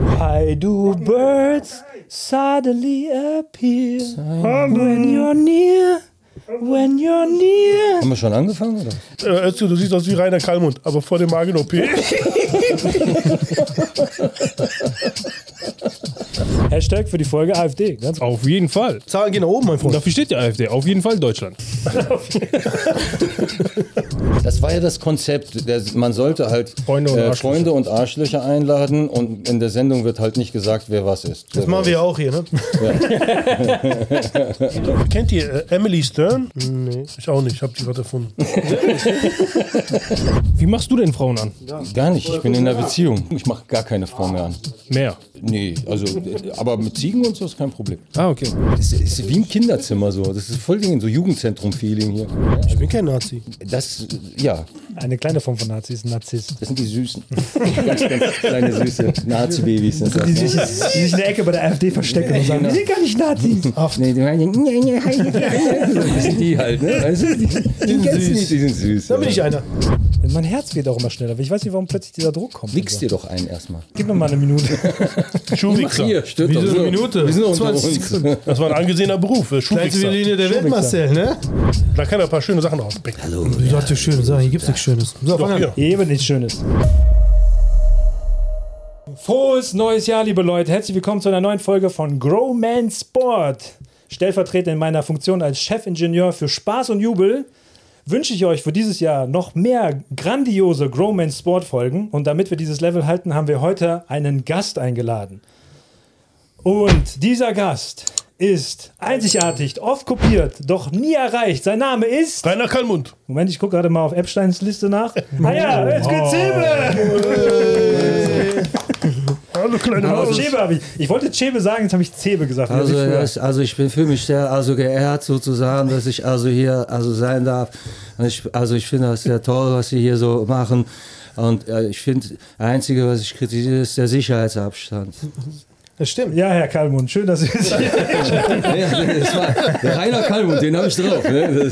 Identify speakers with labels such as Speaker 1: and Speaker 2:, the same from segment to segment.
Speaker 1: Why do birds suddenly appear when you're near? When you're near.
Speaker 2: Haben wir schon angefangen? Oder?
Speaker 3: Äh, Özgür, du siehst aus wie Rainer Kallmund, aber vor dem Magen-OP.
Speaker 1: Hashtag für die Folge AfD. Ganz
Speaker 4: Auf jeden Fall.
Speaker 3: Zahlen gehen nach oben, mein
Speaker 4: Und
Speaker 3: Freund.
Speaker 4: dafür steht die AfD. Auf jeden Fall Deutschland.
Speaker 2: Das war ja das Konzept. Der, man sollte halt
Speaker 4: Freunde und
Speaker 2: äh,
Speaker 4: Arschlöcher.
Speaker 2: Freunde und Arschlöcher einladen und in der Sendung wird halt nicht gesagt, wer was ist.
Speaker 3: Das machen wir ja auch hier, ne? Kennt ihr äh, Emily Stern? Nee. Ich auch nicht, ich hab die gerade erfunden.
Speaker 4: Wie machst du denn Frauen an?
Speaker 2: Gar nicht. Ich bin in einer Beziehung. Ich mache gar keine Frau mehr an.
Speaker 4: Mehr.
Speaker 2: Nee, also, äh, aber mit Ziegen und so ist kein Problem.
Speaker 4: Ah, okay.
Speaker 2: Das ist wie im Kinderzimmer so. Das ist voll Ding, so Jugendzentrum-Feeling hier.
Speaker 3: Ich bin kein Nazi.
Speaker 2: Das, äh, ja,
Speaker 1: eine kleine Form von Nazis, ein Narzisst.
Speaker 2: das sind die Süßen. ganz, ganz kleine Süße. Nazi-Babys sind das.
Speaker 1: Die
Speaker 2: ne?
Speaker 1: sich, die sich in der Ecke bei der AfD verstecken und sagen, wir sind gar nicht Nazis.
Speaker 2: Nee, die meinen, nee, nee, nee, nee. So, Das sind die halt, ne? Weißt du, die, die, kennst du nicht, die sind süß.
Speaker 3: Da bin ich einer.
Speaker 1: Mein Herz wird auch immer schneller. aber Ich weiß nicht, warum plötzlich dieser Druck kommt.
Speaker 2: Wichst dir doch einen erstmal.
Speaker 1: Gib mir mal eine Minute.
Speaker 3: Schuhwichser.
Speaker 2: stimmt
Speaker 3: Wieso eine Minute?
Speaker 2: Wir sind doch unter
Speaker 3: 20
Speaker 2: uns.
Speaker 3: Sekunden. Das war ein angesehener Beruf, äh, Schuhwichser.
Speaker 5: der Welt, Marcel, ne?
Speaker 3: Da kann er ein paar schöne Sachen rauspicken.
Speaker 5: Du sagst ja schöne Sachen, hier gibt's nichts Schönes. So,
Speaker 3: Doch,
Speaker 5: fang an.
Speaker 3: hier.
Speaker 1: Eben nichts Schönes. Frohes neues Jahr, liebe Leute. Herzlich willkommen zu einer neuen Folge von Grow Man Sport. Stellvertretend in meiner Funktion als Chefingenieur für Spaß und Jubel wünsche ich euch für dieses Jahr noch mehr grandiose Grow Man Sport Folgen. Und damit wir dieses Level halten, haben wir heute einen Gast eingeladen. Und dieser Gast ist einzigartig, oft kopiert, doch nie erreicht. Sein Name ist
Speaker 3: Rainer Kallmund.
Speaker 1: Moment, ich gucke gerade mal auf Epsteins Liste nach. Ah ja, jetzt geht's Chebe!
Speaker 3: Hallo, kleine
Speaker 1: Genau,
Speaker 3: Maus.
Speaker 1: Chebe habe ich. Ich wollte Chebe sagen, jetzt habe ich Zebe gesagt.
Speaker 6: Also,
Speaker 1: wie früher.
Speaker 6: das, also ich bin fühle mich sehr also geehrt sozusagen, dass ich also hier also sein darf. Und ich, also ich finde das sehr toll, was sie hier so machen. Und äh, ich finde, das Einzige, was ich kritisiere, ist der Sicherheitsabstand.
Speaker 5: Das stimmt.
Speaker 1: ja, Herr Kalmund, schön, dass Sie es
Speaker 2: Ja, nee, das war der Rainer Kalmund, den habe ich drauf. Ne?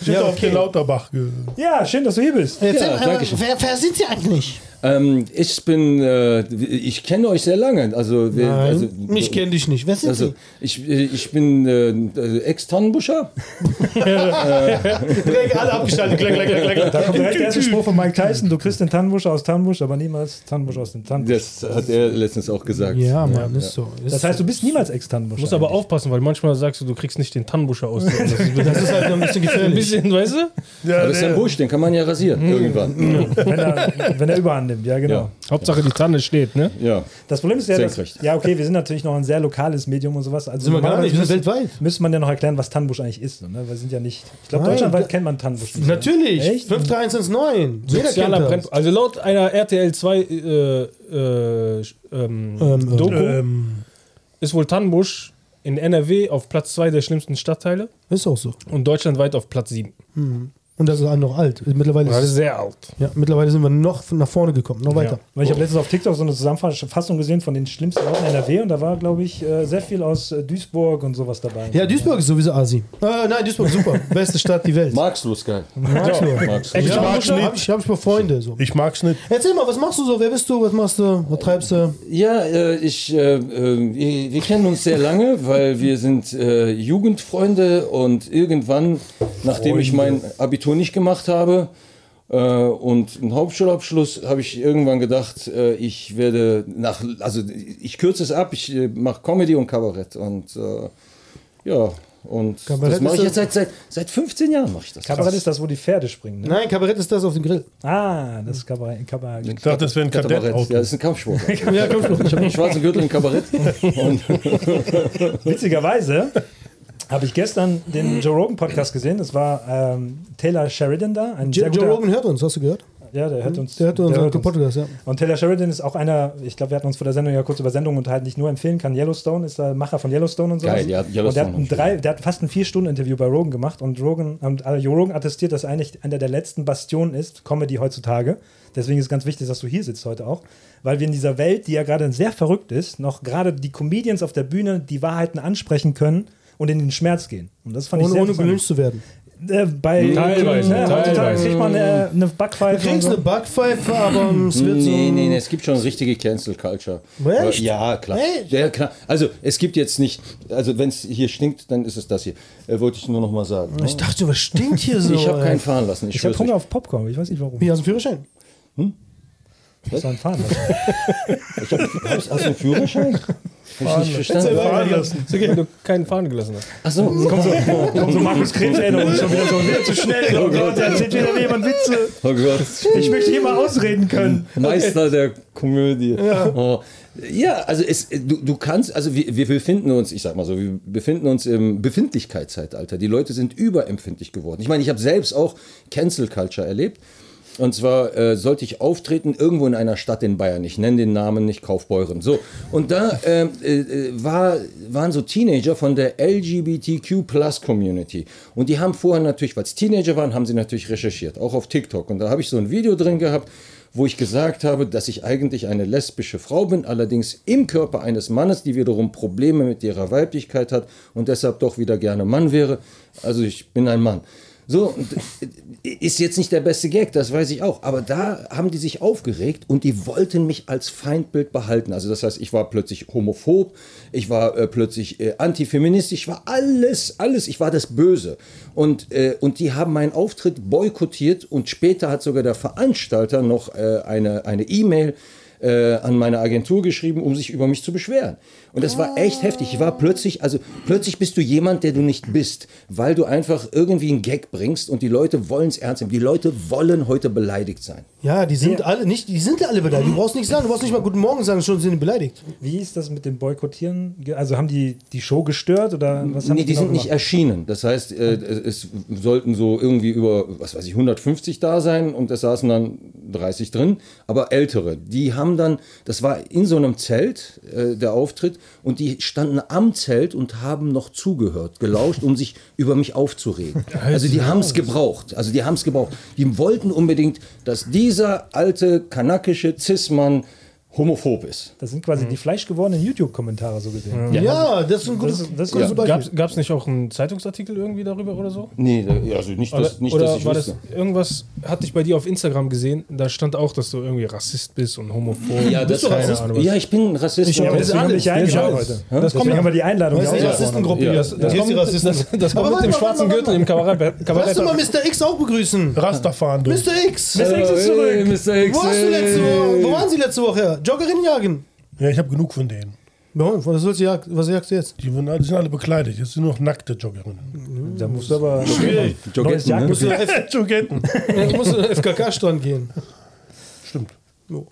Speaker 3: Ich hätte auf den Lauterbach ge-
Speaker 1: Ja, schön, dass du hier bist.
Speaker 2: Ja, danke schön.
Speaker 5: Wer, wer sind Sie eigentlich?
Speaker 2: Ähm, ich bin, äh, ich kenne euch sehr lange. Also, wir, also
Speaker 5: Mich kenn dich nicht. Wer sind
Speaker 2: Also, ich, ich bin äh, Ex-Tannenbuscher.
Speaker 5: Sie? Alle abgeschaltet. Klack, klack, klack, klack.
Speaker 1: Da kommt direkt der erste Spruch von Mike Tyson. Du kriegst den Tannenbusch aus Tannenbusch, aber niemals Tannenbusch aus dem Tannenbusch.
Speaker 2: Das hat er letztens auch gesagt.
Speaker 5: Ja, Mann, ist so. Ist
Speaker 1: Das heißt, du bist niemals Ex-Tannenbusch.
Speaker 4: Musst aber aufpassen, weil manchmal sagst du, du kriegst nicht den Tannenbuscher aus. Das ist
Speaker 5: das ist halt noch ein bisschen
Speaker 4: ein
Speaker 5: gefährlich.
Speaker 4: bisschen, weißt du?
Speaker 3: Ja,
Speaker 2: Aber das ist ja ein
Speaker 3: der-
Speaker 2: Busch, den kann man ja rasieren
Speaker 5: Mhm.
Speaker 2: irgendwann.
Speaker 1: Wenn er, wenn er überhand nimmt, ja, genau.
Speaker 2: Ja.
Speaker 4: Hauptsache die Tanne steht, ne?
Speaker 2: Ja.
Speaker 1: Das Problem ist ja, dass,
Speaker 2: Senkrecht.
Speaker 1: ja, okay, wir sind natürlich noch ein sehr lokales Medium und sowas. Also
Speaker 5: Sind wir gar nicht, wir sind
Speaker 1: müsste-
Speaker 5: weltweit.
Speaker 1: Müsste man ja noch erklären, was Tannenbusch eigentlich ist. so, Ne? Wir sind ja nicht. Ich glaube,
Speaker 5: Nein,
Speaker 1: deutschlandweit
Speaker 5: da-
Speaker 1: kennt man Tannenbusch. nicht, ne?
Speaker 5: Natürlich.
Speaker 1: Echt?
Speaker 5: 53119. Jeder kennt
Speaker 4: Sozialer
Speaker 5: das.
Speaker 4: Brennpunkt. Also laut einer RTL 2 äh, äh, ähm,
Speaker 5: ähm.
Speaker 4: Doku
Speaker 3: Ähm,
Speaker 4: ist wohl Tannenbusch in NRW auf Platz 2 der schlimmsten Stadtteile
Speaker 5: Ist auch so.
Speaker 4: und deutschlandweit auf Platz 7.
Speaker 5: Und das ist auch noch alt. Mittlerweile,
Speaker 4: Das ist
Speaker 5: ist,
Speaker 4: sehr alt.
Speaker 5: ja, mittlerweile sind wir noch nach vorne gekommen, noch weiter.
Speaker 1: Weil ich habe letztens auf TikTok so eine Zusammenfassung gesehen von den schlimmsten Orten NRW und da war, glaube ich, äh, sehr viel aus äh, Duisburg und sowas dabei.
Speaker 5: Ja, Duisburg ist sowieso Asi. Äh, nein, Duisburg ist super. Beste Stadt, die Welt.
Speaker 2: Magst du es geil?
Speaker 5: Magst du?
Speaker 2: Magst du.
Speaker 4: Ich
Speaker 5: Ja,
Speaker 4: mag
Speaker 5: hab ich, hab ich, hab ich mal Freunde. So.
Speaker 3: ich mag's nicht.
Speaker 5: Erzähl mal, was machst du so? Wer bist du? Was machst du? Was treibst du?
Speaker 2: Ja, äh, ich, äh, äh, wir- wir kennen uns sehr lange, weil wir sind äh, Jugendfreunde und irgendwann, nachdem ich mein Abitur nicht gemacht habe äh, und einen Hauptschulabschluss, habe ich irgendwann gedacht, äh, ich werde nach, also ich kürze es ab, ich äh, mache Comedy und Kabarett und äh, ja. Und
Speaker 5: Kabarett
Speaker 2: das mache
Speaker 5: ist
Speaker 2: ich
Speaker 5: so-
Speaker 2: jetzt seit, seit, seit 15 Jahren mache ich das.
Speaker 1: Kabarett ist das, wo die Pferde springen. Ne?
Speaker 5: Nein, Kabarett ist das auf dem Grill.
Speaker 1: Ah, das ist Kabarett. Kabarett.
Speaker 3: Ich dachte, das wäre ein
Speaker 2: Kabarett.
Speaker 3: Kadettauto.
Speaker 2: Ja, das ist ein Kampfsport. ja, Kampfsport. Ich habe einen schwarzen Gürtel im Kabarett. Und
Speaker 1: Witzigerweise habe ich gestern den Joe Rogan Podcast gesehen. Das war ähm, Taylor Sheridan da. Ein
Speaker 5: Joe
Speaker 1: sehr guter,
Speaker 5: Rogan hört uns, hast du gehört?
Speaker 1: Ja, der hört uns.
Speaker 5: Der hört uns auf Podcast, ja.
Speaker 1: Und Taylor Sheridan ist auch einer, ich glaube, wir hatten uns vor der Sendung ja kurz über Sendungen unterhalten, die ich nur empfehlen kann. Yellowstone ist der Macher von Yellowstone und so.
Speaker 2: Geil, ja,
Speaker 1: und der hat,
Speaker 2: Yellowstone hab
Speaker 1: ein
Speaker 2: ich
Speaker 1: drei, der hat fast ein Vier-Stunden-Interview bei Rogan gemacht und Rogan, und, äh, Joe Rogan attestiert, dass eigentlich einer der letzten Bastionen ist, Comedy heutzutage. Deswegen ist es ganz wichtig, dass du hier sitzt heute auch, weil wir in dieser Welt, die ja gerade sehr verrückt ist, noch gerade die Comedians auf der Bühne die Wahrheiten ansprechen können und in den Schmerz gehen. Und das fand ich
Speaker 5: Ohne,
Speaker 1: sehr
Speaker 5: ohne
Speaker 1: interessant.
Speaker 5: gelünscht zu werden.
Speaker 1: äh, bei
Speaker 4: Teilweise,
Speaker 1: ne, heutzutage
Speaker 4: teilweise.
Speaker 1: kriegt man eine, eine Backpfeife.
Speaker 5: Du kriegst eine
Speaker 1: und
Speaker 5: Backpfeife, aber ähm, es wird so.
Speaker 2: Nee, nee, nee, es gibt schon richtige Cancel Culture.
Speaker 5: Echt?
Speaker 2: Ja, klar.
Speaker 5: Echt?
Speaker 2: Ja, klar. Also, es gibt jetzt nicht, also wenn es hier stinkt, dann ist es das hier. Äh, wollte ich nur noch mal sagen. ne?
Speaker 5: Ich dachte, was stinkt hier so?
Speaker 2: ich habe
Speaker 5: ey?
Speaker 2: keinen fahren lassen. Ich,
Speaker 1: ich habe
Speaker 2: schwör's
Speaker 1: Hunger
Speaker 2: euch.
Speaker 1: auf Popcorn, aber ich weiß nicht warum.
Speaker 5: Hier hast du einen Führerschein.
Speaker 1: Ich soll einen fahren lassen.
Speaker 2: Hast, hast du einen Führerschein? Hab ich nicht verstanden.
Speaker 4: Fahren lassen. Ist okay, wenn du keinen fahren gelassen hast.
Speaker 2: Ach so.
Speaker 1: Kommt so Markus Krebs und schon wieder so wieder zu schnell. Oh Gott, da erzählt wieder jemand Witze.
Speaker 2: Oh Gott.
Speaker 1: Ich möchte hier mal ausreden können.
Speaker 2: Meister der Komödie. Ja, oh. ja also es, du, du kannst, also wir, wir befinden uns, ich sag mal so, wir befinden uns im Befindlichkeitszeitalter. Die Leute sind überempfindlich geworden. Ich meine, ich habe selbst auch Cancel Culture erlebt. Und zwar äh, sollte ich auftreten irgendwo in einer Stadt in Bayern. Ich nenne den Namen nicht Kaufbeuren. So. Und da ähm, äh, äh, war, waren so Teenager von der LGBTQ Community. Und die haben vorher natürlich, weil es Teenager waren, haben sie natürlich recherchiert, auch auf TikTok. Und da habe ich so ein Video drin gehabt, wo ich gesagt habe, dass ich eigentlich eine lesbische Frau bin, allerdings im Körper eines Mannes, die wiederum Probleme mit ihrer Weiblichkeit hat und deshalb doch wieder gerne Mann wäre. Also ich bin ein Mann. So, und, äh, ist jetzt nicht der beste Gag, das weiß ich auch. Aber da haben die sich aufgeregt und die wollten mich als Feindbild behalten. Also das heißt, ich war plötzlich homophob, ich war äh, plötzlich äh, antifeministisch, ich war alles, alles, ich war das Böse. Und, äh, und die haben meinen Auftritt boykottiert und später hat sogar der Veranstalter noch äh, eine eine E-Mail äh, an meine Agentur geschrieben, um sich über mich zu beschweren. Und das war echt heftig. Ich war plötzlich, also plötzlich bist du jemand, der du nicht bist, weil du einfach irgendwie einen Gag bringst und die Leute wollen es ernst nehmen. Die Leute wollen heute beleidigt sein.
Speaker 5: Ja, die sind alle nicht, die sind alle beleidigt. Du brauchst nichts sagen, du brauchst nicht mal guten Morgen sagen, schon sind die beleidigt.
Speaker 1: Wie ist das mit dem Boykottieren? Ge- Also haben die die Show gestört oder was haben
Speaker 2: Nee, die
Speaker 1: genau
Speaker 2: sind nicht
Speaker 1: gemacht?
Speaker 2: erschienen. Das heißt, äh, es es sollten so irgendwie über, was weiß ich, 150 da sein und es saßen dann 30 drin. Aber ältere, die haben dann, das war in so einem Zelt äh, der Auftritt und die standen am Zelt und haben noch zugehört, gelauscht, um sich über mich aufzuregen. Also die haben es gebraucht. Also die haben es gebraucht. Die wollten unbedingt, dass dieser alte kanakische Cis-Mann homophob ist.
Speaker 1: Das sind
Speaker 2: Mhm.
Speaker 1: quasi die fleischgewordenen YouTube-Kommentare so gesehen.
Speaker 5: Ja, das ist ein gutes,
Speaker 1: Das ist- das ist
Speaker 5: gutes
Speaker 1: ein
Speaker 5: Beispiel.
Speaker 4: Gab's, gab's nicht auch einen Zeitungsartikel irgendwie darüber oder so?
Speaker 2: Nee, da- also nicht,
Speaker 4: Oder,
Speaker 2: dass, nicht,
Speaker 4: oder
Speaker 2: dass ich
Speaker 4: war
Speaker 2: wüsste.
Speaker 4: das irgendwas, hatte ich bei dir auf Instagram gesehen, da stand auch, dass du irgendwie Rassist bist und homophob.
Speaker 2: Ja, das
Speaker 4: Bist du
Speaker 2: kann-
Speaker 4: Rassist?
Speaker 2: ja, ich bin ein Rassist.
Speaker 1: Ja, aber
Speaker 4: das ist
Speaker 1: deswegen haben wir
Speaker 4: alles,
Speaker 1: dich eingeladen
Speaker 4: das ist
Speaker 1: heute.
Speaker 4: alles. Das kommt
Speaker 1: Deswegen haben wir die Einladung
Speaker 5: Das ist die
Speaker 1: ja auch ausgesprochen.
Speaker 5: Rassistengruppe.
Speaker 2: Ja.
Speaker 5: hier.
Speaker 4: Das, das
Speaker 5: Hier ist die
Speaker 4: kommt, mit, das,
Speaker 5: Rassistengruppe.
Speaker 4: das
Speaker 5: Aber
Speaker 4: kommt mit
Speaker 5: warte
Speaker 4: dem
Speaker 5: mal,
Speaker 4: schwarzen
Speaker 5: warte mal,
Speaker 4: Gürtel im Kabarett.
Speaker 5: Lass
Speaker 4: Kabarett
Speaker 5: doch mal Mr. X auch begrüßen.
Speaker 3: Rasta fahren, du.
Speaker 5: Mr. X!
Speaker 1: Mr. X ist zurück.
Speaker 2: Mr. X.
Speaker 5: Wo, hast du letzte Woche, wo waren sie letzte Woche? Joggerin jagen.
Speaker 3: Ja, ich habe genug von denen.
Speaker 5: Ja, Was, willst du jag- was jagst du jetzt?
Speaker 3: Die, wurden alle- die sind alle bekleidet. Jetzt sind nur noch nackte Joggerinnen.
Speaker 1: Da musst du aber neues
Speaker 2: Joggetten, ne?
Speaker 5: Musst du,
Speaker 1: Jagdgefühl.
Speaker 5: F-
Speaker 3: Jogetten.
Speaker 5: du musst du FKK-Strand gehen.
Speaker 3: Stimmt.
Speaker 5: Jo.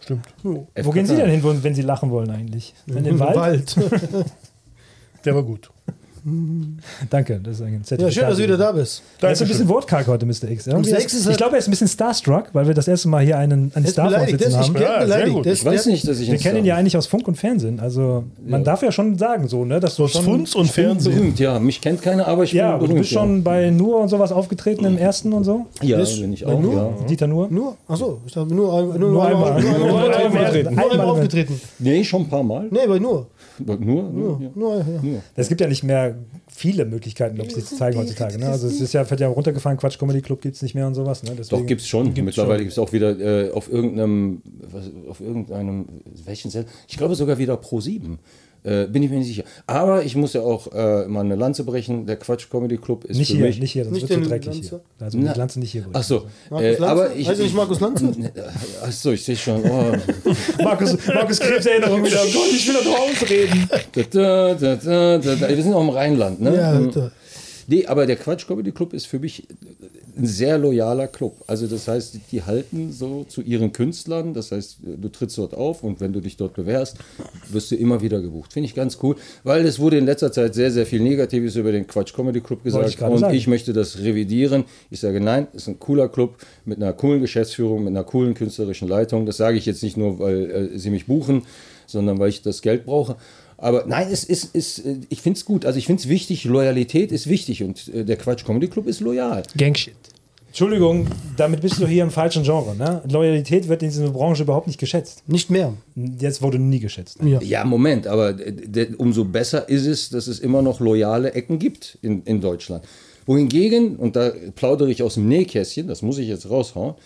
Speaker 3: Stimmt.
Speaker 1: Wo gehen Sie denn hin, wo- wenn Sie lachen wollen eigentlich?
Speaker 5: Mhm.
Speaker 1: In den Wald?
Speaker 3: Der war gut.
Speaker 1: Danke, das ist ein Zertifikat.
Speaker 5: Ja, schön, dass du wieder da bist.
Speaker 1: Er ist ein bisschen wortkarg heute, Mr. X. Ja,
Speaker 5: Mr.
Speaker 1: er
Speaker 5: X ist halt-
Speaker 1: ich glaube, er ist ein bisschen starstruck, weil wir das erste Mal hier einen, einen
Speaker 5: Der ist
Speaker 1: Star vor uns
Speaker 5: beleidigt. Der ist
Speaker 1: sitzen haben.
Speaker 5: nicht der ist
Speaker 3: Ja, sehr
Speaker 5: beleidigt.
Speaker 3: gut.
Speaker 5: Der
Speaker 2: Ich
Speaker 5: ist,
Speaker 2: weiß
Speaker 5: der,
Speaker 2: nicht, dass ich
Speaker 1: Wir kennen ihn ja eigentlich aus Funk und Fernsehen. Also man darf ja schon sagen, so, ne? Dass du
Speaker 3: Aus
Speaker 1: schon,
Speaker 3: Funz und Fernsehen.
Speaker 2: berühmt, ja. Mich kennt keiner, aber ich
Speaker 1: ja, aber
Speaker 2: bin
Speaker 1: du
Speaker 2: berühmt.
Speaker 1: bist schon bei Nur und sowas aufgetreten im ersten und so.
Speaker 2: ja. ja, bin ich auch. Ja.
Speaker 1: Dieter Nur.
Speaker 5: Nur, achso, ich habe nur, ein, nur, nur
Speaker 1: einmal.
Speaker 5: einmal, nur
Speaker 1: Nur
Speaker 5: einmal,
Speaker 1: einmal
Speaker 5: aufgetreten.
Speaker 1: aufgetreten.
Speaker 5: Nur einmal
Speaker 1: Einmal.
Speaker 5: aufgetreten.
Speaker 2: Nee, schon ein paar Mal.
Speaker 5: Nee, bei nur.
Speaker 2: Aber Nur, nur, ja.
Speaker 5: Nur, ja.
Speaker 1: Es gibt ja nicht mehr viele Möglichkeiten, glaube ich, sich zu zeigen heutzutage. Ne? Also es ist ja, wird ja runtergefahren, Quatsch, Comedy Club gibt es nicht mehr und sowas. Ne? Deswegen-
Speaker 2: Doch, gibt's schon. Mittlerweile gibt's auch wieder äh, auf irgendeinem, was, auf irgendeinem, welchen Sender? Ich glaube sogar wieder Pro 7. Äh, bin ich mir nicht sicher. Aber ich muss ja auch äh, mal eine Lanze brechen. Der Quatsch Comedy Club ist
Speaker 1: Nicht
Speaker 2: für
Speaker 1: hier,
Speaker 2: mich.
Speaker 1: nicht hier, sonst
Speaker 5: Nicht
Speaker 1: wird
Speaker 5: in
Speaker 1: zu dreckig
Speaker 5: Lanze?
Speaker 1: hier. Also mit
Speaker 2: Na.
Speaker 1: Lanze nicht hier. bringen.
Speaker 2: Ach so.
Speaker 5: Markus
Speaker 2: Äh,
Speaker 5: Lanze?
Speaker 2: aber ich,
Speaker 5: Heißt
Speaker 1: Also
Speaker 5: er nicht Markus Lanze?
Speaker 2: Ach so, ich sehe schon. Oh,
Speaker 1: Markus, Markus Krebs Erinnerung wieder. Oh Gott, ich will da noch ausreden.
Speaker 2: Da, da, da, da, da, da. Wir sind auch im Rheinland, ne?
Speaker 5: Ja,
Speaker 2: Mhm.
Speaker 5: Alter.
Speaker 2: nee, aber der Quatsch Comedy Club ist für mich ein sehr loyaler Club. Also das heißt, die halten so zu ihren Künstlern. Das heißt, du trittst dort auf und wenn du dich dort bewährst, wirst du immer wieder gebucht. Finde ich ganz cool, weil es wurde in letzter Zeit sehr, sehr viel Negatives über den Quatsch Comedy Club gesagt
Speaker 1: ich gerade
Speaker 2: und
Speaker 1: sagen.
Speaker 2: ich möchte das revidieren. Ich sage nein, ist ein cooler Club mit einer coolen Geschäftsführung, mit einer coolen künstlerischen Leitung. Das sage ich jetzt nicht nur, weil äh, sie mich buchen, sondern weil ich das Geld brauche. Aber nein, es ist, ist äh, ich finde es gut. Also ich finde es wichtig, Loyalität ist wichtig und äh, der Quatsch Comedy Club ist loyal.
Speaker 4: Gangshit.
Speaker 1: Entschuldigung, damit bist du hier im falschen Genre. Ne? Loyalität wird in dieser Branche überhaupt nicht geschätzt.
Speaker 5: Nicht mehr.
Speaker 1: Jetzt wurde nie geschätzt.
Speaker 2: Ja, Moment, aber d- d- umso besser ist es, dass es immer noch loyale Ecken gibt in, in Deutschland. Wohingegen, und da plaudere ich aus dem Nähkästchen, das muss ich jetzt raushauen,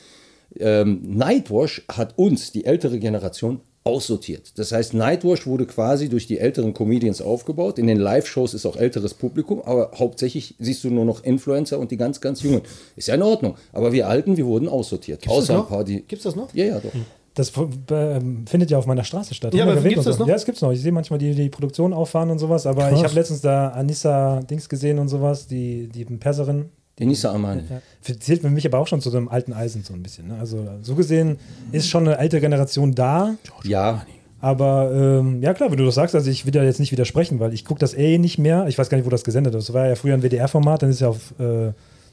Speaker 2: ähm, Nightwash hat uns, die ältere Generation, aussortiert. Das heißt, Nightwash wurde quasi durch die älteren Comedians aufgebaut. In den Live-Shows ist auch älteres Publikum, aber hauptsächlich siehst du nur noch Influencer und die ganz, ganz Jungen. Ist ja in Ordnung. Aber wir Alten, wir wurden aussortiert. Außer ein
Speaker 5: noch?
Speaker 2: paar, die.
Speaker 5: Gibt's das noch? Hm.
Speaker 2: Ja, ja, doch.
Speaker 1: Das ähm, findet ja auf meiner Straße statt.
Speaker 5: Ja,
Speaker 1: Haben wir
Speaker 5: aber
Speaker 1: erwähnt
Speaker 5: gibt's
Speaker 1: und
Speaker 5: das
Speaker 1: so.
Speaker 5: noch?
Speaker 1: Ja, es gibt's noch. Ich sehe manchmal die, die Produktion auffahren und sowas, aber ich habe letztens da Anissa Dings gesehen und sowas, die, die Perserin.
Speaker 2: Denisa Amani.
Speaker 1: Ja. Zählt für mich aber auch schon zu so einem alten Eisen so ein bisschen. Ne? Also so gesehen ist schon eine alte Generation da,
Speaker 2: Ja.
Speaker 1: aber ähm, ja klar, wenn du das sagst, also ich will da jetzt nicht widersprechen, weil ich gucke das eh nicht mehr. Ich weiß gar nicht, wo das gesendet ist. Das war ja früher ein WDR-Format, dann ist ja auf äh,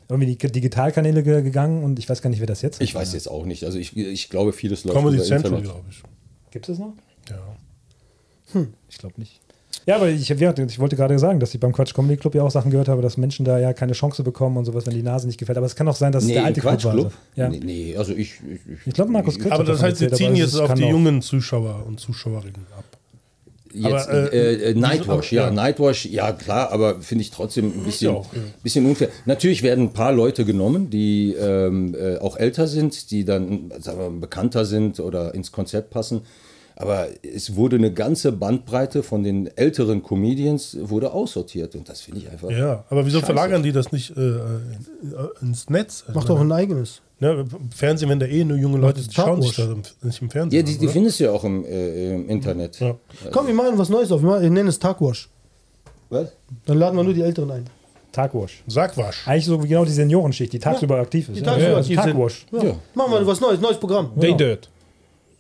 Speaker 1: irgendwie die Digitalkanäle ge gegangen und ich weiß gar nicht, wer das jetzt
Speaker 2: Ich weiß jetzt auch nicht. Also ich, ich glaube, vieles läuft
Speaker 3: Comedy
Speaker 2: über
Speaker 3: Central,
Speaker 2: Internet.
Speaker 3: glaube ich.
Speaker 1: Gibt es noch?
Speaker 3: Ja.
Speaker 1: Ich glaube nicht. Ja, aber ich, ja, ich wollte gerade sagen, dass ich beim Quatsch Comedy Club ja auch Sachen gehört habe, dass Menschen da ja keine Chance bekommen und sowas, wenn die Nase nicht gefällt. Aber es kann auch sein, dass es
Speaker 2: Nee,
Speaker 1: der
Speaker 2: im
Speaker 1: alte Club war.
Speaker 2: Quatschclub?
Speaker 1: Also, ja.
Speaker 2: Nee, nee, also ich... ich, ich
Speaker 1: Ich glaube, Markus Kritz
Speaker 3: Aber
Speaker 1: hat
Speaker 3: das
Speaker 1: davon
Speaker 3: heißt, sie
Speaker 1: erzählt,
Speaker 3: ziehen
Speaker 1: aber
Speaker 3: jetzt
Speaker 1: es
Speaker 3: auf
Speaker 1: kann
Speaker 3: die
Speaker 1: auch-
Speaker 3: jungen Zuschauer und Zuschauerinnen ab.
Speaker 2: Jetzt,
Speaker 3: Aber, äh,
Speaker 2: äh, äh, Nightwash, ja,
Speaker 3: ja.
Speaker 2: Nightwash, ja klar, aber finde ich trotzdem ein bisschen,
Speaker 3: auch, ja.
Speaker 2: bisschen unfair. Natürlich werden ein paar Leute genommen, die ähm, äh, auch älter sind, die dann sagen wir, mal, bekannter sind oder ins Konzept passen. Aber es wurde eine ganze Bandbreite von den älteren Comedians wurde aussortiert und das finde ich einfach.
Speaker 3: Ja, aber wieso
Speaker 2: Scheiße.
Speaker 3: verlagern die das nicht äh, in- äh, ins Netz?
Speaker 5: Mach doch ein eigenes.
Speaker 3: Ne, Fernsehen, wenn da eh nur junge Leute die
Speaker 5: Star
Speaker 3: schauen sich
Speaker 5: Wars.
Speaker 3: das im- nicht im Fernsehen.
Speaker 2: Ja, die, die
Speaker 3: an,
Speaker 2: findest du ja auch im, äh, im Internet.
Speaker 3: oder?
Speaker 5: Komm, wir machen was Neues auf. Wir machen- wir nennen es Tagwash.
Speaker 2: Was?
Speaker 5: Dann laden wir nur die Älteren ein.
Speaker 1: Tagwash.
Speaker 3: Sagwasch.
Speaker 1: Eigentlich so wie genau die Seniorenschicht, die tagsüber aktiv ist.
Speaker 5: Die tagsüber
Speaker 1: also
Speaker 5: aktiv sind.
Speaker 1: Tagwash.
Speaker 5: Ja.
Speaker 2: Ja.
Speaker 5: Machen wir was Neues, neues Programm.
Speaker 4: Day Dirt.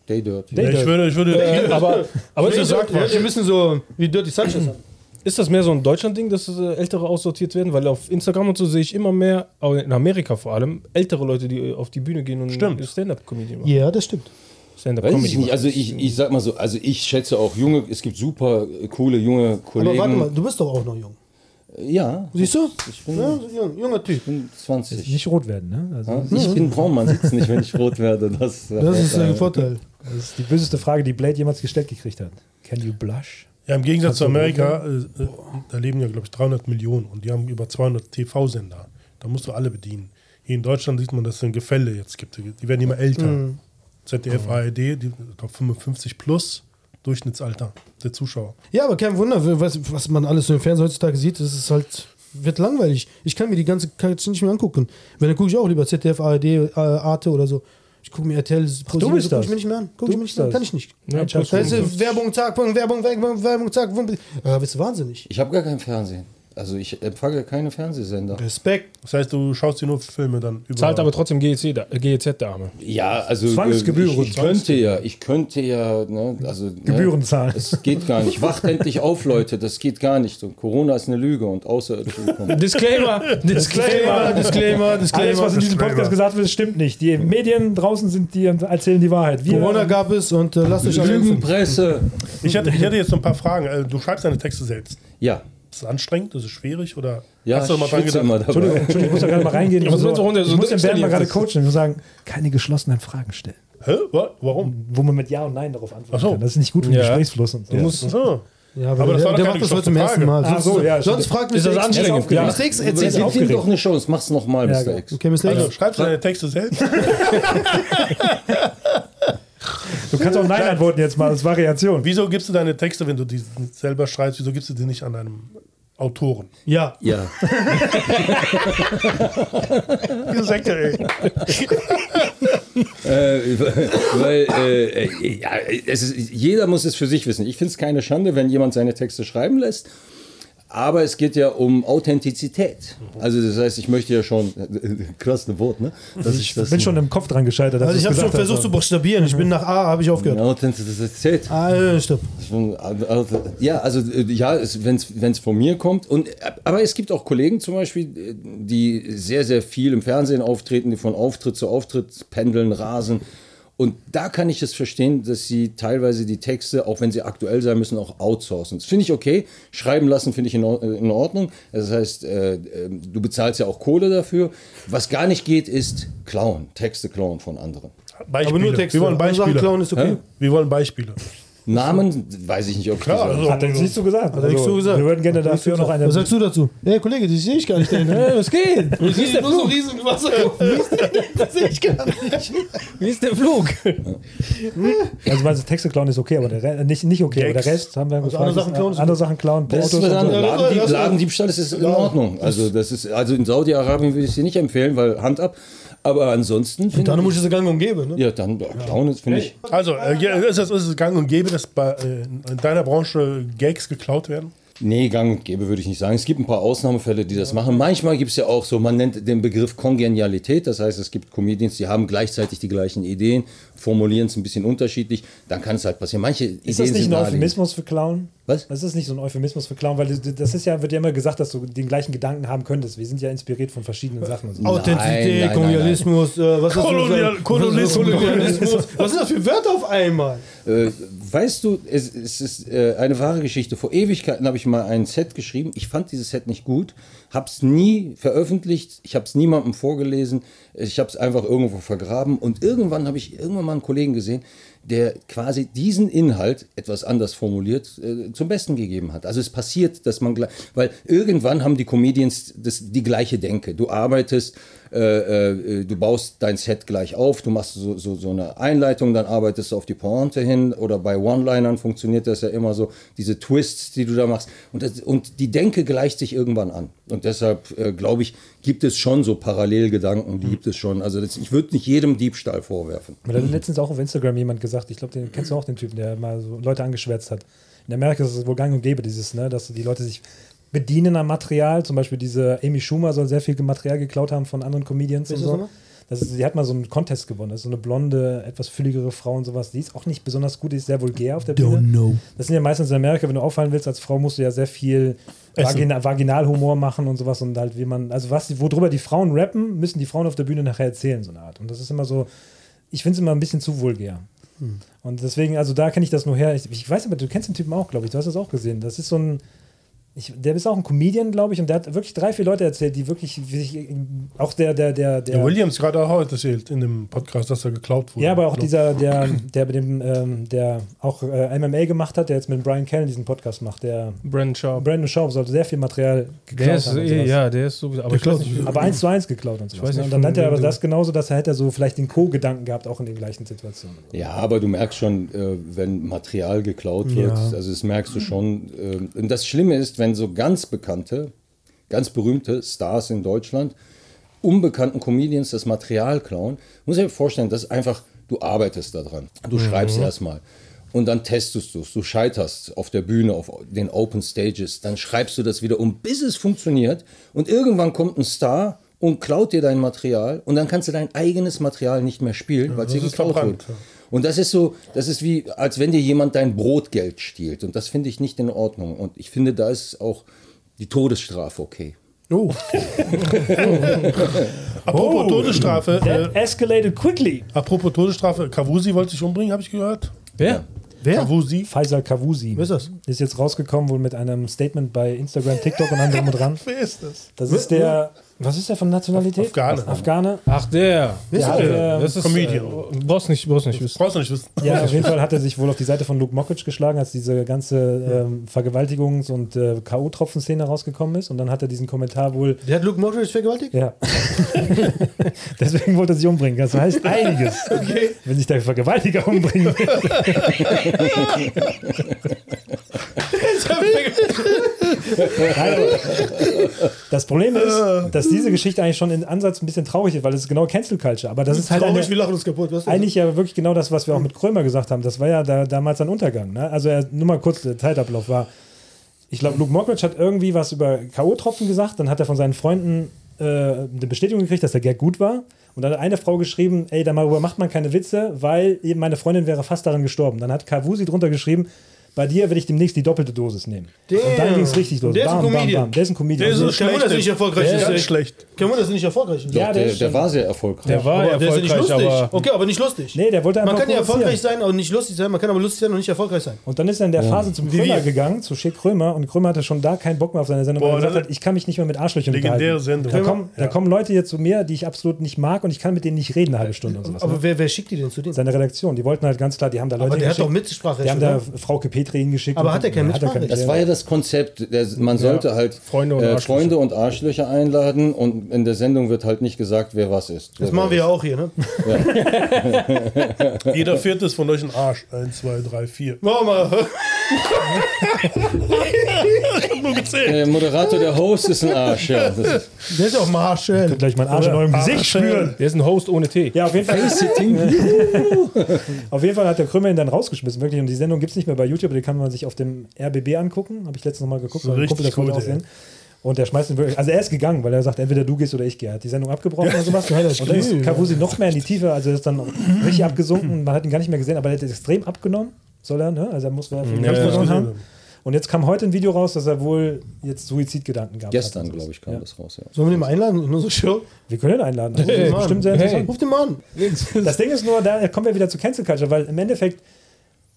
Speaker 2: Day Dirt.
Speaker 1: Day-
Speaker 3: Ja, ich würde, ich würde
Speaker 4: Aber, aber ist, das,
Speaker 5: Wir müssen so wie Dirty Sanchez haben.
Speaker 4: ist das mehr so ein Deutschland-Ding, dass äh, Ältere aussortiert werden? Weil auf Instagram und so sehe ich immer mehr, auch in Amerika vor allem, ältere Leute, die äh, auf die Bühne gehen und
Speaker 3: Stimmt.
Speaker 4: Stand-Up-Comedy machen.
Speaker 5: Ja, das stimmt.
Speaker 4: Stand-up-Comedy
Speaker 2: Weiß ich nicht,
Speaker 4: machen.
Speaker 2: also ich, ich sag mal so, also ich schätze auch junge, es gibt super äh, coole junge
Speaker 5: Aber
Speaker 2: Kollegen.
Speaker 5: warte mal, du bist doch auch noch jung.
Speaker 2: Ja.
Speaker 5: Siehst du?
Speaker 2: Ich bin,
Speaker 5: Ja, so jung, junger Typ.
Speaker 2: ich bin 20.
Speaker 1: Nicht rot werden, ne? Also,
Speaker 2: Ja? Ich bin braun, man sieht es nicht, wenn ich rot werde. Das, äh,
Speaker 5: Das ist der Vorteil.
Speaker 1: Das ist die böseste Frage, die Blade jemals gestellt gekriegt hat. Can you blush?
Speaker 3: Ja, im Gegensatz zu Amerika, äh, äh, da leben ja, glaube ich, 300 Millionen und die haben über 200 TV-Sender. Da musst du alle bedienen. Hier in Deutschland sieht man, dass es ein Gefälle jetzt gibt. Die werden immer älter.
Speaker 5: Mhm.
Speaker 3: ZDF, ARD, die, ich glaub, 55 plus Durchschnittsalter der Zuschauer.
Speaker 5: Ja, aber kein Wunder, was, was man alles so im Fernsehen heutzutage sieht, das ist halt, wird langweilig. Ich kann mir die ganze Kacke nicht mehr angucken. Wenn, dann gucke ich auch lieber ZDF, ARD, äh, Arte oder so. Ich gucke mir RTL, ProSieben,
Speaker 1: bist
Speaker 5: so guck
Speaker 1: das.
Speaker 5: ich mir nicht mehr an. Guck
Speaker 1: Du
Speaker 5: ich mir
Speaker 1: bist
Speaker 5: nicht mehr an.
Speaker 1: das.
Speaker 5: Kann ich nicht.
Speaker 4: Ja, plus
Speaker 5: Da ist äh,
Speaker 4: 55.
Speaker 5: Werbung, Tag, Werbung, Werbung, Werbung, Tag, Werbung. Ja, bist du wahnsinnig.
Speaker 2: Ich habe gar kein Fernsehen. Also ich empfange keine Fernsehsender.
Speaker 5: Respekt.
Speaker 3: Das heißt, du schaust dir nur Filme dann über.
Speaker 4: Zahlt aber trotzdem GEZ, da- äh, GEZ-Dame.
Speaker 2: Ja, also
Speaker 1: Zwangsgebühren,
Speaker 2: Ich, ich könnte ja, ich könnte ja, ne, also ne,
Speaker 1: Gebühren zahlen.
Speaker 2: Es geht gar nicht. Wacht endlich auf, Leute, das geht gar nicht. Und Corona ist eine Lüge und außerirdische kommen.
Speaker 4: Disclaimer, Disclaimer, Disclaimer,
Speaker 1: Alles, was in diesem Podcast gesagt wird, stimmt nicht. Die Medien draußen sind die und erzählen die Wahrheit. Wir,
Speaker 5: Corona gab es und äh, lasst euch alle impfen.
Speaker 2: Lügenpresse.
Speaker 3: ich, hatte, ich hatte jetzt so ein paar Fragen. Äh, Du schreibst deine Texte selbst.
Speaker 2: Ja,
Speaker 3: Ist es anschließend? Ist es schwierig? Oder
Speaker 2: ja,
Speaker 3: hast du
Speaker 2: ich
Speaker 3: mal dran
Speaker 2: schwitze
Speaker 3: gedacht?
Speaker 2: immer dabei.
Speaker 1: Entschuldigung, Entschuldigung, ich muss da gerade mal reingehen. Ich
Speaker 4: was
Speaker 1: muss,
Speaker 4: willst du runter?
Speaker 1: ich
Speaker 4: So
Speaker 1: muss den Bernd mal gerade
Speaker 4: installiert
Speaker 1: coachen. Ich muss sagen, keine geschlossenen Fragen stellen.
Speaker 3: Hä? Wa- Warum?
Speaker 1: Wo man mit Ja und Nein darauf antworten
Speaker 3: Ach so.
Speaker 1: kann. Das ist nicht gut für den
Speaker 4: Ja.
Speaker 1: Gesprächsfluss und so.
Speaker 3: Ach so.
Speaker 5: Ja,
Speaker 3: Aber das war
Speaker 5: der,
Speaker 3: doch
Speaker 5: der
Speaker 3: keine
Speaker 5: macht das heute
Speaker 3: geschoffene
Speaker 5: zum ersten
Speaker 3: Frage.
Speaker 5: Mal.
Speaker 1: Ach
Speaker 5: Sonst,
Speaker 1: so, ja,
Speaker 5: sonst
Speaker 1: stimmt.
Speaker 5: fragt
Speaker 4: Ist das
Speaker 5: Mr. X.
Speaker 4: anstrengend? Ja.
Speaker 5: Mr. X erzählt
Speaker 2: Gib ihm
Speaker 1: aufgeregt.
Speaker 2: doch eine Chance, mach's nochmal,
Speaker 1: Ja,
Speaker 2: Mr.
Speaker 1: genau.
Speaker 2: X.
Speaker 5: Okay, Mr. X.
Speaker 3: Also, schreibst du deine Texte selbst?
Speaker 1: Du kannst auch Nein antworten jetzt mal als Variation.
Speaker 3: Wieso gibst du deine Texte, wenn du die selber schreibst, wieso gibst du die nicht an einem Autoren?
Speaker 5: ja.
Speaker 2: Ja.
Speaker 3: Diese Sekte, ey.
Speaker 2: Äh, weil äh, äh, ja, es ist, jeder muss es für sich wissen. Ich finde es keine Schande, wenn jemand seine Texte schreiben lässt. Aber es geht ja um Authentizität. Also das heißt, ich möchte ja schon krass ein Wort, ne? Dass ich das
Speaker 1: bin schon im Kopf dran gescheitert. dass du
Speaker 5: Also
Speaker 1: es
Speaker 5: ich habe schon
Speaker 1: gesagt hast.
Speaker 5: versucht zu buchstabieren. Ich bin nach A, habe ich aufgehört.
Speaker 2: Authentizität.
Speaker 5: Ah, äh, stopp.
Speaker 2: Schon, also, Ja, also äh, ja, wenn es von mir kommt. Und, äh, aber es gibt auch Kollegen zum Beispiel, äh, die sehr, sehr viel im Fernsehen auftreten, die von Auftritt zu Auftritt pendeln, rasen. Und da kann ich es verstehen, dass sie teilweise die Texte, auch wenn sie aktuell sein müssen, auch outsourcen. Das finde ich okay. Schreiben lassen finde ich in Or- äh, in Ordnung. Das heißt, äh, äh, du bezahlst ja auch Kohle dafür. Was gar nicht geht, ist klauen, Texte klauen von anderen.
Speaker 3: Beispiele.
Speaker 5: Aber nur Texte. Also
Speaker 3: Wir wollen
Speaker 5: Andere Sachen
Speaker 3: Beispiele.
Speaker 5: klauen ist okay.
Speaker 2: Hä?
Speaker 3: Wir wollen Beispiele.
Speaker 2: Namen weiß ich nicht, ob ich die
Speaker 3: Klar,
Speaker 2: sagen
Speaker 3: also,
Speaker 1: Hat er jetzt nicht so gesagt. Also,
Speaker 5: er nicht so gesagt. Also-
Speaker 1: Wir würden gerne
Speaker 5: Was sagst
Speaker 1: dafür
Speaker 5: du
Speaker 1: noch
Speaker 5: da-
Speaker 1: eine.
Speaker 5: Was sagst du dazu? Ey, Kollege, das sehe ich gar nicht.
Speaker 4: Äh, was geht?
Speaker 5: Ich sehe nur so riesen Wasserkopf. Das sehe ich gar nicht.
Speaker 4: Wie ist der Flug?
Speaker 1: Also, meinst du, Texte klauen ist okay, aber der Re nicht, nicht okay. Aber
Speaker 3: Gags.
Speaker 1: der Rest haben wir gefragt.
Speaker 5: andere Sachen klauen
Speaker 1: ist-
Speaker 5: ist-
Speaker 1: andere Sachen klauen.
Speaker 2: Das ist
Speaker 1: Autos
Speaker 2: was
Speaker 1: und so.
Speaker 2: anderes.
Speaker 5: Ja, das war-
Speaker 2: Ladendieb,
Speaker 5: das war-
Speaker 2: Ladendiebstahl ist, ist in Ordnung. Also, das ist, also in Saudi-Arabien würde ich dir nicht empfehlen, weil Hand ab. Aber ansonsten. finde
Speaker 5: Dann muss ich es gang und gäbe. Ne?
Speaker 2: ich- ja, dann ja, klauen ist, finde ich.
Speaker 3: Also, äh, ja, ist, es, ist es gang und gäbe, dass bei, äh, in deiner Branche Gags geklaut werden?
Speaker 2: Nee, gang und gäbe würde ich nicht sagen. Es gibt ein paar Ausnahmefälle, die das machen. Manchmal gibt es ja auch so, man nennt den Begriff Kongenialität. Das heißt, es gibt Comedians, die haben gleichzeitig die gleichen Ideen, formulieren es ein bisschen unterschiedlich. Dann kann es halt passieren. Manche
Speaker 1: Ist das nicht ein
Speaker 2: naheliegend.
Speaker 1: Euphemismus für Clown?
Speaker 2: Was?
Speaker 1: Das ist nicht so ein Euphemismus für Clown, weil das- das ist ja, wird ja immer gesagt, dass du den gleichen Gedanken haben könntest. Wir sind ja inspiriert von verschiedenen Sachen. Und so.
Speaker 5: Oh.
Speaker 2: Nein, nein,
Speaker 5: Authentizität,
Speaker 2: nein,
Speaker 5: Kolonialismus, äh, was ist
Speaker 3: Kolonial-
Speaker 5: das?
Speaker 3: Kolonialismus.
Speaker 5: Kolonialismus. Was sind das für Wörter auf einmal?
Speaker 2: Äh, weißt du, es, es ist äh, eine wahre Geschichte. Vor Ewigkeiten habe ich mal ein Set geschrieben. Ich fand dieses Set nicht gut, habe es nie veröffentlicht, ich habe es niemandem vorgelesen, ich habe es einfach irgendwo vergraben. Und irgendwann habe ich irgendwann mal einen Kollegen gesehen, der quasi diesen Inhalt etwas anders formuliert äh, zum Besten gegeben hat. Also es passiert, dass man gleich, weil irgendwann haben die Comedians das, die gleiche Denke. Du arbeitest äh, äh, du baust dein Set gleich auf, du machst so, so, so eine Einleitung, dann arbeitest du auf die Pointe hin oder bei One-Linern funktioniert das ja immer so, diese Twists, die du da machst und, das, und die Denke gleicht sich irgendwann an und deshalb äh, glaube ich, gibt es schon so Parallelgedanken, die gibt es schon, also das, ich würde nicht jedem Diebstahl vorwerfen.
Speaker 1: Mir hat letztens auch auf Instagram jemand gesagt, ich glaube, den kennst du auch, den Typen, der mal so Leute angeschwärzt hat. In Amerika ist es wohl gang und gäbe, dieses, ne, dass die Leute sich bedienen am Material. Zum Beispiel diese Amy Schumer soll sehr viel Material geklaut haben von anderen Comedians und
Speaker 5: Welches
Speaker 1: so.
Speaker 5: nochmal?
Speaker 1: Das ist, die hat mal so einen Contest gewonnen. Das ist so eine blonde, etwas fülligere Frau und sowas. Die ist auch nicht besonders gut, die ist sehr vulgär auf der Bühne.
Speaker 5: know.
Speaker 1: Das sind ja meistens in Amerika, wenn du auffallen willst als Frau, musst du ja sehr viel Vagina Vaginalhumor machen und sowas und halt, wie man, also was, worüber die Frauen rappen, müssen die Frauen auf der Bühne nachher erzählen, so eine Art. Und das ist immer so, ich finde es immer ein bisschen zu vulgär. Und deswegen, also da kenne ich das nur her. Ich, ich weiß aber, du kennst den Typen auch, glaube ich. Du hast das auch gesehen. Das ist so ein. Ich, der ist auch ein Comedian, glaube ich, und der hat wirklich drei, vier Leute erzählt, die wirklich. Sich, auch der, der, der, der.
Speaker 3: Der Williams gerade auch heute erzählt in dem Podcast, dass er geklaut wurde.
Speaker 1: Ja, aber auch
Speaker 3: Glaub-
Speaker 1: dieser, der, der mit dem, ähm, der auch äh, MMA gemacht hat, der jetzt mit Brian Kellen diesen Podcast macht, der
Speaker 4: Brandon Sharp.
Speaker 1: Brandon Schaub sollte sehr viel Material
Speaker 4: Der
Speaker 1: geklaut
Speaker 4: ist,
Speaker 1: haben. und
Speaker 4: eh,
Speaker 1: sowas.
Speaker 4: ja, der ist sowieso. Aber ich weiß nicht,
Speaker 1: Aber eins zu eins geklaut und so.
Speaker 4: weiß
Speaker 1: Und
Speaker 4: nicht,
Speaker 1: dann
Speaker 4: von
Speaker 1: hat er
Speaker 4: wem
Speaker 1: aber
Speaker 4: du-
Speaker 1: das genauso, dass er hätte so vielleicht den Co-Gedanken gehabt, auch in den gleichen Situationen.
Speaker 2: Ja, aber du merkst schon, äh, wenn Material geklaut wird, also das merkst du schon. Äh, und das Schlimme ist, wenn so ganz bekannte, ganz berühmte Stars in Deutschland unbekannten Comedians das Material klauen, muss ich mir vorstellen, das ist einfach, du arbeitest daran. Du
Speaker 3: Mhm.
Speaker 2: schreibst erstmal. Und dann testest du es, du scheiterst auf der Bühne, auf den Open Stages, dann schreibst du das wieder um, bis es funktioniert. Und irgendwann kommt ein Star und klaut dir dein Material und dann kannst du dein eigenes Material nicht mehr spielen, weil es dir
Speaker 3: das ist
Speaker 2: geklaut
Speaker 3: verbrannt,
Speaker 2: wird. Und das ist so, das ist wie, als wenn dir jemand dein Brotgeld stiehlt. Und das finde ich nicht in Ordnung. Und ich finde, da ist auch die Todesstrafe okay.
Speaker 3: Oh. apropos Todesstrafe. Äh,
Speaker 1: Escalated quickly.
Speaker 3: apropos Todesstrafe. Kavusi wollte sich umbringen, habe ich gehört.
Speaker 4: wer?
Speaker 5: Wer?
Speaker 3: Kavusi.
Speaker 1: Faisal Kavusi.
Speaker 5: Wer ist das?
Speaker 1: Ist jetzt rausgekommen wohl mit einem Statement bei Instagram, TikTok und allem drum und dran.
Speaker 3: Wer ist das?
Speaker 1: Das ist der. Was ist der von Nationalität?
Speaker 3: Afghane.
Speaker 1: Afghane.
Speaker 4: Ach, der.
Speaker 1: Der hat,
Speaker 3: der?
Speaker 1: äh,
Speaker 4: Das ist.
Speaker 3: Comedian.
Speaker 4: Äh, brauchst nicht, brauchst nicht wissen.
Speaker 3: Brauchst du nicht wissen.
Speaker 1: ja, auf jeden Fall hat er sich wohl auf die Seite von Luke Mockridge geschlagen, als diese ganze ähm, Vergewaltigungs- und äh, K.O.-Tropfen-Szene rausgekommen ist. Und dann hat er diesen Kommentar wohl.
Speaker 5: Der hat Luke Mockridge vergewaltigt?
Speaker 1: Ja. Deswegen wollte er sich umbringen. Das heißt einiges. Wenn sich der Vergewaltiger umbringen will. Nein, aber das Problem ist, dass diese Geschichte eigentlich schon im Ansatz ein bisschen traurig ist, weil es ist genau Cancel Culture. Aber das ist halt eine,
Speaker 5: Traurig, wir lachen uns kaputt. Was
Speaker 1: eigentlich ja wirklich genau das, was wir auch
Speaker 5: Hm.
Speaker 1: mit Krömer gesagt haben. Das war ja da, damals ein Untergang. Ne? Also er, nur mal kurz, der Zeitablauf war. Ich glaube, Luke Mockridge hat irgendwie was über K.O.-Tropfen gesagt. Dann hat er von seinen Freunden äh, eine Bestätigung gekriegt, dass der Gag gut war. Und dann hat eine Frau geschrieben, ey, darüber macht man keine Witze, weil eben meine Freundin wäre fast daran gestorben. Dann hat Kavusi drunter geschrieben, Bei dir werde ich demnächst die doppelte Dosis nehmen. Und dann ging es richtig los.
Speaker 5: Der ist ein
Speaker 1: bam, bam,
Speaker 5: Comedian.
Speaker 1: bam. Der ist ein Comedian.
Speaker 5: Der ist so schlecht. dass er nicht erfolgreich
Speaker 3: Ganz
Speaker 5: ist. ey.
Speaker 3: schlecht.
Speaker 5: Kein Wunder, dass er nicht erfolgreich ist.
Speaker 1: ja,
Speaker 2: Der,
Speaker 1: der,
Speaker 2: der,
Speaker 1: stimmt.
Speaker 2: war sehr erfolgreich.
Speaker 4: Der war
Speaker 5: Aber der ist ja nicht
Speaker 4: erfolgreich,
Speaker 5: lustig.
Speaker 4: aber
Speaker 5: Okay, aber nicht lustig.
Speaker 1: Nee, der wollte einfach
Speaker 5: Man kann ja
Speaker 1: provozieren.
Speaker 5: erfolgreich sein und nicht lustig sein. Man kann aber lustig sein und nicht erfolgreich sein.
Speaker 1: Und dann ist er in der Phase zum Krömer
Speaker 5: wir.
Speaker 1: gegangen, zu Schick Krömer. Und Krömer hatte schon da keinen Bock mehr auf seine Sendung, weil
Speaker 3: Boah,
Speaker 1: er gesagt
Speaker 3: das-
Speaker 1: hat, ich kann mich nicht mehr mit Arschlöchern
Speaker 3: Legendäre
Speaker 1: unterhalten.
Speaker 3: Sendung.
Speaker 1: Da kommen, da
Speaker 3: Ja.
Speaker 1: kommen Leute hier zu mir, die ich absolut nicht mag und ich kann mit denen nicht reden eine halbe Stunde und sowas. ne?
Speaker 5: Aber wer, wer schickt die denn zu denen?
Speaker 1: Seine Redaktion, die wollten halt ganz klar, die haben da Leute
Speaker 5: aber der hat
Speaker 1: hingeschickt,
Speaker 5: doch Mitsprache.
Speaker 1: die haben da Frauke Petri hingeschickt.
Speaker 5: Aber
Speaker 1: und-
Speaker 5: hat er kein
Speaker 1: Ja, er
Speaker 5: Mitsprache?
Speaker 1: keine-
Speaker 2: Das war ja das Konzept. Der, man sollte halt
Speaker 4: Freunde und
Speaker 2: äh,
Speaker 4: Arschlöcher.
Speaker 2: Freunde und Arschlöcher einladen und in der Sendung wird halt nicht gesagt, wer was ist.
Speaker 5: das machen wir ja auch hier, ne?
Speaker 3: Jeder vierte ist von euch ein Arsch. Eins, zwei, drei, vier.
Speaker 5: Machen wir mal.
Speaker 3: Nur gezählt.
Speaker 2: Der Äh, Moderator, der Host ist ein Arsch. Ja, das ist
Speaker 5: Der ist auch Marshall.
Speaker 1: Gleich mein Arsch in eurem
Speaker 3: Arsch.
Speaker 1: Gesicht spüren.
Speaker 4: Der ist ein Host ohne Tee.
Speaker 1: Ja, auf jeden Fall. auf jeden Fall hat der Krömer ihn dann rausgeschmissen, wirklich. Und die Sendung gibt es nicht mehr bei YouTube, die kann man sich auf dem RBB angucken. Habe ich letztens nochmal geguckt, weil ein
Speaker 3: richtig
Speaker 1: Kumpel das wollte
Speaker 3: gut,
Speaker 1: auch sehen. Und der schmeißt ihn wirklich. Also er ist gegangen, weil er sagt, entweder du gehst oder ich gehe. Er hat die Sendung abgebrochen oder sowas. Und dann ist Kavusi noch mehr in die Tiefe, also er ist dann richtig abgesunken. Man hat ihn gar nicht mehr gesehen, aber er hat extrem abgenommen. Soll er, ne? Also er muss wohl viel Gewicht verloren haben. Und jetzt kam heute ein Video raus, dass er wohl jetzt Suizidgedanken gehabt hat.
Speaker 2: gestern, glaube ich, kam das raus. Ja.
Speaker 5: Sollen wir den mal einladen in unsere Show?
Speaker 1: Wir können ihn einladen. Also, das ist
Speaker 5: Mann.
Speaker 1: bestimmt sehr interessant.
Speaker 5: Ruf den mal an.
Speaker 1: Das Ding ist nur, da kommen wir wieder zu Cancel Culture, weil im Endeffekt,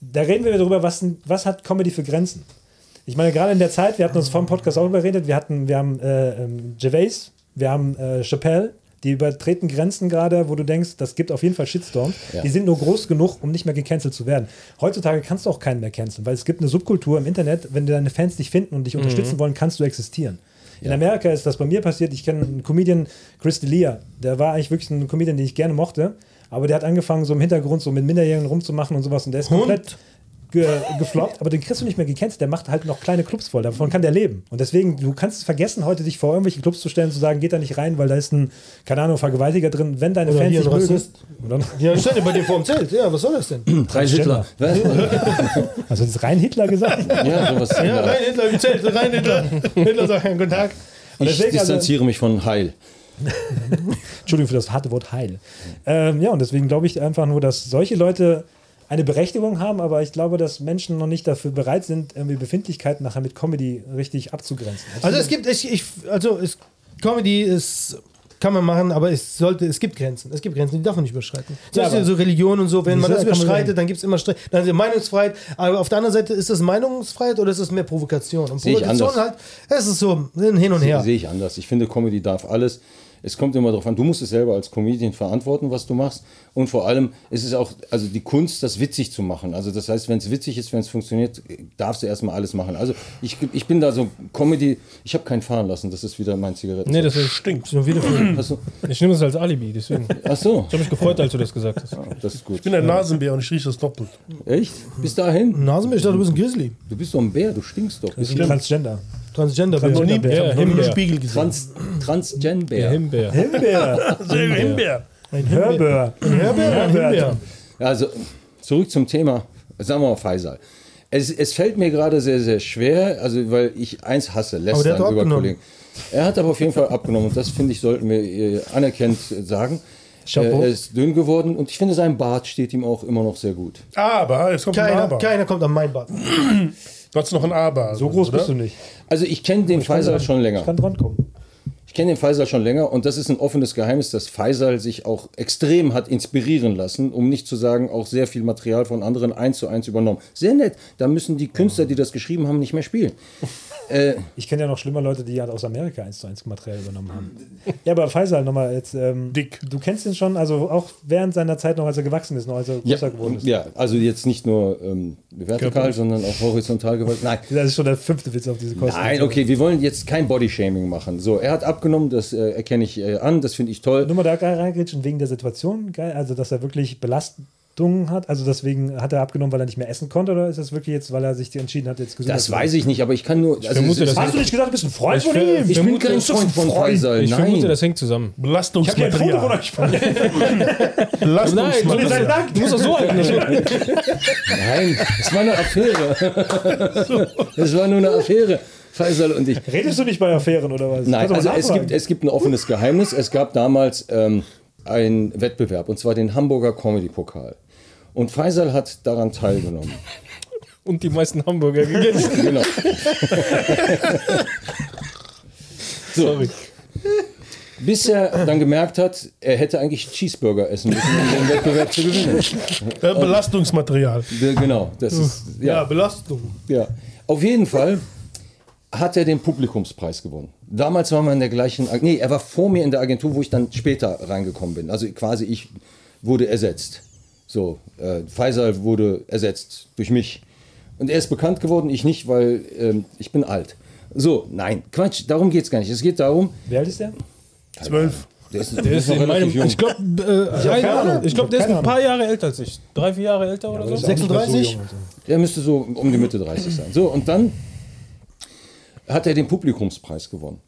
Speaker 1: da reden wir darüber, was, was hat Comedy für Grenzen. Ich meine, gerade in der Zeit, wir hatten uns vor dem Podcast auch überredet, wir hatten, wir haben äh, ähm, Gervais, wir haben äh, Chappelle, die übertreten Grenzen gerade, wo du denkst, das gibt auf jeden Fall Shitstorm.
Speaker 2: Ja.
Speaker 1: Die sind nur groß genug, um nicht mehr gecancelt zu werden. Heutzutage kannst du auch keinen mehr canceln, weil es gibt eine Subkultur im Internet, wenn deine Fans dich finden
Speaker 5: Mhm.
Speaker 1: und dich unterstützen wollen, kannst du existieren. In Amerika ist das bei mir passiert. Ich kenne einen Comedian, Chris D'Elia. Der war eigentlich wirklich ein Comedian, den ich gerne mochte. Aber der hat angefangen, so im Hintergrund so mit Minderjährigen rumzumachen und sowas. Und der ist komplett ge gefloppt. Aber den kriegst du nicht mehr gecancelt. Der macht halt noch kleine Clubs voll. Davon kann der leben. Und deswegen, du kannst es vergessen, heute dich vor irgendwelche Clubs zu stellen, zu sagen, geht da nicht rein, weil da ist ein, keine Ahnung, Vergewaltiger drin. Wenn deine
Speaker 5: Oder
Speaker 1: Fans
Speaker 5: hier
Speaker 1: dich
Speaker 5: ein
Speaker 1: mögen.
Speaker 5: Rassist.
Speaker 1: Oder,
Speaker 5: Ja, stand ja bei dir vor dem Zelt. Ja, was soll das denn?
Speaker 2: Drei Hitler.
Speaker 1: also, das ist rein Hitler gesagt.
Speaker 2: Ja, sowas.
Speaker 5: Ja,
Speaker 2: Ja,
Speaker 5: rein Hitler im Zelt, rein Hitler. Hitler sagt einen guten Tag.
Speaker 2: ich
Speaker 1: deswegen, also-
Speaker 2: distanziere mich von Heil.
Speaker 1: Entschuldigung für das harte Wort heil. Ähm, ja, und deswegen glaube ich einfach nur, dass solche Leute eine Berechtigung haben, aber ich glaube, dass Menschen noch nicht dafür bereit sind, irgendwie Befindlichkeiten nachher mit Comedy richtig abzugrenzen.
Speaker 5: Also es gibt, ich, ich also es, Comedy ist, kann man machen, aber es sollte, es gibt Grenzen. Es gibt Grenzen, die darf man nicht überschreiten. Zum
Speaker 1: Ja,
Speaker 5: Beispiel
Speaker 1: aber-
Speaker 5: so Religion und so, wenn man
Speaker 1: Wieso?
Speaker 5: das
Speaker 1: Kann man sagen.
Speaker 5: überschreitet, dann gibt es immer Streit. Dann ist Meinungsfreiheit. Aber auf der anderen Seite ist das Meinungsfreiheit oder ist es mehr Provokation? Und
Speaker 2: Sehe ich
Speaker 5: Provokation halt,
Speaker 2: anders.
Speaker 5: es ist so ein Hin und
Speaker 2: Se-
Speaker 5: Her.
Speaker 2: Sehe ich anders. Ich finde, Comedy darf alles. Es kommt immer darauf an, du musst es selber als Comedian verantworten, was du machst. Und vor allem ist es auch also die Kunst, das witzig zu machen. Also das heißt, wenn es witzig ist, wenn es funktioniert, äh, darfst du erstmal alles machen. Also ich, ich bin da so Comedy, ich habe keinen fahren lassen. Das ist wieder mein Zigaretten.
Speaker 4: Nee, das ist,
Speaker 3: Stinkt. Ich
Speaker 5: So wieder
Speaker 2: Hast du-
Speaker 4: ich nehme es als Alibi, deswegen. Ich
Speaker 2: Ach so,
Speaker 4: habe mich gefreut, als du das gesagt hast.
Speaker 2: das ist gut.
Speaker 3: bin ein Nasenbär und ich rieche das doppelt.
Speaker 2: Echt? Bis dahin?
Speaker 5: Nasenbild, ich dachte, du bist ein Grizzly.
Speaker 2: Du bist doch ein Bär, du stinkst doch.
Speaker 1: das ist ein Transgender.
Speaker 5: Transgender.
Speaker 3: Ich habe noch nie,
Speaker 4: Himbeer,
Speaker 3: ich hab noch nie
Speaker 4: Himbeer.
Speaker 3: einen Spiegel gesehen.
Speaker 2: Trans
Speaker 4: Der
Speaker 2: Transgenbär.
Speaker 4: Himbeer.
Speaker 1: Himbeer,
Speaker 3: Himbeer. Himbeer.
Speaker 5: Ein
Speaker 1: Hörbär.
Speaker 5: Himbeer. Himbeer.
Speaker 2: Also zurück zum Thema, sagen wir mal Faisal. Es, es fällt mir gerade sehr, sehr schwer, also weil ich eins hasse,
Speaker 5: hat
Speaker 2: lästern
Speaker 5: doch
Speaker 2: über
Speaker 5: abgenommen.
Speaker 2: Kollegen. Er hat aber auf jeden Fall abgenommen und das finde ich, sollten wir äh, anerkennt äh, sagen. Äh,
Speaker 1: Chapeau.
Speaker 2: er ist dünn geworden und ich finde, sein Bart steht ihm auch immer noch sehr gut.
Speaker 3: Aber, ah, jetzt kommt ein
Speaker 5: Keiner,
Speaker 3: Aber.
Speaker 5: keiner kommt an mein Bad.
Speaker 3: Du hast noch ein Aber.
Speaker 1: So groß
Speaker 3: oder?
Speaker 1: bist du nicht.
Speaker 2: Also ich kenne den Faisal schon
Speaker 1: Ich
Speaker 2: länger.
Speaker 1: kann dran kommen.
Speaker 2: Ich kenne den Faisal schon länger und das ist ein offenes Geheimnis, dass Faisal sich auch extrem hat inspirieren lassen, um nicht zu sagen, auch sehr viel Material von anderen eins zu eins übernommen. Sehr nett. Da müssen die Künstler, die das geschrieben haben, nicht mehr spielen.
Speaker 1: Ich kenne ja noch schlimmer Leute, die halt aus Amerika eins zu eins Material übernommen haben. Ja, aber Faisal nochmal jetzt. Ähm,
Speaker 3: Dick.
Speaker 1: Du kennst ihn schon, also auch während seiner Zeit noch, als er gewachsen ist, noch als er größer geworden ist.
Speaker 2: ja also jetzt nicht nur ähm, vertikal, sondern auch horizontal gewollt. Nein.
Speaker 1: Das ist schon der fünfte Witz auf diese Kosten.
Speaker 2: Nein, okay, wir wollen jetzt kein Bodyshaming machen. So, er hat abgenommen, das äh, erkenne ich äh, an, das finde ich toll.
Speaker 1: Nur mal da reingrätschen wegen der Situation, geil. Also, dass er wirklich Belastungen hat. Also, deswegen hat er abgenommen, weil er nicht mehr essen konnte. Oder ist das wirklich jetzt, weil er sich entschieden hat, jetzt gesund
Speaker 2: Das weiß ich nicht, aber ich kann nur. also,
Speaker 4: vermute,
Speaker 2: es ist-
Speaker 4: das-
Speaker 1: Hast du nicht gesagt, du bist ein Freund
Speaker 4: Ich
Speaker 1: von
Speaker 4: ver-
Speaker 1: ihm?
Speaker 2: ich bin
Speaker 4: vermute,
Speaker 2: kein
Speaker 4: das ist
Speaker 2: Freund von Faisal.
Speaker 4: Ich
Speaker 2: Nein.
Speaker 4: vermute, das hängt zusammen.
Speaker 3: Belastungsmaterial.
Speaker 1: euch. Mann.
Speaker 4: Nein,
Speaker 3: Belastungsmaterial.
Speaker 4: du musst das so halten. also.
Speaker 2: Nein, es war eine Affäre. Es war nur eine Affäre. Faisal und ich.
Speaker 1: Redest du nicht bei Affären oder was?
Speaker 2: Nein,
Speaker 1: Kannst
Speaker 2: also
Speaker 1: du mal
Speaker 2: es
Speaker 1: nachfragen.
Speaker 2: gibt, es gibt ein offenes Geheimnis. Es gab damals ähm, einen Wettbewerb und zwar den Hamburger Comedy Pokal. Und Faisal hat daran teilgenommen.
Speaker 4: und die meisten Hamburger gegessen.
Speaker 2: Genau. so. Bis er dann gemerkt hat, er hätte eigentlich Cheeseburger essen müssen, um den Wettbewerb zu gewinnen.
Speaker 3: Äh, Belastungsmaterial.
Speaker 2: Be- Genau, das ist, ja,
Speaker 3: Belastung.
Speaker 2: ja. Auf jeden Fall hat er den Publikumspreis gewonnen. Damals war man in der gleichen, Ag- nee, er war vor mir in der Agentur, wo ich dann später reingekommen bin. Also quasi ich wurde ersetzt. So, äh, Faisal wurde ersetzt durch mich. Und er ist bekannt geworden, ich nicht, weil ähm, ich bin alt. So, nein, Quatsch, darum geht's gar nicht. Es geht darum,
Speaker 1: Wer ist der?
Speaker 3: Zwölf.
Speaker 2: der ist,
Speaker 4: Der ist
Speaker 2: noch
Speaker 4: in meinem,
Speaker 2: relativ jung.
Speaker 4: ich glaube, äh, ein Jahr- ich glaub, der ist ein paar Jahre älter als ich. Drei, vier Jahre älter oder so.
Speaker 5: 36?
Speaker 2: Der müsste so um die Mitte 30 sein. So, und dann hat er den Publikumspreis gewonnen.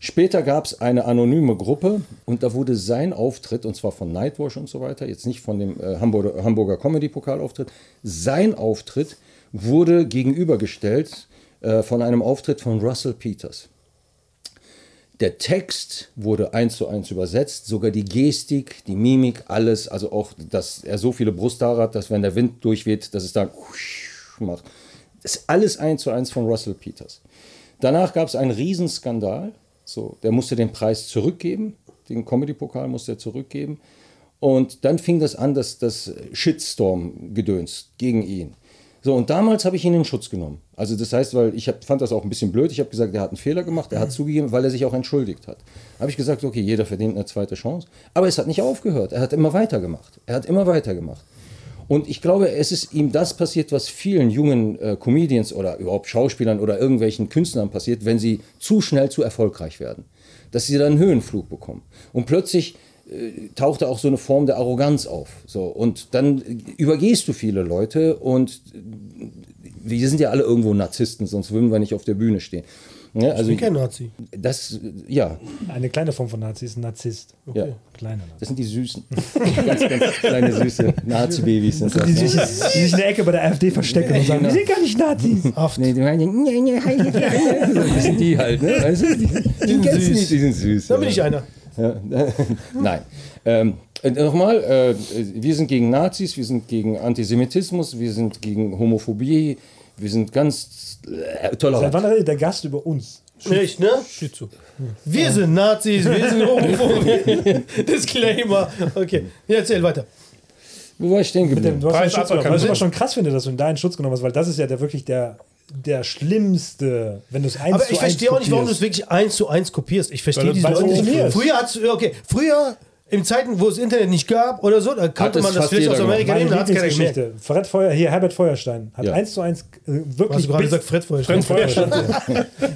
Speaker 2: Später gab es eine anonyme Gruppe und da wurde sein Auftritt, und zwar von Nightwash und so weiter, jetzt nicht von dem äh, Hamburger, Hamburger Comedy-Pokal-Auftritt, sein Auftritt wurde gegenübergestellt äh, von einem Auftritt von Russell Peters. Der Text wurde eins zu eins übersetzt, sogar die Gestik, die Mimik, alles, also auch, dass er so viele Brusthaare hat, dass wenn der Wind durchweht, dass es dann macht. Das ist alles eins zu eins von Russell Peters. Danach gab es einen Riesenskandal. So, der musste den Preis zurückgeben, den Comedy-Pokal musste er zurückgeben. Und dann fing das an, dass das Shitstorm-Gedöns gegen ihn. So, und damals habe ich ihn in Schutz genommen. Also das heißt, weil ich hab, fand das auch ein bisschen blöd. Ich habe gesagt, er hat einen Fehler gemacht, er hat zugegeben, weil er sich auch entschuldigt hat. Habe ich gesagt, okay, jeder verdient eine zweite Chance. Aber es hat nicht aufgehört. Er hat immer weitergemacht. Er hat immer weitergemacht. Und ich glaube, es ist ihm das passiert, was vielen jungen äh, Comedians oder überhaupt Schauspielern oder irgendwelchen Künstlern passiert, wenn sie zu schnell zu erfolgreich werden. Dass sie dann einen Höhenflug bekommen. Und plötzlich tauchte auch so eine Form der Arroganz auf. So, und dann übergehst du viele Leute und äh, wir sind ja alle irgendwo Narzissten, sonst würden wir nicht auf der Bühne stehen. Ja, also
Speaker 5: Ich bin kein Nazi.
Speaker 2: das, ja,
Speaker 1: Eine kleine Form von Nazi ist ein Narzisst. Oh,
Speaker 2: ja,
Speaker 1: Kleiner Nazi.
Speaker 2: das sind die süßen, ganz, ganz kleine süße Nazi-Babys sind das.
Speaker 1: Die
Speaker 2: Ne?
Speaker 1: sich, die sich in der Ecke bei der AfD verstecken und
Speaker 2: genau.
Speaker 1: sagen, wir sind gar nicht Nazis.
Speaker 5: Haft.
Speaker 2: Nee, die meinen, nee, nee, nee, nee, nee. So, das sind die halt, ne? Weißt du? Die, die, kennst du nicht, die sind süß.
Speaker 5: Da bin
Speaker 2: ja.
Speaker 5: ich einer.
Speaker 2: Ja, Nein. Ähm, äh, Nochmal, äh, wir sind gegen Nazis, wir sind gegen Antisemitismus, wir sind gegen Homophobie, wir sind ganz äh,
Speaker 1: Seit
Speaker 2: tolerant.
Speaker 1: wann redet der Gast über uns?
Speaker 5: Nicht, ne? Wir sind Nazis, wir sind Homophoben. Disclaimer. Okay, ja, erzähl weiter.
Speaker 2: Wo war ich stehen
Speaker 1: Mit dem,
Speaker 2: geblieben?
Speaker 1: du hast
Speaker 3: Preis
Speaker 1: einen Schutz genommen.
Speaker 3: aber kein
Speaker 1: Was ich
Speaker 3: Sinn.
Speaker 1: immer schon krass finde, dass du in deinen Schutz genommen hast, weil das ist ja der wirklich der, der schlimmste, wenn du es eins
Speaker 5: Aber
Speaker 1: zu
Speaker 5: ich verstehe
Speaker 1: eins
Speaker 5: auch nicht, warum du es
Speaker 1: kopierst.
Speaker 5: wirklich eins zu eins kopierst. Ich verstehe
Speaker 3: Weil-
Speaker 5: diese
Speaker 1: weil es
Speaker 5: Leute nicht.
Speaker 1: funktioniert.
Speaker 5: Früher hat's, okay, früher in Zeiten, wo es Internet nicht gab oder so, da konnte
Speaker 2: es
Speaker 5: man das
Speaker 2: fast
Speaker 5: vielleicht
Speaker 2: jeder
Speaker 5: aus Amerika
Speaker 1: Meine
Speaker 5: nehmen, da hat es keiner gemerkt.
Speaker 1: Lieblingsgeschichte. Fred Feuer, hier, Herbert Feuerstein hat
Speaker 2: Ja.
Speaker 1: eins zu eins äh,
Speaker 5: Hast
Speaker 1: wirklich
Speaker 5: du gerade
Speaker 1: Bits-
Speaker 5: gesagt, Fred vorher
Speaker 3: Fred
Speaker 5: schon.
Speaker 3: Feuerstein.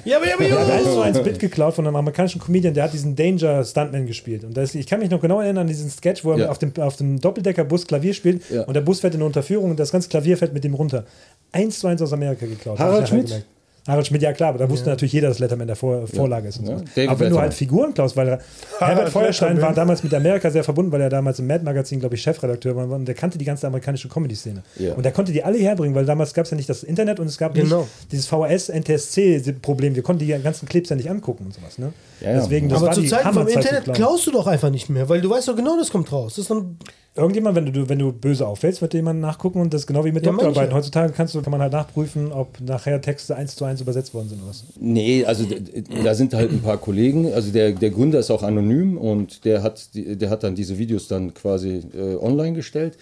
Speaker 5: Ja, aber, ja, aber,
Speaker 1: Der hat
Speaker 5: ja.
Speaker 1: eins zu eins Bit geklaut von einem amerikanischen Comedian, der hat diesen Danger Stuntman gespielt. Und das, ich kann mich noch genau erinnern an diesen Sketch, wo er
Speaker 2: Ja.
Speaker 1: auf dem, auf dem Doppeldeckerbus Klavier spielt
Speaker 2: Ja.
Speaker 1: und der Bus fährt in eine Unterführung und das ganze Klavier fällt mit dem runter. Eins zu eins aus Amerika geklaut.
Speaker 2: Harald
Speaker 1: Hab ich nachher
Speaker 2: Schmidt?
Speaker 1: gemerkt. Harald Schmidt, ja klar, aber da wusste natürlich jeder, dass Letterman der Vor Vorlage ist. Und
Speaker 2: Ja.
Speaker 1: so.
Speaker 2: David
Speaker 1: Aber wenn du
Speaker 2: Letterman.
Speaker 1: halt Figuren klaust, weil Herbert Feuerstein war
Speaker 3: Letterman.
Speaker 1: damals mit Amerika sehr verbunden, weil er damals im Mad Magazin, glaube ich, Chefredakteur war und der kannte die ganze amerikanische Comedy-Szene.
Speaker 2: Ja.
Speaker 1: Und der konnte die alle herbringen, weil damals gab es ja nicht das Internet und es gab
Speaker 5: Genau.
Speaker 1: nicht dieses VHS-NTSC-Problem. Wir konnten die ganzen Clips ja nicht angucken und sowas. Ne?
Speaker 2: Ja, ja.
Speaker 1: Deswegen, das
Speaker 5: aber
Speaker 1: war
Speaker 5: zu
Speaker 1: die
Speaker 5: Zeiten vom
Speaker 1: Hammerzeit, die
Speaker 5: Internet
Speaker 1: Clown.
Speaker 5: klaust du doch einfach nicht mehr, weil du weißt doch genau, das kommt raus. Das ist dann
Speaker 1: Irgendjemand, wenn du, wenn du böse auffällst, wird dir jemand nachgucken und das ist genau wie mit
Speaker 5: Ja,
Speaker 1: Doktorarbeiten.
Speaker 5: manche.
Speaker 1: Heutzutage kannst du, kann man halt nachprüfen, ob nachher Texte eins zu eins übersetzt worden sind oder was.
Speaker 2: Nee, also d- d- da sind halt ein paar Kollegen. Also der, der Gründer ist auch anonym und der hat, die- der hat dann diese Videos dann quasi äh, online gestellt.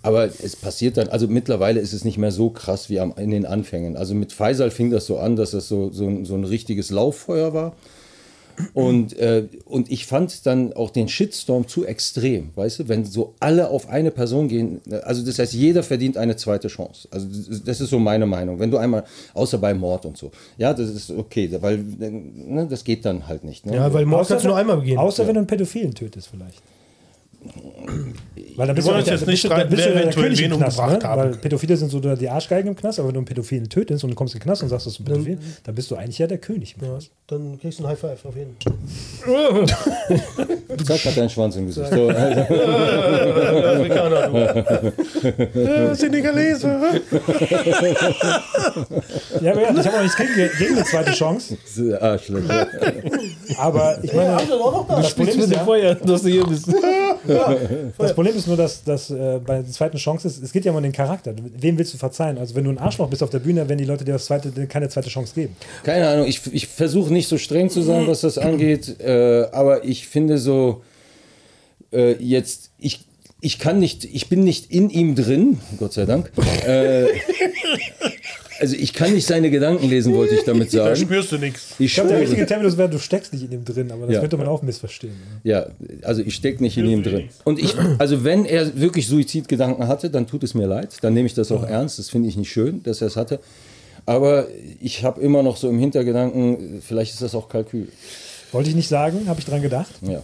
Speaker 2: Aber es passiert dann, also mittlerweile ist es nicht mehr so krass wie am, in den Anfängen. Also mit Faisal fing das so an, dass das so, so, ein- so ein richtiges Lauffeuer war. Und, äh, und ich fand dann auch den Shitstorm zu extrem, weißt du, wenn so alle auf eine Person gehen. Also das heißt, jeder verdient eine zweite Chance. Also das- das ist so meine Meinung. Wenn du einmal, außer bei Mord und so. Ja, das ist okay, weil ne, das geht dann halt nicht. Ne?
Speaker 5: Ja, weil Mord kannst du nur einmal begehen.
Speaker 1: Außer wenn du einen Pädophilen tötest vielleicht. Weil dann bist
Speaker 3: wollen uns
Speaker 1: ja-
Speaker 3: jetzt
Speaker 1: dann
Speaker 3: nicht
Speaker 1: bist du- dann
Speaker 3: streiten,
Speaker 1: bist du
Speaker 3: wer
Speaker 1: ja
Speaker 3: eventuell
Speaker 1: natürlich im
Speaker 3: wen
Speaker 1: Knast,
Speaker 3: umgebracht
Speaker 1: ne?
Speaker 3: haben
Speaker 1: Weil
Speaker 3: könnte.
Speaker 1: Pädophile sind so die Arschgeigen im Knast, aber wenn du einen Pädophilen tötest und du kommst in den Knast und sagst, das ist ein Pädophil, dann bist du eigentlich ja der König im
Speaker 5: Ja,
Speaker 1: Knast.
Speaker 5: dann kriegst du einen High Five auf jeden Fall.
Speaker 2: Zack, hat deinen Schwanz im Gesicht. So, also,
Speaker 5: Afrikaner,
Speaker 3: Senegalese.
Speaker 1: Ja, aber ja, ich habe auch nichts gegen, gegen eine zweite Chance.
Speaker 2: Arschloch.
Speaker 1: Aber ich meine,
Speaker 5: Also,
Speaker 1: das, Problem ist ja,
Speaker 4: Feuer, dass du hier bist.
Speaker 1: das Problem ist nur, dass, dass äh, bei der zweiten Chance ist, es geht ja immer um den Charakter. Wem willst du verzeihen? Also wenn du ein Arschloch bist auf der Bühne, werden die Leute dir das zweite, dir keine zweite Chance geben.
Speaker 2: Keine Ahnung, ich, ich versuche nicht so streng zu sein, was das angeht, äh, aber ich finde so, äh, jetzt, ich, ich kann nicht, ich bin nicht in ihm drin, Gott sei Dank. Äh, also ich kann nicht seine Gedanken lesen, wollte ich damit
Speaker 3: Da
Speaker 2: sagen.
Speaker 3: spürst du nichts.
Speaker 2: Ich
Speaker 1: Ich glaube, der richtige
Speaker 2: schwöre.
Speaker 1: Terminus wäre, du steckst nicht in dem drin, aber das
Speaker 2: Ja.
Speaker 1: könnte man auch missverstehen. ne?
Speaker 2: Ja, also ich stecke nicht in ihm drin. Und ich, also wenn er wirklich Suizidgedanken hatte, dann tut es mir leid. Dann nehme ich das auch ernst. Das finde ich nicht schön, dass er es hatte. Aber ich habe immer noch so im Hintergedanken, vielleicht ist das auch Kalkül.
Speaker 1: Wollte ich nicht sagen, habe ich dran gedacht.
Speaker 2: Ja.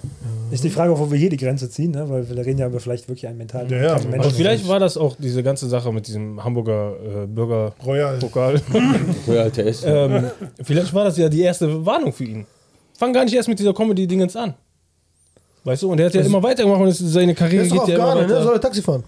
Speaker 1: Ist die Frage, wo wir hier die Grenze ziehen, ne? weil wir reden ja über vielleicht wirklich einen mentalen
Speaker 3: Ja, ja,
Speaker 1: kranken
Speaker 3: aber
Speaker 4: Aber also
Speaker 1: Menschen.
Speaker 4: vielleicht war das auch diese ganze Sache mit diesem Hamburger äh,
Speaker 3: Royal.
Speaker 4: Bürgerpokal.
Speaker 2: Früher alte S.
Speaker 5: Äh,
Speaker 4: ähm, vielleicht war das ja die erste Warnung für ihn. Fang gar nicht erst mit dieser Comedy-Dingens an. Weißt du, und er hat ja immer weitergemacht und es- seine
Speaker 5: Der
Speaker 4: Karriere
Speaker 5: ist doch
Speaker 4: geht ja immer
Speaker 5: Afghane,
Speaker 4: weiter.
Speaker 5: ne? Soll er Taxi fahren?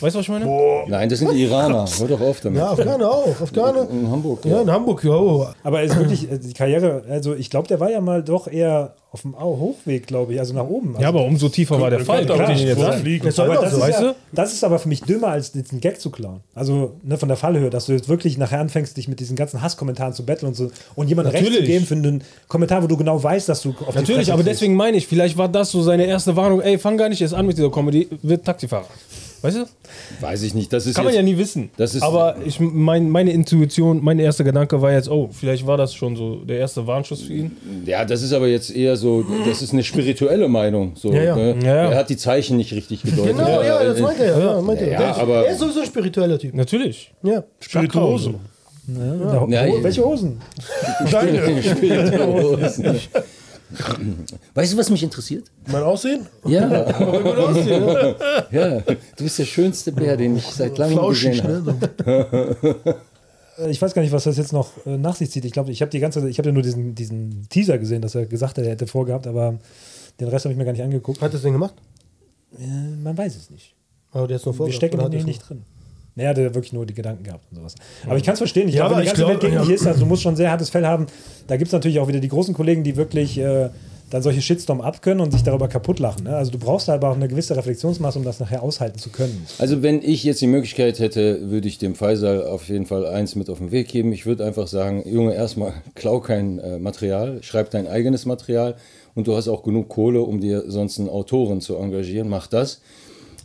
Speaker 4: weißt du, was ich meine?
Speaker 2: Nein, das sind die Iraner. Hör doch auf damit.
Speaker 5: Ja, Afghane auch. Afghane.
Speaker 2: In Hamburg.
Speaker 5: Ja, in Hamburg, ja. oh.
Speaker 1: Aber ist wirklich äh, die Karriere, also ich glaube, der war ja mal doch eher auf dem Au- Hochweg, glaube ich, also nach oben. Also,
Speaker 4: Ja, aber umso tiefer war der Fall.
Speaker 3: Kommt auch
Speaker 1: klar.
Speaker 4: Guck
Speaker 3: nicht
Speaker 4: dir den jetzt
Speaker 3: vor,
Speaker 4: an.
Speaker 3: fliegen.
Speaker 5: soll
Speaker 1: aber
Speaker 5: doch
Speaker 1: das,
Speaker 5: so,
Speaker 1: ist
Speaker 5: weißt
Speaker 1: ja, das ist aber für mich dümmer, als jetzt einen Gag zu klauen. Also ne, von der Fallhöhe, dass du jetzt wirklich nachher anfängst, dich mit diesen ganzen Hasskommentaren zu betteln und so und jemandem recht zu
Speaker 4: Natürlich.
Speaker 1: geben für einen Kommentar, wo du genau weißt, dass du auf die
Speaker 4: Natürlich,
Speaker 1: Fresse
Speaker 4: aber
Speaker 1: kriegst.
Speaker 4: deswegen meine ich, vielleicht war das so seine erste Warnung, ey, fang gar nicht erst an mit dieser Comedy, wird Taxifahrer. Weißt du?
Speaker 2: Weiß ich nicht. Das ist
Speaker 4: Kann man ja
Speaker 2: jetzt,
Speaker 4: nie wissen.
Speaker 2: Das ist-
Speaker 4: aber ich, mein, meine Intuition, mein erster Gedanke war jetzt, oh, vielleicht war das schon so der erste Warnschuss für ihn.
Speaker 2: ja, das ist aber jetzt eher so, das ist eine spirituelle Meinung. So,
Speaker 5: Ja, ja.
Speaker 2: Ne?
Speaker 4: Ja, ja.
Speaker 2: Er hat die Zeichen nicht richtig gedeutet.
Speaker 5: Genau, ja, das meint er ja. ja, meint er.
Speaker 2: äh, Ja,
Speaker 5: Der ist-
Speaker 2: aber-
Speaker 5: er ist sowieso ein spiritueller Typ.
Speaker 4: Natürlich.
Speaker 5: Ja.
Speaker 3: Spirituoso.
Speaker 1: Na,
Speaker 2: Ja,
Speaker 1: Ho-
Speaker 2: ja.
Speaker 1: welche Hosen?
Speaker 3: Deine.
Speaker 2: Spirituosen. Weißt du, was mich interessiert?
Speaker 3: Mein Aussehen?
Speaker 2: Ja. ja, du bist der schönste Bär, den ich seit langem
Speaker 5: Flauschig,
Speaker 2: gesehen habe.
Speaker 5: ne? So.
Speaker 1: Äh, Ich weiß gar nicht, was das jetzt noch äh, nach sich zieht. Ich glaube, ich habe die ganze ich habe ja nur diesen, diesen Teaser gesehen, dass er gesagt hat, er hätte vorgehabt, aber den Rest habe ich mir gar nicht angeguckt. Äh,
Speaker 5: Hat das denn gemacht?
Speaker 1: Man weiß es nicht.
Speaker 5: Aber der ist noch
Speaker 1: Wir
Speaker 5: vorgestellt.
Speaker 1: stecken nämlich nicht drin. Naja, der hat wirklich nur die Gedanken gehabt und sowas. Aber ich kann es verstehen. Ich
Speaker 5: Ja,
Speaker 1: glaube, wenn
Speaker 5: aber
Speaker 1: die
Speaker 5: ich
Speaker 1: ganze Welt
Speaker 5: glaub-
Speaker 1: gegen
Speaker 5: ja.
Speaker 1: dich ist, also du musst schon ein sehr hartes Fell haben. Da gibt es natürlich auch wieder die großen Kollegen, die wirklich äh, dann solche Shitstorm abkönnen und sich darüber kaputt lachen. Ne? Also du brauchst halt aber auch eine gewisse Reflexionsmaße, um das nachher aushalten zu können.
Speaker 2: Also wenn ich jetzt die Möglichkeit hätte, würde ich dem Faisal auf jeden Fall eins mit auf den Weg geben. Ich würde einfach sagen, Junge, erstmal klau kein äh, Material, schreib dein eigenes Material und du hast auch genug Kohle, um dir sonst einen Autoren zu engagieren. Mach das.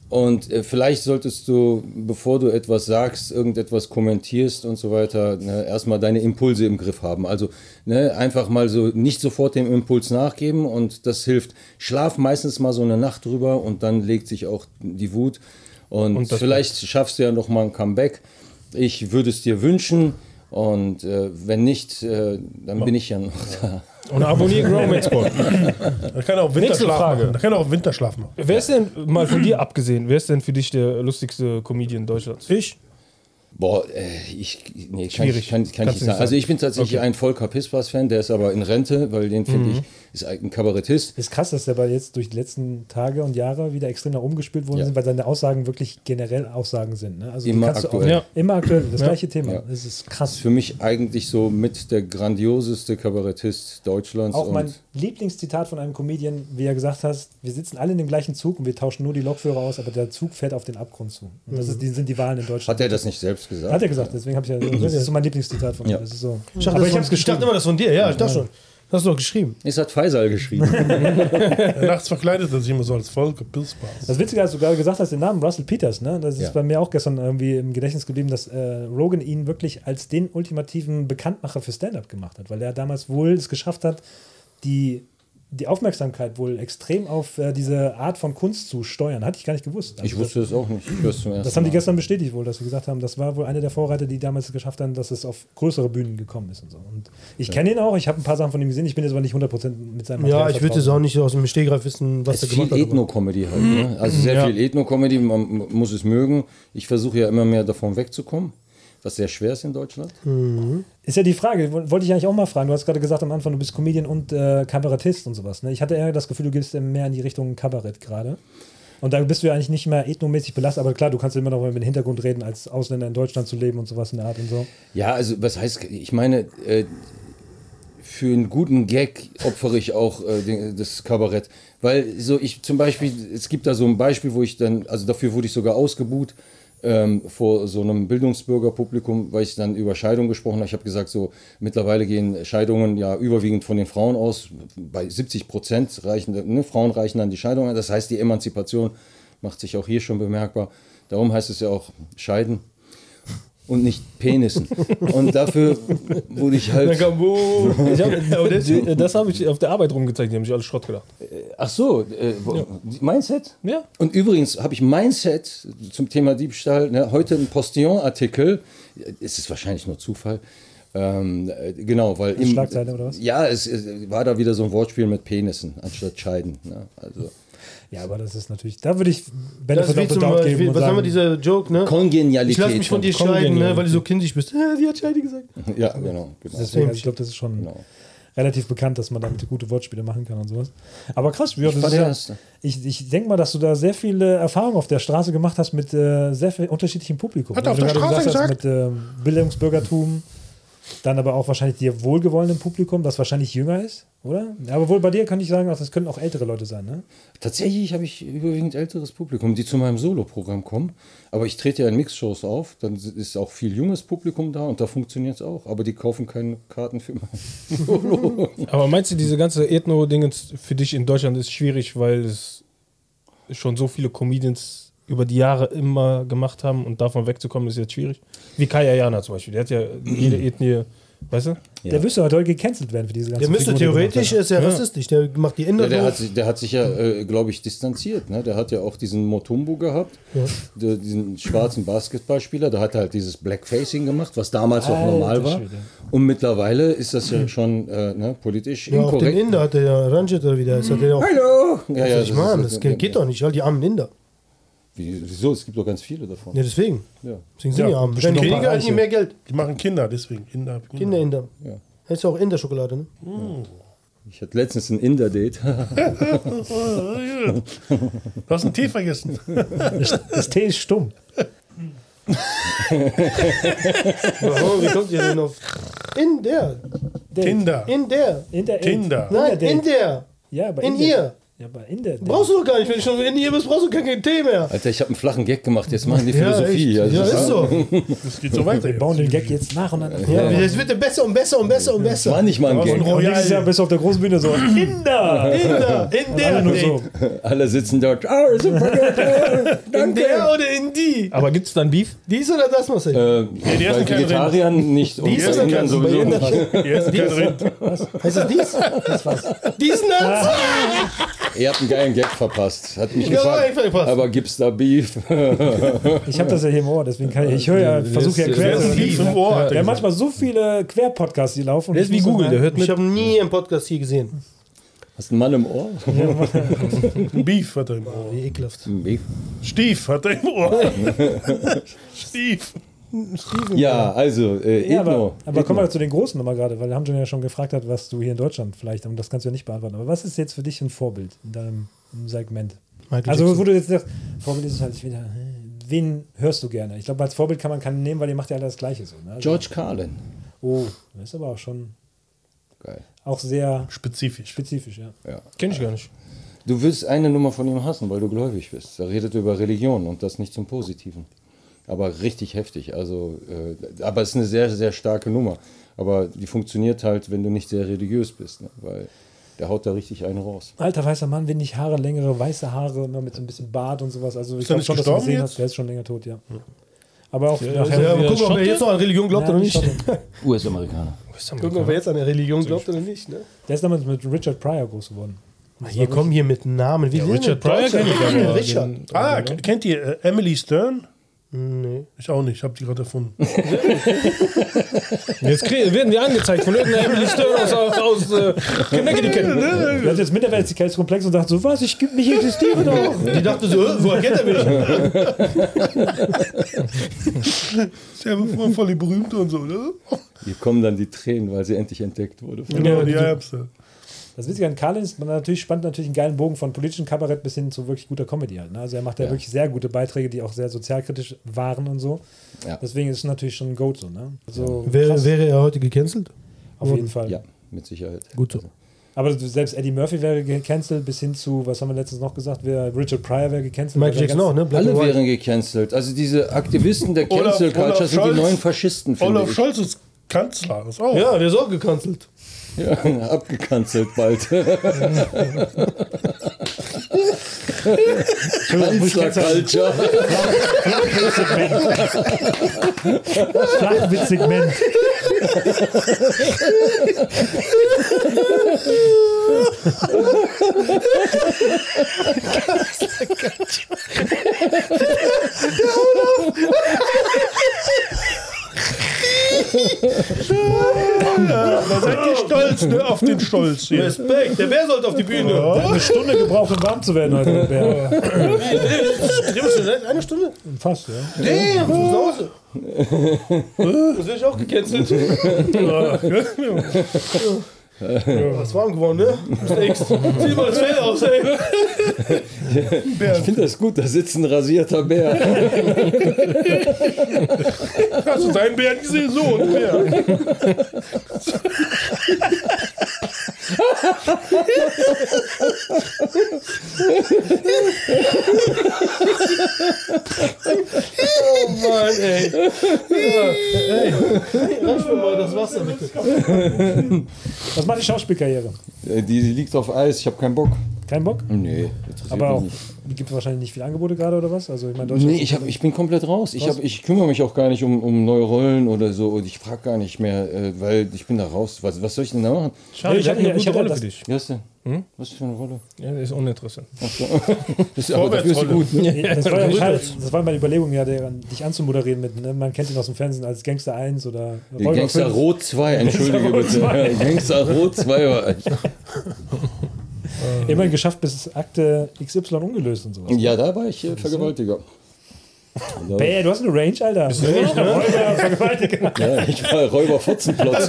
Speaker 2: Und äh, vielleicht solltest du, bevor du etwas sagst, irgendetwas kommentierst und so weiter, ne, erstmal deine Impulse im Griff haben. Also ne, einfach mal so nicht sofort dem Impuls nachgeben und das hilft. Schlaf meistens mal so eine Nacht drüber und dann legt sich auch die Wut. Und,
Speaker 4: Und das
Speaker 2: vielleicht schaffst du ja noch mal ein Comeback. Ich würde es dir wünschen. Und äh, wenn nicht, äh, dann bin ich ja noch da.
Speaker 4: Und abonniere Growman Sport.
Speaker 3: Da kann er auch
Speaker 4: Nächste
Speaker 3: Winterschlaf
Speaker 4: Frage.
Speaker 3: machen. Da kann er auch Winterschlaf machen.
Speaker 4: Wer ist denn, mal von dir abgesehen, wer ist denn für dich der lustigste Comedian Deutschlands? Ich?
Speaker 2: Boah, äh, ich, nee, kann,
Speaker 4: Schwierig.
Speaker 2: ich, kann, kann ich nicht
Speaker 4: Kannst du nicht
Speaker 2: sagen.
Speaker 4: sagen.
Speaker 2: Also ich bin tatsächlich
Speaker 4: Okay.
Speaker 2: ein Volker Pispers-Fan, der ist aber in Rente, weil den finde ich, ist ein Kabarettist.
Speaker 1: Ist krass, dass der aber jetzt durch die letzten Tage und Jahre wieder extrem nach oben gespielt worden
Speaker 2: Ja.
Speaker 1: sind, weil seine Aussagen wirklich generell Aussagen sind. Ne? Also die
Speaker 2: Immer
Speaker 1: kannst du auch-
Speaker 2: aktuell.
Speaker 4: Ja.
Speaker 1: Immer aktuell, das gleiche Thema.
Speaker 2: Ja.
Speaker 1: Das ist krass.
Speaker 2: Für mich eigentlich so mit der grandioseste Kabarettist Deutschlands.
Speaker 1: Auch mein
Speaker 2: und
Speaker 1: Lieblingszitat von einem Comedian, wie er gesagt hat, wir sitzen alle in dem gleichen Zug und wir tauschen nur die Lokführer aus, aber der Zug fährt auf den Abgrund zu. Und das ist, die, sind die Wahlen in Deutschland.
Speaker 2: Mhm. hat er das nicht selbst gesagt?
Speaker 1: Hat er gesagt, deswegen habe ich ja, das ist so mein Lieblingszitat von ihm.
Speaker 2: Ja.
Speaker 1: Das ist so.
Speaker 5: Ich dachte,
Speaker 1: aber
Speaker 5: das
Speaker 1: ich
Speaker 5: von-
Speaker 1: habe es
Speaker 5: ich dachte
Speaker 1: geschrieben.
Speaker 5: immer, das ist von dir. Ja, ich dachte schon. Das hast du doch geschrieben.
Speaker 2: Es hat Faisal geschrieben.
Speaker 3: Nachts verkleidet er sich immer so als Volker Pispers.
Speaker 1: Das Witzige, als du gerade gesagt hast, den Namen Russell Peters, ne? das ist
Speaker 2: Ja.
Speaker 1: bei mir auch gestern irgendwie im Gedächtnis geblieben, dass äh, Rogan ihn wirklich als den ultimativen Bekanntmacher für Stand-Up gemacht hat, weil er damals wohl es geschafft hat, die, die Aufmerksamkeit wohl extrem auf äh, diese Art von Kunst zu steuern. Hatte ich gar nicht gewusst. Also
Speaker 2: Ich wusste es auch nicht. Ich hör's zum ersten
Speaker 1: Das haben die
Speaker 5: Genau.
Speaker 2: Mal.
Speaker 1: gestern bestätigt wohl, dass sie gesagt haben, das war wohl einer der Vorreiter, die damals es geschafft haben, dass es auf größere Bühnen gekommen ist und so. Und ich kenne ihn auch, ich habe ein paar Sachen von ihm gesehen, ich bin jetzt aber nicht 100% mit seinem
Speaker 5: Ja, ich würde
Speaker 1: vertraut.
Speaker 5: jetzt auch nicht aus dem Stehgreif wissen, was
Speaker 2: Es
Speaker 5: der
Speaker 2: ist viel
Speaker 5: gemacht hat. aber-
Speaker 2: Ethno-Comedy halt. Ne? Also sehr viel Ethno-Comedy, man m- muss es mögen. Ich versuche ja immer mehr davon wegzukommen, was sehr schwer ist in Deutschland.
Speaker 1: Ist ja die Frage, wo- wollte ich eigentlich auch mal fragen. Du hast gerade gesagt am Anfang, du bist Comedian und äh, Kabarettist und sowas. Ne? Ich hatte eher das Gefühl, du gehst mehr in die Richtung Kabarett gerade. Und da bist du ja eigentlich nicht mehr ethnomäßig belastet, aber klar, du kannst immer noch mal mit dem Hintergrund reden, als Ausländer in Deutschland zu leben und sowas in der Art und so.
Speaker 2: Ja, also was heißt, ich meine, äh, für einen guten Gag opfere ich auch äh, den, das Kabarett. Weil so ich zum Beispiel, es gibt da so ein Beispiel, wo ich dann, also dafür wurde ich sogar ausgebuht ähm, vor so einem Bildungsbürgerpublikum, weil ich dann über Scheidung gesprochen habe. Ich habe gesagt, so mittlerweile gehen Scheidungen ja überwiegend von den Frauen aus. Bei 70 Prozent reichen, ne, Frauen reichen dann die Scheidung an. Das heißt, die Emanzipation macht sich auch hier schon bemerkbar. Darum heißt es ja auch Scheiden und nicht Penissen. und dafür wurde ich
Speaker 4: Dann
Speaker 2: halt.
Speaker 4: kam, "Wow." Ich hab, aber das äh, das habe ich auf der Arbeit rumgezeigt, die haben mich alle Schrott gedacht.
Speaker 2: Ach so, äh, wo- Mindset?
Speaker 4: Ja.
Speaker 2: Und übrigens habe ich Mindset zum Thema Diebstahl, ne, heute ein Postillon-Artikel, es ist wahrscheinlich nur Zufall, ähm, äh, genau, weil... Im,
Speaker 1: Schlagzeile oder was?
Speaker 2: Ja, es, es war da wieder so ein Wortspiel mit Penissen anstatt Scheiden. Ne? Also,
Speaker 1: Ja, aber das ist natürlich, da würde ich
Speaker 5: Das
Speaker 1: Benefit
Speaker 5: ist wie
Speaker 1: of the
Speaker 5: zum
Speaker 1: Doubt
Speaker 5: Beispiel,
Speaker 1: geben und
Speaker 5: was haben wir,
Speaker 1: sagen,
Speaker 5: dieser Joke, ne?
Speaker 2: Kongenialität.
Speaker 5: Ich lass mich von dir scheiden, ne, weil du so kindisch bist. Äh, die hat Scheide gesagt.
Speaker 2: Ja, genau. genau.
Speaker 1: deswegen, also ich glaube, das ist schon
Speaker 2: Genau.
Speaker 1: relativ bekannt, dass man damit gute Wortspiele machen kann und sowas. Aber krass, ja, das
Speaker 2: war
Speaker 1: ist
Speaker 2: der
Speaker 1: ja,
Speaker 2: Erste.
Speaker 1: ich, ich denke mal, dass du da sehr viele Erfahrungen auf der Straße gemacht hast mit äh, sehr viel unterschiedlichem Publikum. Ne?
Speaker 3: Hat
Speaker 1: Wie
Speaker 3: er auf
Speaker 1: du
Speaker 3: der
Speaker 1: gerade
Speaker 3: Straße
Speaker 1: hast, mit ähm, Bildungsbürgertum, dann aber auch wahrscheinlich dir wohlgewollenem Publikum, das wahrscheinlich jünger ist, oder? Aber wohl bei dir kann ich sagen, ach, das können auch ältere Leute sein, ne?
Speaker 2: Tatsächlich habe ich überwiegend älteres Publikum, die zu meinem Solo-Programm kommen. Aber ich trete ja in Mixshows auf, dann ist auch viel junges Publikum da und da funktioniert es auch. Aber die kaufen keine Karten für mein Solo.
Speaker 4: Aber meinst du, diese ganze Ethno-Dingens für dich in Deutschland ist schwierig, weil es schon so viele Comedians über die Jahre immer gemacht haben und davon wegzukommen ist jetzt schwierig? Wie Kaya Jana zum Beispiel, der hat ja jede Ethnie, weißt du?
Speaker 2: Ja.
Speaker 1: Der müsste heute gecancelt werden für diese ganze
Speaker 5: Der müsste theoretisch, ist ja rassistisch, der macht die Inder
Speaker 2: Ja, der,
Speaker 5: doof.
Speaker 2: hat, sich- der hat sich ja, äh, glaube ich, distanziert. Ne? Der hat ja auch diesen Motumbo gehabt, der, diesen schwarzen Basketballspieler. Da hat er halt dieses Blackfacing gemacht, was damals auch
Speaker 1: Alter
Speaker 2: normal war.
Speaker 1: Schwede.
Speaker 2: Und mittlerweile ist das ja schon äh, ne, politisch
Speaker 5: Hm. Ja, auch den
Speaker 2: inkorrekt.
Speaker 5: Inder hat er ja, Ranjit oder wie der ist, hat er ja auch.
Speaker 2: Hallo! Ja, ja,
Speaker 5: ich meine, das geht,
Speaker 2: ja.
Speaker 5: doch nicht, halt die armen Inder.
Speaker 2: Wie- Wieso? Es gibt doch ganz viele davon.
Speaker 5: Ja, deswegen.
Speaker 2: Ja.
Speaker 5: Deswegen sind
Speaker 3: Ja,
Speaker 5: die arm.
Speaker 3: bestimmt
Speaker 5: Wenn
Speaker 3: noch ein paar
Speaker 5: weniger, hätten die
Speaker 3: Reiche.
Speaker 5: mehr Geld.
Speaker 3: Die machen Kinder, deswegen. Kinder,
Speaker 5: Kinder Inder.
Speaker 2: Ja.
Speaker 5: Das ist ja auch Inder-Schokolade, ne?
Speaker 2: Ich hatte letztens ein Inder-Date.
Speaker 3: Ah, Du hast einen Tee vergessen.
Speaker 1: Das T ist stumm.
Speaker 5: Warum? Wie kommt ihr denn auf. In der.
Speaker 3: Kinder.
Speaker 5: In der.
Speaker 1: In der
Speaker 3: Tinder.
Speaker 5: Nein, in der.
Speaker 1: Ja, aber
Speaker 5: In
Speaker 1: der-
Speaker 5: ihr.
Speaker 1: Ja, aber in der.
Speaker 5: Brauchst du doch gar nicht. Wenn du schon in ihr bist, brauchst du gar keinen Tee mehr.
Speaker 2: Alter, ich habe einen flachen Gag gemacht. Jetzt machen die Philosophie.
Speaker 5: Ja, echt.
Speaker 2: Also
Speaker 5: ja
Speaker 2: das
Speaker 5: ist so.
Speaker 3: Das geht so weiter.
Speaker 1: Wir bauen den Gag jetzt nach und dann.
Speaker 5: Ja, Es wird ja besser und besser und besser und
Speaker 2: Das war
Speaker 5: besser.
Speaker 2: nicht mal ein
Speaker 3: Draußen
Speaker 2: Gag.
Speaker 3: rum.
Speaker 1: Und nächstes Jahr bist du auf der großen Bühne so. Kinder!
Speaker 5: In der. In der.
Speaker 1: Alle nur
Speaker 5: Date.
Speaker 1: so.
Speaker 2: Alle sitzen dort. Ah, super,
Speaker 5: In der oder in die.
Speaker 4: Aber gibt es dann Beef?
Speaker 5: Dies oder das, Marcel?
Speaker 2: Äh,
Speaker 3: die ersten
Speaker 2: bei
Speaker 3: kein
Speaker 2: Vegetariern nicht und
Speaker 5: Die
Speaker 2: bei
Speaker 5: ersten
Speaker 2: Indern
Speaker 5: kein-
Speaker 2: sowieso
Speaker 5: bei Indern-
Speaker 2: nicht.
Speaker 3: Hier ist kein Rind.
Speaker 5: Heißt das dies? Das war's. Dies Nuts?
Speaker 2: Ihr habt einen geilen Gag verpasst. Hat mich
Speaker 5: Ja, war
Speaker 2: gefragt.
Speaker 5: einfach gepasst.
Speaker 2: Aber gibt's da Beef?
Speaker 1: Ich habe das ja hier im Ohr, deswegen kann ich. Ich höre ja, versuche ja
Speaker 4: das-
Speaker 1: quer
Speaker 3: Das
Speaker 1: zu
Speaker 3: ist
Speaker 1: liegen.
Speaker 3: Beef im Ohr.
Speaker 1: Wir haben manchmal so viele Quer-Podcasts, die laufen.
Speaker 4: Der ist wie
Speaker 1: Ich muss
Speaker 4: Google,
Speaker 1: mal-
Speaker 4: der hört
Speaker 5: Ich
Speaker 4: mit.
Speaker 5: habe nie einen Podcast hier gesehen.
Speaker 2: Hast einen Mann im Ohr?
Speaker 3: Ein Beef hat er im Ohr.
Speaker 5: Wie ekelhaft.
Speaker 2: Ein Beef?
Speaker 3: Stief hat er im Ohr. Stief.
Speaker 2: Ja, also, äh,
Speaker 1: Ja, aber,
Speaker 2: Ethno.
Speaker 1: aber kommen
Speaker 2: Ethno.
Speaker 1: wir zu den Großen nochmal gerade, weil Hamjun ja schon gefragt hat, was du hier in Deutschland vielleicht, und das kannst du ja nicht beantworten, aber was ist jetzt für dich ein Vorbild in deinem im Segment?
Speaker 5: Michael
Speaker 1: also, wo
Speaker 5: Jackson.
Speaker 1: du jetzt sagst, Vorbild ist halt wieder, äh, wen hörst du gerne? Ich glaube, als Vorbild kann man keinen nehmen, weil ihr macht ja alle das Gleiche so. Ne? Also,
Speaker 2: George Carlin.
Speaker 1: oh, das ist aber auch schon
Speaker 2: Geil.
Speaker 1: auch sehr
Speaker 3: Spezifisch.
Speaker 1: spezifisch, ja.
Speaker 2: Ja.
Speaker 4: Kenn ich gar nicht.
Speaker 2: Du wirst eine Nummer von ihm hassen, weil du gläubig bist. Er redet über Religion und das nicht zum Positiven. Aber richtig heftig. Also, äh, aber es ist eine sehr, sehr starke Nummer. Aber die funktioniert halt, wenn du nicht sehr religiös bist, ne? weil der haut da richtig einen raus.
Speaker 1: Alter weißer Mann, wenig Haare, längere weiße Haare, immer mit so ein bisschen Bart und sowas. Also ich
Speaker 3: er
Speaker 1: glaube
Speaker 3: nicht
Speaker 1: schon, dass du
Speaker 3: gestorben
Speaker 1: gesehen
Speaker 3: jetzt?
Speaker 1: hast, der ist schon länger tot, ja. Aber auch
Speaker 5: Ja,
Speaker 1: nachher.
Speaker 5: aber guck mal, ob er
Speaker 4: Schotte?
Speaker 5: jetzt noch an Religion glaubt
Speaker 1: Ja,
Speaker 5: oder nicht.
Speaker 1: Schotte.
Speaker 2: US-Amerikaner.
Speaker 5: Guck mal, ob er jetzt an der Religion glaubt oder nicht. Ne?
Speaker 1: Der ist damals mit Richard Pryor groß geworden.
Speaker 5: Hier kommen hier mit Namen. Wie ja, ne,
Speaker 4: Richard Pryor kenn ich aber.
Speaker 5: Richard.
Speaker 4: Den-
Speaker 3: Ah, k- kennt ihr äh, Emily Stern?
Speaker 5: Nee.
Speaker 3: Ich auch nicht, ich habe die gerade erfunden.
Speaker 4: Jetzt krieg, werden wir angezeigt von irgendeiner Emily Stern aus, aus äh, Connecticut.
Speaker 1: Der hat jetzt Minderwertigkeitskomplex und sagt so, was, ich, geb- ich existiere doch.
Speaker 5: Die dachte so, äh, woher kennt er mich?
Speaker 3: Ist ja immer voll die Berühmte und so, ne?
Speaker 2: Hier kommen dann die Tränen, weil sie endlich entdeckt wurde. von-
Speaker 3: Genau, die Erbse.
Speaker 1: Das Witzige an Carlin ist, man natürlich spannt natürlich einen geilen Bogen von politischem Kabarett bis hin zu wirklich guter Comedy halt. Ne? Also er macht ja,
Speaker 2: Ja.
Speaker 1: wirklich sehr gute Beiträge, die auch sehr sozialkritisch waren und so.
Speaker 2: Ja.
Speaker 1: Deswegen ist es natürlich schon ein Goat so, ne? Also
Speaker 5: Wäre,
Speaker 1: krass,
Speaker 5: wäre er heute gecancelt?
Speaker 1: auf jeden Fall.
Speaker 2: Ja. mit Sicherheit. Also,
Speaker 5: Gut so.
Speaker 1: Aber selbst Eddie Murphy wäre gecancelt, bis hin zu, was haben wir letztens noch gesagt, wer, Richard Pryor wäre gecancelt. Weil
Speaker 5: Michael
Speaker 1: der
Speaker 5: Jackson auch, ne? Black
Speaker 2: Alle
Speaker 5: and White.
Speaker 2: wären gecancelt. Also diese Aktivisten der
Speaker 3: Olaf-
Speaker 2: Cancel Culture
Speaker 3: Olaf
Speaker 2: sind die
Speaker 3: Scholz.
Speaker 2: neuen Faschisten, finde
Speaker 3: Olaf
Speaker 2: ich.
Speaker 3: Scholz ist Kanzler. Ist auch.
Speaker 5: Ja, der ist auch gecancelt.
Speaker 2: Ja, abgecancelt bald. Kanzler Culture.
Speaker 5: ne?
Speaker 1: Flachwitzsegment.
Speaker 3: Da seid ihr stolz ne, auf den Scholz hier.
Speaker 5: Respekt, der Bär sollte auf die Bühne.
Speaker 1: Der hat eine Stunde gebraucht, um warm zu werden heute. der Bär.
Speaker 5: ne? Eine Stunde?
Speaker 1: Fast, ja.
Speaker 5: Nee, ich muss nach Hause.
Speaker 4: Äh?
Speaker 5: Das wäre ich auch gecancelt. Ja, ist warm geworden, ne? Mr. X. Sieh mal das Fell aus, ey.
Speaker 2: Ich finde das gut, da sitzt ein rasierter Bär.
Speaker 3: Hast du deinen Bären gesehen? So, ein Bär.
Speaker 5: Oh Mann, ey. Ja, ey. Rasch mir mal das Wasser, bitte.
Speaker 1: Was macht die Schauspielkarriere?
Speaker 2: Äh, Die liegt auf Eis, ich habe keinen Bock.
Speaker 1: Kein Bock?
Speaker 2: Nee, interessiert
Speaker 1: Aber auch,
Speaker 2: mich nicht.
Speaker 1: gibt es wahrscheinlich nicht viele Angebote gerade oder was? Also ich meine, Deutschland.
Speaker 2: Nee, ich, hab, ich bin komplett raus. Ich, hab, ich kümmere mich auch gar nicht um, um neue Rollen oder so. Und ich frage gar nicht mehr, äh, weil ich bin da raus. Was, was soll ich denn da machen?
Speaker 4: Schade,
Speaker 1: ich
Speaker 4: ich
Speaker 1: hab-
Speaker 4: hatte eine
Speaker 1: ich
Speaker 4: gute
Speaker 1: hab ja
Speaker 4: Rolle
Speaker 1: das-
Speaker 4: für dich.
Speaker 2: Was denn? Was ist für eine Rolle?
Speaker 4: Ja, der ist uninteressant.
Speaker 2: Das ist, aber dafür ist sie gut. Ne?
Speaker 1: das, war ja wahrscheinlich- das war meine Überlegung, ja, der, dich anzumoderieren mit. Ne? Man kennt ihn aus dem Fernsehen als Gangster 1 oder Revolver
Speaker 2: Gangster
Speaker 1: 5.
Speaker 2: Rot 2, entschuldige bitte. Gangster Rot 2 war echt.
Speaker 1: Immerhin geschafft, bis Akte XY ungelöst und sowas.
Speaker 2: Ja, da war ich äh, Vergewaltiger.
Speaker 1: Bäh, du hast eine Range, Alter. Bist du echt,
Speaker 2: ne?
Speaker 1: Vergewaltiger.
Speaker 2: Ja, ich war Räuber Fotzenplotz.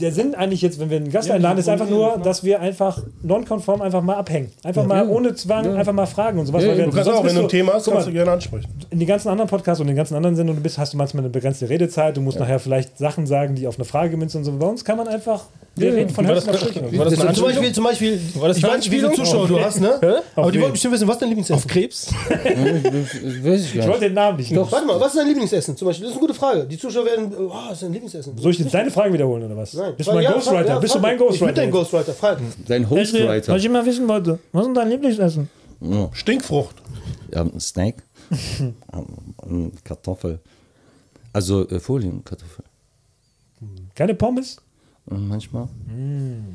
Speaker 1: Der Sinn eigentlich jetzt, wenn wir einen Gast einladen, ist einfach nur, dass wir einfach nonkonform einfach mal abhängen. Einfach mal ohne Zwang, einfach mal fragen und sowas. weil wir-
Speaker 3: Du kannst
Speaker 1: sonst
Speaker 3: auch, wenn
Speaker 1: bist
Speaker 3: du ein Thema hast,
Speaker 1: guck
Speaker 3: kannst
Speaker 1: mal,
Speaker 3: du gerne ansprechen.
Speaker 1: in die ganzen anderen Podcasts und in den ganzen anderen Sendungen, du bist, hast du manchmal eine begrenzte Redezeit, du musst nachher vielleicht Sachen sagen, die auf eine Frage gemünzt sind und so. Bei uns kann man einfach, wir reden von
Speaker 4: War
Speaker 1: Herzen
Speaker 4: das,
Speaker 1: nach
Speaker 4: war das eine
Speaker 5: Zum
Speaker 4: Anspielung?
Speaker 5: Beispiel, zum Beispiel
Speaker 4: War das
Speaker 5: ich
Speaker 4: eine
Speaker 5: weiß nicht, wie viele
Speaker 4: Anspielung?
Speaker 5: Zuschauer du hast, ne? Aber die
Speaker 1: wen?
Speaker 5: wollen bestimmt wissen, was ist dein Lieblingsessen?
Speaker 4: Auf Krebs?
Speaker 2: Weiß ich
Speaker 1: Ich
Speaker 2: gar nicht.
Speaker 1: wollte den Namen nicht.
Speaker 5: Warte mal, was ist dein Lieblingsessen? Zum Beispiel, das ist eine gute Frage. Die Zuschauer werden, oh, was ist dein Lieblingsessen?
Speaker 1: Soll ich jetzt deine Frage wiederholen oder was?
Speaker 5: Nein.
Speaker 1: Bist du mein
Speaker 5: Ja, frag-
Speaker 1: Ghostwriter?
Speaker 5: ja,
Speaker 1: Bist du
Speaker 5: frag-
Speaker 1: mein Ghostwriter?
Speaker 5: Ich bin dein Ghostwriter, frag.
Speaker 2: Dein Ghostwriter.
Speaker 1: ich immer wissen wollte, was ist dein Lieblingsessen?
Speaker 3: Stinkfrucht.
Speaker 2: Ja, ein Snack. Ähm, ähm, Kartoffel. Also äh, Folienkartoffel.
Speaker 1: Keine Pommes?
Speaker 2: Äh, Manchmal.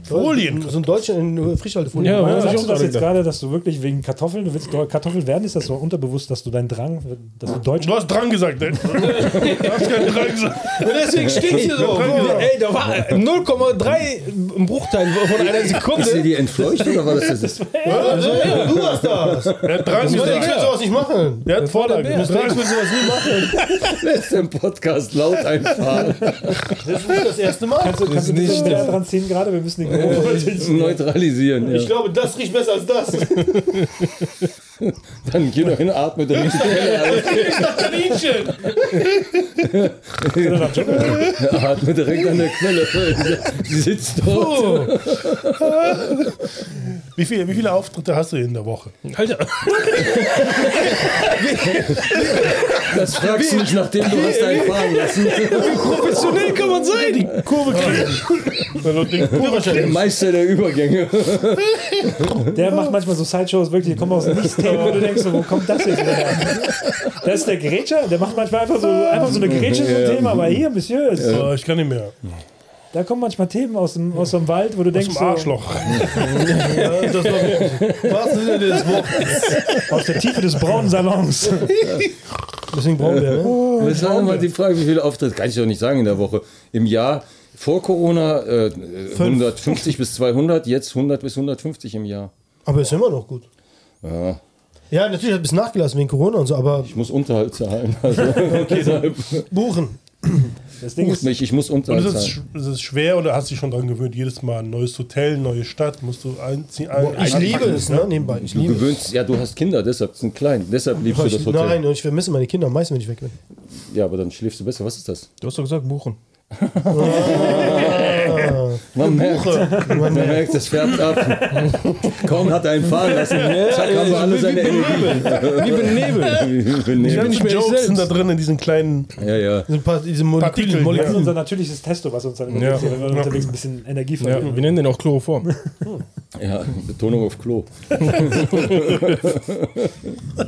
Speaker 3: Folien.
Speaker 5: So ein Deutscher in äh, Frischhaltefolie.
Speaker 4: Ja,
Speaker 1: Ja,
Speaker 4: hab ich
Speaker 1: sagst du
Speaker 4: auch
Speaker 1: das
Speaker 4: gerade
Speaker 1: jetzt
Speaker 4: gedacht.
Speaker 1: gerade, dass du wirklich wegen Kartoffeln, du willst Deu- Kartoffeln werden? Ist das so unterbewusst, dass du deinen Drang, dass du Deutsch
Speaker 3: Du hast dran gesagt, ne? Du hast keinen dran gesagt.
Speaker 4: Und deswegen steht hier so. Ey, da war 0,3 im Bruchteil von einer
Speaker 2: Ist dir
Speaker 4: Sekunde.
Speaker 2: die entfleucht oder war das das?
Speaker 5: Also, ey, du hast das.
Speaker 3: Er hat dran
Speaker 5: Ich will
Speaker 3: gesagt.
Speaker 5: sowas nicht machen.
Speaker 3: Er hat Vorlage. Du musst
Speaker 5: Ich
Speaker 3: dran.
Speaker 5: will sowas nie machen.
Speaker 2: Lässt den Podcast laut einfahren.
Speaker 5: Das ist nicht das erste Mal.
Speaker 1: kannst du, kannst du nicht
Speaker 4: ist nicht
Speaker 1: näher dran ziehen gerade? Wir müssen den Geruch
Speaker 2: Neutralisieren.
Speaker 5: Ich
Speaker 2: Ja.
Speaker 5: glaube, das riecht besser als das.
Speaker 2: Dann geh doch hin, atme doch nicht. Atme direkt an der Quelle. Sie sitzt dort.
Speaker 3: Wie viele, wie viele Auftritte hast du in der Woche?
Speaker 4: Alter,
Speaker 2: Das fragst du nicht, nachdem du hast einen fahren lassen.
Speaker 4: professionell kann man sein.
Speaker 3: Kurve kriegen. Weil du den Führerschein
Speaker 2: Der Meister der Übergänge.
Speaker 1: Der macht manchmal so Sideshows, wirklich, die kommen aus dem Nichts-Tape, wo du denkst, so, wo kommt das jetzt wieder her? Das ist der Grätscher, der macht manchmal einfach so, einfach so eine Grätsche zum
Speaker 2: Ja.
Speaker 1: Thema, aber hier, Monsieur, ist,
Speaker 3: Äh, Ich kann nicht mehr.
Speaker 1: da kommen manchmal Themen aus dem, aus dem Wald, wo du denkst,
Speaker 3: Zum
Speaker 1: so,
Speaker 3: Arschloch.
Speaker 5: Das ist doch Was ist denn das Wort?
Speaker 1: aus der Tiefe des braunen Salons.
Speaker 5: Deswegen brauchen wir, ne?
Speaker 2: Das war mal die Frage, wie viele Auftritte, kann ich doch nicht sagen in der Woche. Im Jahr vor Corona äh, 150 bis 200, jetzt 100 bis 150 im Jahr.
Speaker 5: Aber ist immer noch gut.
Speaker 2: Ja,
Speaker 5: Ja, natürlich hat es nachgelassen wegen Corona und so, aber
Speaker 2: ich muss Unterhalt zahlen. Also, deshalb-
Speaker 5: buchen.
Speaker 1: Das Ding
Speaker 2: Bucht
Speaker 1: ist,
Speaker 2: mich, ich muss
Speaker 3: Und
Speaker 2: Unterhalt
Speaker 3: ist es,
Speaker 2: zahlen.
Speaker 3: sch- ist es schwer oder hast du dich schon dran gewöhnt? Jedes Mal ein neues Hotel, neue Stadt, musst du einziehen. Ein,
Speaker 5: Ich
Speaker 3: einpacken,
Speaker 5: liebe es, ne? Nebenbei. Ich
Speaker 2: Du
Speaker 5: liebe es.
Speaker 2: gewöhnst, ja, du hast Kinder, deshalb sind klein, deshalb liebst du das Hotel.
Speaker 5: Nein, und ich vermisse meine Kinder am meisten, wenn ich weg bin.
Speaker 2: Ja, aber dann schläfst du besser. Was ist das?
Speaker 4: Du hast doch gesagt, buchen.
Speaker 2: Man merkt, man merkt, das färbt ab. Kaum hat er einen fahren lassen. Zack, haben wir alle seine Energie.
Speaker 4: Wie benebelt.
Speaker 2: Wir benehmen.
Speaker 3: Die
Speaker 4: nicht mehr ich
Speaker 3: Jokes
Speaker 4: selbst.
Speaker 3: sind da drin in diesen kleinen.
Speaker 2: Ja, ja.
Speaker 5: Diese, paar, diese Moleküle,
Speaker 3: Partikel,
Speaker 1: das ist
Speaker 5: Moleküle.
Speaker 1: unser natürliches Testo, was uns dann immer
Speaker 4: Ja.
Speaker 1: passiert, wenn wir unterwegs ein bisschen Energie
Speaker 4: Ja,
Speaker 1: verlieren.
Speaker 4: wir nennen den auch Chloroform.
Speaker 2: Ja, Betonung auf Klo.
Speaker 1: Ja,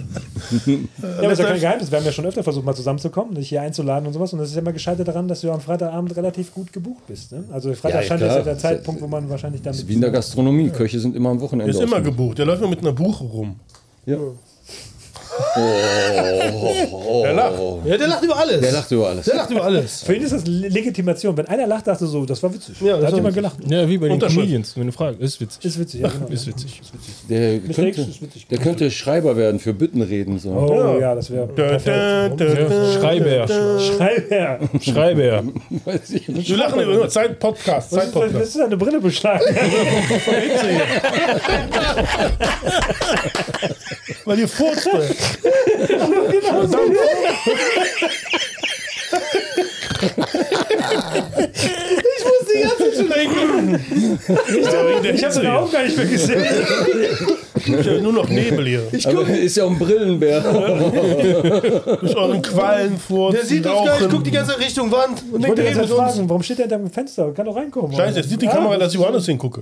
Speaker 1: aber ist ja kein Geheimnis. Wir haben ja schon öfter versucht, mal zusammenzukommen, dich hier einzuladen und sowas. Und das ist ja immer gescheitert daran, dass du am Freitagabend relativ gut gebucht bist. Ne? Also Freitag
Speaker 2: Ja,
Speaker 1: scheint
Speaker 2: klar.
Speaker 1: jetzt der Zeitpunkt, wo man wahrscheinlich damit.
Speaker 2: Wie in der Gastronomie. Köche sind immer am Wochenende.
Speaker 3: Der ist immer
Speaker 2: offen.
Speaker 3: gebucht. Der läuft nur mit einer Buche rum.
Speaker 2: ja.
Speaker 3: Der lacht.
Speaker 5: Ja, der lacht über alles.
Speaker 2: Der lacht über alles.
Speaker 5: Der lacht über alles.
Speaker 1: Für ihn ist das Le- Legitimation. Wenn einer lacht, dachte so, das war witzig. da
Speaker 5: Ja, das
Speaker 1: hat
Speaker 5: war
Speaker 1: jemand
Speaker 5: witzig.
Speaker 1: gelacht.
Speaker 4: Ja, wie bei den
Speaker 3: Unterschrift.
Speaker 4: Comedians, wenn du fragst. Ist witzig.
Speaker 1: Ist witzig, ja, genau.
Speaker 4: Ist witzig.
Speaker 2: Der
Speaker 1: Mistakes
Speaker 2: könnte,
Speaker 1: ist witzig.
Speaker 2: der könnte Schreiber werden für Büttenreden. So.
Speaker 1: Oh ja,
Speaker 3: Ja.
Speaker 1: das wäre
Speaker 3: Dö,
Speaker 1: perfekt.
Speaker 3: dö, dö,
Speaker 4: Ja,
Speaker 3: dö.
Speaker 4: Schreiber. Sch-
Speaker 1: Schreib her.
Speaker 4: Schreiber.
Speaker 2: Weiß ich nicht.
Speaker 3: Wir lachen über Zeit-Podcast.
Speaker 1: Was ist, denn, was
Speaker 3: Zeit-Podcast.
Speaker 1: ist denn deine Brille beschlagen?
Speaker 3: Weil ihr furzt. ey. genau. Wegen der
Speaker 1: Ich habe
Speaker 3: Hitze
Speaker 1: den
Speaker 3: hier.
Speaker 1: Augen gar nicht mehr gesehen.
Speaker 3: Ich hab nur noch Nebel hier.
Speaker 2: Aber ist ja auch ein Brillenbär.
Speaker 3: Durch euren Quallenfurz.
Speaker 5: Der sieht uns
Speaker 3: Rauchen.
Speaker 5: gar nicht, guckt die ganze Zeit Richtung Wand und
Speaker 1: Ich
Speaker 5: denkt,
Speaker 1: wollte
Speaker 5: der
Speaker 1: jetzt
Speaker 5: redet mit uns.
Speaker 1: fragen, warum steht der hinter dem Fenster? Kann doch reinkommen. Ah.
Speaker 3: Scheiße, jetzt sieht die Kamera, dass ich woanders hingucke.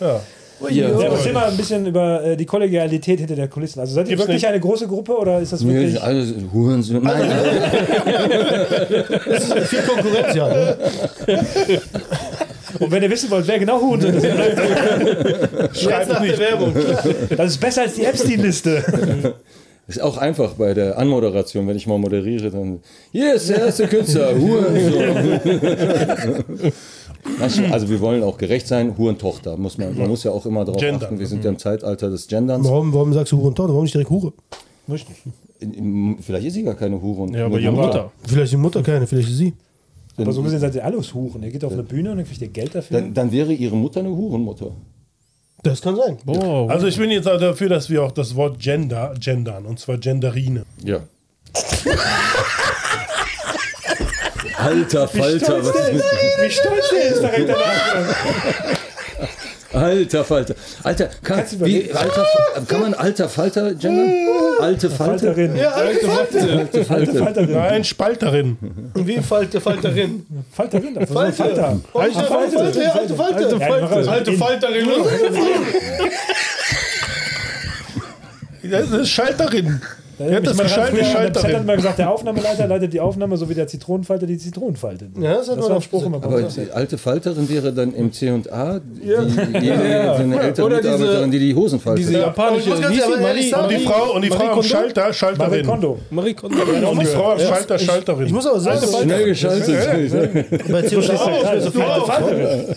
Speaker 3: Ja.
Speaker 2: Hier.
Speaker 1: Ja, erzähl mal ein bisschen über äh, die Kollegialität hinter der Kulissen. Also seid ihr
Speaker 3: Gibt's
Speaker 1: wirklich
Speaker 3: nicht.
Speaker 1: eine große Gruppe oder ist das wirklich...
Speaker 2: Wir alle sind Hurensohn. Nein,
Speaker 5: Viel Konkurrenz, ja. ne?
Speaker 1: Und wenn ihr wissen wollt, wer genau Huren sind,
Speaker 5: Jetzt nach der Werbung.
Speaker 1: das ist besser als die Epstein-Liste.
Speaker 2: ist auch einfach bei der Anmoderation, wenn ich mal moderiere, dann hier ist der erste Künstler, Hurensohn. Nein, Also wir wollen auch gerecht sein, Hurentochter muss man, man muss ja auch immer darauf
Speaker 3: Gender.
Speaker 2: achten. Wir sind ja im Zeitalter des Genderns.
Speaker 5: Warum, warum sagst du Hure und Tochter? Warum nicht direkt Hure?
Speaker 2: In- in- Vielleicht ist sie gar keine Hure und
Speaker 4: Ja,
Speaker 2: nur
Speaker 4: aber
Speaker 2: die
Speaker 4: ihr Mutter.
Speaker 5: Vielleicht die Mutter keine, vielleicht sie.
Speaker 1: Aber so gesehen seid ihr alle aus Huren. Ihr geht auf eine Bühne und dann kriegt ihr Geld dafür.
Speaker 2: Dann, dann wäre ihre Mutter eine Hurenmutter.
Speaker 5: Das kann sein.
Speaker 4: Wow.
Speaker 3: Also ich bin jetzt auch dafür, dass wir auch das Wort Gender gendern. Und zwar Genderine.
Speaker 2: Ja. Alter Falter, was ist mit
Speaker 1: Wie stolz der ist direkt danach.
Speaker 2: Alter Falter. Alter, kann,
Speaker 1: Kannst du
Speaker 2: wie,
Speaker 1: überlegen.
Speaker 2: alter, kann man alter Falter gendern? Alte Falter?
Speaker 1: Falterin.
Speaker 2: Alte
Speaker 1: Alte
Speaker 2: Falter.
Speaker 1: Falterin.
Speaker 3: Nein, Spalterin.
Speaker 5: Wie Falte, Falterin.
Speaker 1: Falterin. Das war so ein
Speaker 5: Falte.
Speaker 1: Falter.
Speaker 5: Alte Falte, ja,
Speaker 1: Alte
Speaker 5: alte Falte.
Speaker 1: Falte.
Speaker 5: Alte Falte. Alte Falterin.
Speaker 3: Das ist Schalterin.
Speaker 1: Ja,
Speaker 3: hat
Speaker 1: mich
Speaker 3: das
Speaker 1: mal früher an
Speaker 3: geschaltet,
Speaker 1: der Chat
Speaker 3: Schalterin.
Speaker 1: hat mal gesagt, der Aufnahmeleiter leitet die Aufnahme, so wie der Zitronenfalter die Zitronen faltet.
Speaker 5: Ja, das hat man
Speaker 1: war ein
Speaker 5: auch
Speaker 1: Spruch
Speaker 5: gesagt.
Speaker 1: immer bei
Speaker 2: Aber
Speaker 1: uns.
Speaker 2: die alte Falterin wäre dann im C&A die, die, eine ältere
Speaker 4: Oder diese-
Speaker 2: Mitarbeiterin, die die Hosen faltet.
Speaker 4: Diese japanische.
Speaker 5: ich muss ganz
Speaker 4: wie ist
Speaker 5: ehrlich
Speaker 4: die?
Speaker 5: sagen,
Speaker 3: Und die Frau, und die Frau am
Speaker 4: Kondo?
Speaker 3: Schalter,
Speaker 1: Marie
Speaker 3: Schalterin.
Speaker 1: Kondo.
Speaker 4: Marie Kondo.
Speaker 3: Und die Frau am Schalter, Schalterin.
Speaker 5: Ich muss aber sagen,
Speaker 2: Schnell geschaltet.
Speaker 5: bei
Speaker 1: Also Falter, Falterin.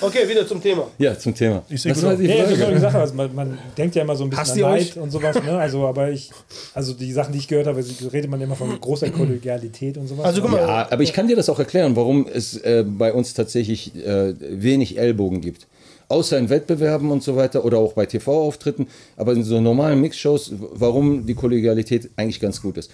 Speaker 5: Okay, wieder zum Thema.
Speaker 2: Ja, zum Thema.
Speaker 3: Ich seh
Speaker 2: Was
Speaker 3: gut
Speaker 2: war
Speaker 3: aus.
Speaker 2: die
Speaker 1: Nee, das ist
Speaker 2: Frage?
Speaker 1: eine Sache. Also man, man denkt ja immer so ein bisschen
Speaker 4: Hasst
Speaker 1: an
Speaker 4: ihr
Speaker 1: Neid
Speaker 4: euch?
Speaker 1: und sowas. Ne? Also, aber ich, also die Sachen, die ich gehört habe, sie- redet man immer von großer Kollegialität und sowas.
Speaker 5: Also guck mal,
Speaker 2: Ja, aber ich kann dir das auch erklären, warum es äh, bei uns tatsächlich äh, wenig Ellbogen gibt. Außer in Wettbewerben und so weiter oder auch bei TV-Auftritten, aber in so normalen Mixshows, w- warum die Kollegialität eigentlich ganz gut ist.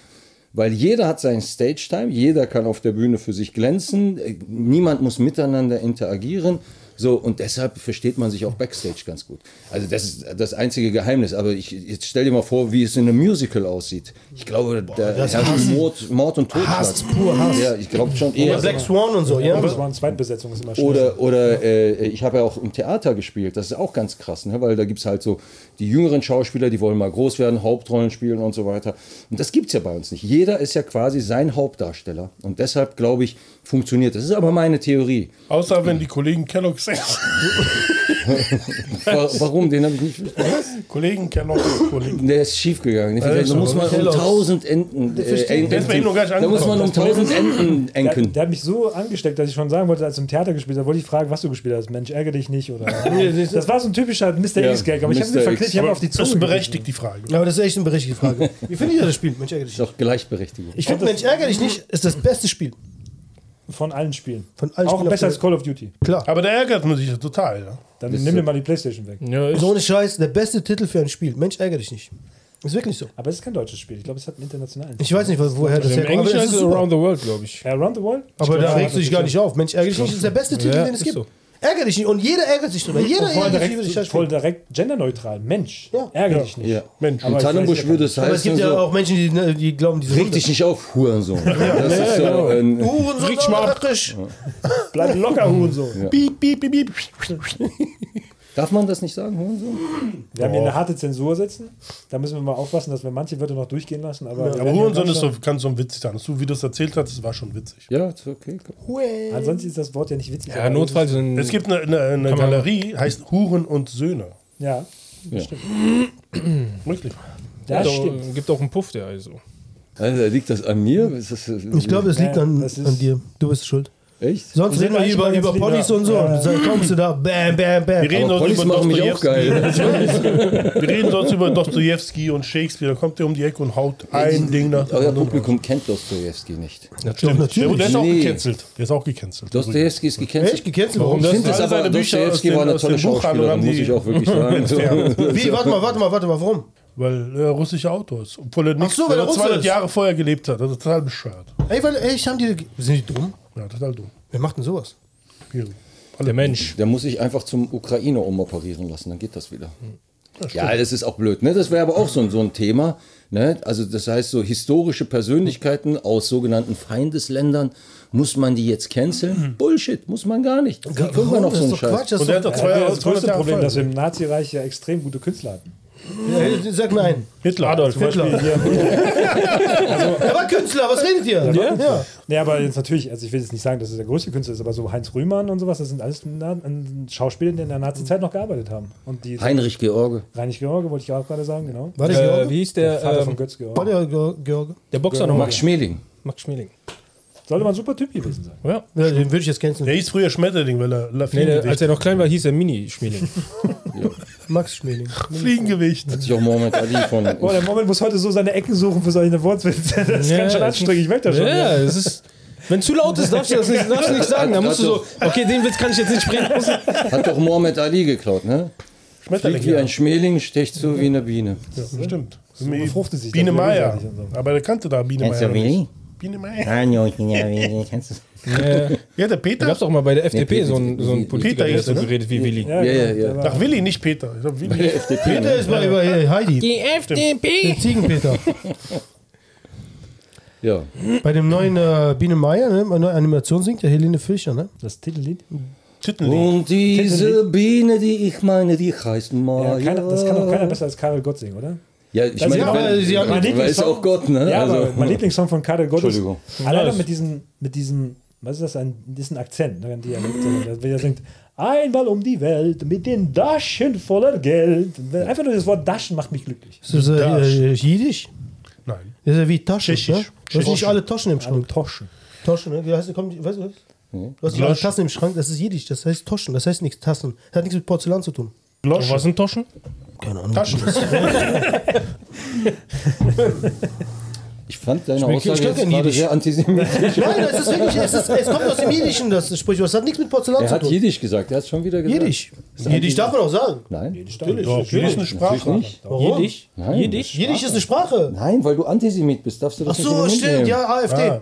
Speaker 2: Weil jeder hat seinen Stage-Time, jeder kann auf der Bühne für sich glänzen, äh, niemand muss miteinander interagieren. So, und deshalb versteht man sich auch Backstage ganz gut. Also, das ist das einzige Geheimnis. Aber ich, jetzt stell dir mal vor, wie es in einem Musical aussieht. Ich glaube, da herrscht Mord, Mord und Totschlag.
Speaker 5: Hass, pur Hass.
Speaker 2: Ja, ich glaube schon
Speaker 5: Ja,
Speaker 2: eher.
Speaker 5: Black Swan und so, ja.
Speaker 1: das war eine Zweitbesetzung, ist immer schön.
Speaker 2: Oder, oder äh, ich habe ja auch im Theater gespielt. Das ist auch ganz krass, ne? weil da gibt es halt so die jüngeren Schauspieler, die wollen mal groß werden, Hauptrollen spielen und so weiter. Und das gibt es ja bei uns nicht. Jeder ist ja quasi sein Hauptdarsteller. Und deshalb, glaube ich, funktioniert das. Das ist aber meine Theorie.
Speaker 3: Außer wenn die Kollegen Kellogg's essen.
Speaker 2: Wa- Warum? Den habe ich nicht verstanden.
Speaker 3: Kollegen, Kellogg, Kollegen.
Speaker 2: Der ist schiefgegangen.
Speaker 3: Ja,
Speaker 2: Da
Speaker 3: ist
Speaker 2: muss
Speaker 3: so.
Speaker 2: man um
Speaker 5: Kellogg's.
Speaker 2: tausend Enden. Äh, Enten-
Speaker 3: Der ist bei Ihnen noch gar nicht
Speaker 2: da muss man
Speaker 3: angekommen.
Speaker 2: um tausend Enden
Speaker 1: Der,
Speaker 2: enken.
Speaker 1: der hat mich so angesteckt, dass ich schon sagen wollte, als du im Theater gespielt hast, wollte ich fragen, was du gespielt hast. Mensch, ärgere dich nicht. Oder das war so ein typischer Mr.
Speaker 2: Ja,
Speaker 1: X-Gag, aber ich habe
Speaker 2: Mr.
Speaker 1: mir verknüpft,
Speaker 2: X.
Speaker 1: ich habe auf die
Speaker 3: Das ist
Speaker 1: Zunge.
Speaker 3: berechtigt, die Frage.
Speaker 5: Ja, Aber das ist echt eine berechtigte Frage. Wie findet ihr das Spiel? Mensch, ärgere dich.
Speaker 2: Ist doch Gleichberechtigung.
Speaker 5: Ich finde, Mensch, ärgere dich nicht, ist das beste Spiel.
Speaker 1: gegeben. Von allen Spielen.
Speaker 5: Von allen
Speaker 1: Auch
Speaker 5: Spielen
Speaker 1: besser
Speaker 5: auf
Speaker 1: als Call of Duty.
Speaker 5: Klar.
Speaker 3: Aber da ärgert man sich ja total. Ja.
Speaker 1: Dann
Speaker 2: Das
Speaker 1: nimm
Speaker 2: ist-
Speaker 1: mir mal die Playstation weg.
Speaker 4: Ja, ist
Speaker 5: So ohne Scheiß, der beste Titel für ein Spiel. Mensch, ärgere dich nicht. Ist wirklich so.
Speaker 1: Aber es ist kein deutsches Spiel. Ich glaube, es hat einen internationalen.
Speaker 5: Ich weiß nicht, wo- woher das
Speaker 4: also Im
Speaker 5: herkommt.
Speaker 4: Englischen
Speaker 5: Aber,
Speaker 4: heißt
Speaker 5: es ist
Speaker 4: es
Speaker 5: super.
Speaker 4: Around the World, glaube ich.
Speaker 1: Around the World?
Speaker 5: aber da
Speaker 1: Ja,
Speaker 5: regst du dich gar nicht auf. Mensch, ärgere dich nicht ist der beste Titel,
Speaker 4: Ja,
Speaker 5: den es
Speaker 4: ist
Speaker 5: gibt.
Speaker 4: so.
Speaker 5: Ärgere dich nicht. Und jeder ärgert sich drüber. Jeder
Speaker 1: Voll
Speaker 5: ärgert sich über die
Speaker 1: direkt, voll
Speaker 5: Scheiße.
Speaker 1: direkt genderneutral. Mensch,
Speaker 5: Ja.
Speaker 1: ärgere dich nicht.
Speaker 2: Ja.
Speaker 3: Mensch,
Speaker 2: In
Speaker 1: ich weiß
Speaker 2: Tannenbusch
Speaker 1: ja
Speaker 2: würde es heißen,
Speaker 5: Aber es gibt ja
Speaker 2: so,
Speaker 5: auch Menschen, die, ne, die glauben, diese
Speaker 2: reg dich nicht auf, Hurensohn. Das ist so äh, ein,
Speaker 5: Hurensohn,
Speaker 4: Richtig mal ab.
Speaker 5: ärgerisch.
Speaker 1: Bleib locker, Hurensohn.
Speaker 3: Piep, piep, piep, piep.
Speaker 2: darf man das nicht sagen, Hurensohn?
Speaker 1: Wir haben hier eine harte Zensur setzen. Da müssen wir mal aufpassen, dass wir manche Wörter noch durchgehen lassen. Aber, wir
Speaker 3: Aber
Speaker 1: werden ja
Speaker 3: Hurensohn ist
Speaker 1: manchmal-
Speaker 3: so, kann so witzig sein. So wie du es erzählt hast, das war schon witzig.
Speaker 2: Ja, ist okay. komm.
Speaker 1: Ansonsten ist das Wort ja nicht witzig.
Speaker 4: Ja,
Speaker 1: aber
Speaker 4: notfalls ein
Speaker 3: Es gibt eine, eine, eine
Speaker 4: Kann man-
Speaker 3: Galerie, heißt Huren und Söhne.
Speaker 1: es ist- Ja,
Speaker 3: Wirklich.
Speaker 1: das
Speaker 4: gibt
Speaker 1: stimmt.
Speaker 4: auch, gibt auch einen Puff, der also.
Speaker 2: Also liegt das an mir? Ist das, äh,
Speaker 5: Ich glaube, es liegt
Speaker 1: Ja,
Speaker 5: an,
Speaker 1: das ist-
Speaker 5: an dir. Du bist schuld.
Speaker 2: Echt?
Speaker 5: Sonst
Speaker 1: Wir
Speaker 5: reden
Speaker 1: sind
Speaker 5: wir
Speaker 1: eigentlich
Speaker 5: über,
Speaker 1: mal ganz
Speaker 5: über
Speaker 1: lieb,
Speaker 5: Ponys
Speaker 1: ja.
Speaker 5: und so.
Speaker 1: Ja.
Speaker 5: Und dann kommst du da, bam, bam, bam.
Speaker 3: Wir reden,
Speaker 2: Aber
Speaker 3: sonst
Speaker 2: Polis
Speaker 3: über
Speaker 2: machen mich auch
Speaker 3: Dostojewski.
Speaker 2: geil.
Speaker 3: wir reden sonst über Dostojewski und Shakespeare. Da kommt der um die Ecke und haut ein Ding nach dem
Speaker 2: Euer
Speaker 3: anderen.
Speaker 2: Publikum kennt Dostojewski nicht.
Speaker 5: Doch,
Speaker 3: Der,
Speaker 5: natürlich.
Speaker 3: der ist auch
Speaker 2: Nee.
Speaker 3: gecancelt. Der ist auch gecancelt.
Speaker 2: Dostojewski ist
Speaker 5: Echt
Speaker 2: gekennzeichnet.
Speaker 5: gecancelt? Warum
Speaker 2: Ich
Speaker 5: das?
Speaker 2: finde es
Speaker 3: Alle
Speaker 2: aber,
Speaker 3: seine Bücher aus
Speaker 2: Dostojewski
Speaker 3: dem-
Speaker 2: war eine
Speaker 3: aus
Speaker 2: tolle
Speaker 3: dem Buchhandel
Speaker 2: Schauspielerin,
Speaker 3: haben die-
Speaker 2: muss ich auch wirklich sagen.
Speaker 5: Wie? Warte mal, warte mal, warte mal. Warum?
Speaker 3: Weil er russischer Autor ist. Obwohl er, nichts,
Speaker 5: so, weil
Speaker 3: weil
Speaker 5: er
Speaker 3: er
Speaker 5: Russe
Speaker 3: 200
Speaker 5: ist.
Speaker 3: Jahre vorher gelebt hat. Das ist total bescheuert.
Speaker 5: Ey, weil, ey, ich haben die. Sind die dumm?
Speaker 3: Ja, total dumm.
Speaker 5: Wer macht denn sowas?
Speaker 3: Hier.
Speaker 4: Der Mensch.
Speaker 2: Der muss sich einfach zum Ukrainer umoperieren lassen, dann geht das wieder. Ja, das ist auch blöd. Ne? Das wäre aber auch so ein, so ein Thema. Ne? Also das heißt, so historische Persönlichkeiten aus sogenannten Feindesländern, muss man die jetzt canceln? Bullshit, muss man gar nicht. Wie kommt man auf
Speaker 5: das
Speaker 2: so einen
Speaker 5: ist doch
Speaker 2: Scheiß?
Speaker 5: Quatsch. Das
Speaker 3: Und der hat
Speaker 5: ist
Speaker 3: doch
Speaker 5: doch,
Speaker 1: Das war ja
Speaker 3: 200
Speaker 1: das größte
Speaker 3: 200
Speaker 1: Problem,
Speaker 3: Jahre
Speaker 1: dass wir
Speaker 3: vorher.
Speaker 1: im Nazireich ja extrem gute Künstler hatten.
Speaker 5: Ey, sag mir einen.
Speaker 3: Hitler.
Speaker 1: Zum Beispiel hier.
Speaker 5: Er war Künstler, was redet ihr? Ja.
Speaker 1: Nee, aber jetzt natürlich, also ich will jetzt nicht sagen, dass es der größte Künstler ist, aber so Heinz Rühmann und sowas, das sind alles Na Schauspieler, die in der Nazi-Zeit noch gearbeitet haben. Und die
Speaker 2: Heinrich George.
Speaker 1: Reinich George wollte ich auch gerade sagen, genau.
Speaker 5: War der
Speaker 4: Äh,
Speaker 5: George?
Speaker 4: wie hieß der?
Speaker 1: Vater
Speaker 4: ähm,
Speaker 1: von Götz George.
Speaker 5: War der Ge- George?
Speaker 4: der Boxer nochmal?
Speaker 2: Max Schmeling.
Speaker 4: Max Schmeling.
Speaker 1: Sollte man ein super Typ gewesen sein.
Speaker 4: Ja.
Speaker 5: Ja, den würde ich jetzt canceln.
Speaker 3: Der hieß früher Schmetterling, weil er La
Speaker 4: Nee, der, also als
Speaker 3: Fliegengewicht.
Speaker 4: er noch klein war, hieß er Mini-Schmeling.
Speaker 5: Max Schmeling.
Speaker 3: Fliegengewicht.
Speaker 2: Hat sich auch Mohammed Ali von...
Speaker 1: Boah, der Moment muss heute so seine Ecken suchen für solche Wortwitze. Das
Speaker 4: Ja,
Speaker 1: kann schon
Speaker 4: das-
Speaker 1: anstrengend, ich merke das schon.
Speaker 4: Ja, es ist. Wenn zu laut ist, darfst du das nicht, darfst du nicht sagen. Da musst du so, okay, den Witz kann ich jetzt nicht sprechen.
Speaker 2: Hat doch Mohammed Ali geklaut, ne?
Speaker 3: Schmetterling.
Speaker 1: halt
Speaker 2: Fliegt wie ein Schmeling, stecht so wie eine Biene.
Speaker 3: Ja, stimmt.
Speaker 1: befruchtet sich
Speaker 3: Biene
Speaker 1: das
Speaker 3: Meier.
Speaker 1: gegenseitig und
Speaker 3: Aber der kannte da Biene
Speaker 2: Kennst du
Speaker 3: Meier. noch
Speaker 2: Willi?
Speaker 3: nicht. Biene Meier.
Speaker 2: Nein, Junge, kennst du
Speaker 4: Ja,
Speaker 3: Ja, der
Speaker 4: da
Speaker 3: Peter.
Speaker 4: gab es auch mal bei der FDP so einen, so einen
Speaker 3: Peter
Speaker 4: Politiker, der
Speaker 3: ist
Speaker 4: so
Speaker 3: er, ne?
Speaker 4: geredet wie Willi.
Speaker 1: Ja,
Speaker 2: Ja, ja,
Speaker 1: genau,
Speaker 2: ja.
Speaker 1: der war-
Speaker 3: Ach, Willi, nicht Peter. Ich glaub, Willi.
Speaker 2: FDP,
Speaker 5: Peter
Speaker 2: ne?
Speaker 5: ist mal über hey, Heidi.
Speaker 4: Die FDP!
Speaker 5: Der Ziegenpeter.
Speaker 2: Ja.
Speaker 5: Bei dem neuen äh, Biene Meier, ne, bei der neuen Animation singt ja Helene Fischer, ne?
Speaker 1: Das Titellied?
Speaker 3: Tittenlied.
Speaker 2: Und diese Biene, die ich meine, die heißt
Speaker 1: Ja,
Speaker 2: Maya.
Speaker 1: keiner, das kann doch keiner besser als Karel Gott singen, oder?
Speaker 2: Ja, ich
Speaker 1: Also,
Speaker 2: meine,
Speaker 1: ja, aber
Speaker 2: weil-
Speaker 1: sie haben- mein
Speaker 2: weil ist
Speaker 1: Lieblingssong-
Speaker 2: auch Gott, ne?
Speaker 1: Ja, aber
Speaker 2: also,
Speaker 1: mein Lieblingssong von Karel Gott ist
Speaker 2: Entschuldigung.
Speaker 1: alleine
Speaker 4: Nice.
Speaker 1: mit diesem, mit diesem, was ist das, ein, das ist ein Akzent, ne, ein Dialekt, sondern wenn er singt, einmal um die Welt mit den Daschen voller Geld. Einfach nur das Wort Daschen macht mich glücklich.
Speaker 5: Ist das äh, äh, Jiddisch?
Speaker 3: Nein.
Speaker 5: Das ist ja wie Taschen, ne?
Speaker 3: Tschechisch.
Speaker 5: Du hast nicht
Speaker 3: Tschechisch.
Speaker 5: alle Taschen im Schrank.
Speaker 1: Toschen.
Speaker 5: Taschen, ne? Wie heißt, komm, weißt du was? Du hast nicht alle
Speaker 3: Gloschen.
Speaker 5: Tassen im Schrank, das ist Jiddisch, das heißt Taschen, das heißt nichts Tassen. Das hat nichts mit Porzellan zu tun.
Speaker 4: Und Was sind Toschen?
Speaker 5: Keine Ahnung.
Speaker 3: Taschen.
Speaker 2: ich fand deine
Speaker 5: bin-
Speaker 2: Aussage
Speaker 5: ich
Speaker 2: jetzt
Speaker 5: glaub, ja,
Speaker 2: gerade
Speaker 5: Jiddisch.
Speaker 2: sehr antisemitisch.
Speaker 5: Nein, das ist wirklich, es, ist, es kommt aus dem Jiddischen, das Sprichwort. Das hat nichts mit Porzellan
Speaker 2: Er
Speaker 5: zu
Speaker 2: hat
Speaker 5: tun.
Speaker 2: Jiddisch gesagt, er hat schon wieder gesagt.
Speaker 5: Jiddisch. Jiddisch darf man auch sagen.
Speaker 2: Nein,
Speaker 3: Doch, Jiddisch ist eine
Speaker 2: natürlich
Speaker 3: Sprache.
Speaker 2: nicht.
Speaker 5: Warum?
Speaker 4: Jiddisch?
Speaker 2: Nein.
Speaker 4: Jiddisch?
Speaker 5: Jiddisch ist eine Sprache.
Speaker 2: Nein, weil du Antisemit bist, darfst du das
Speaker 5: Ach
Speaker 2: nicht in
Speaker 5: so,
Speaker 2: den Mund
Speaker 5: stimmt,
Speaker 2: nehmen.
Speaker 5: ja, AfD.
Speaker 3: Ah,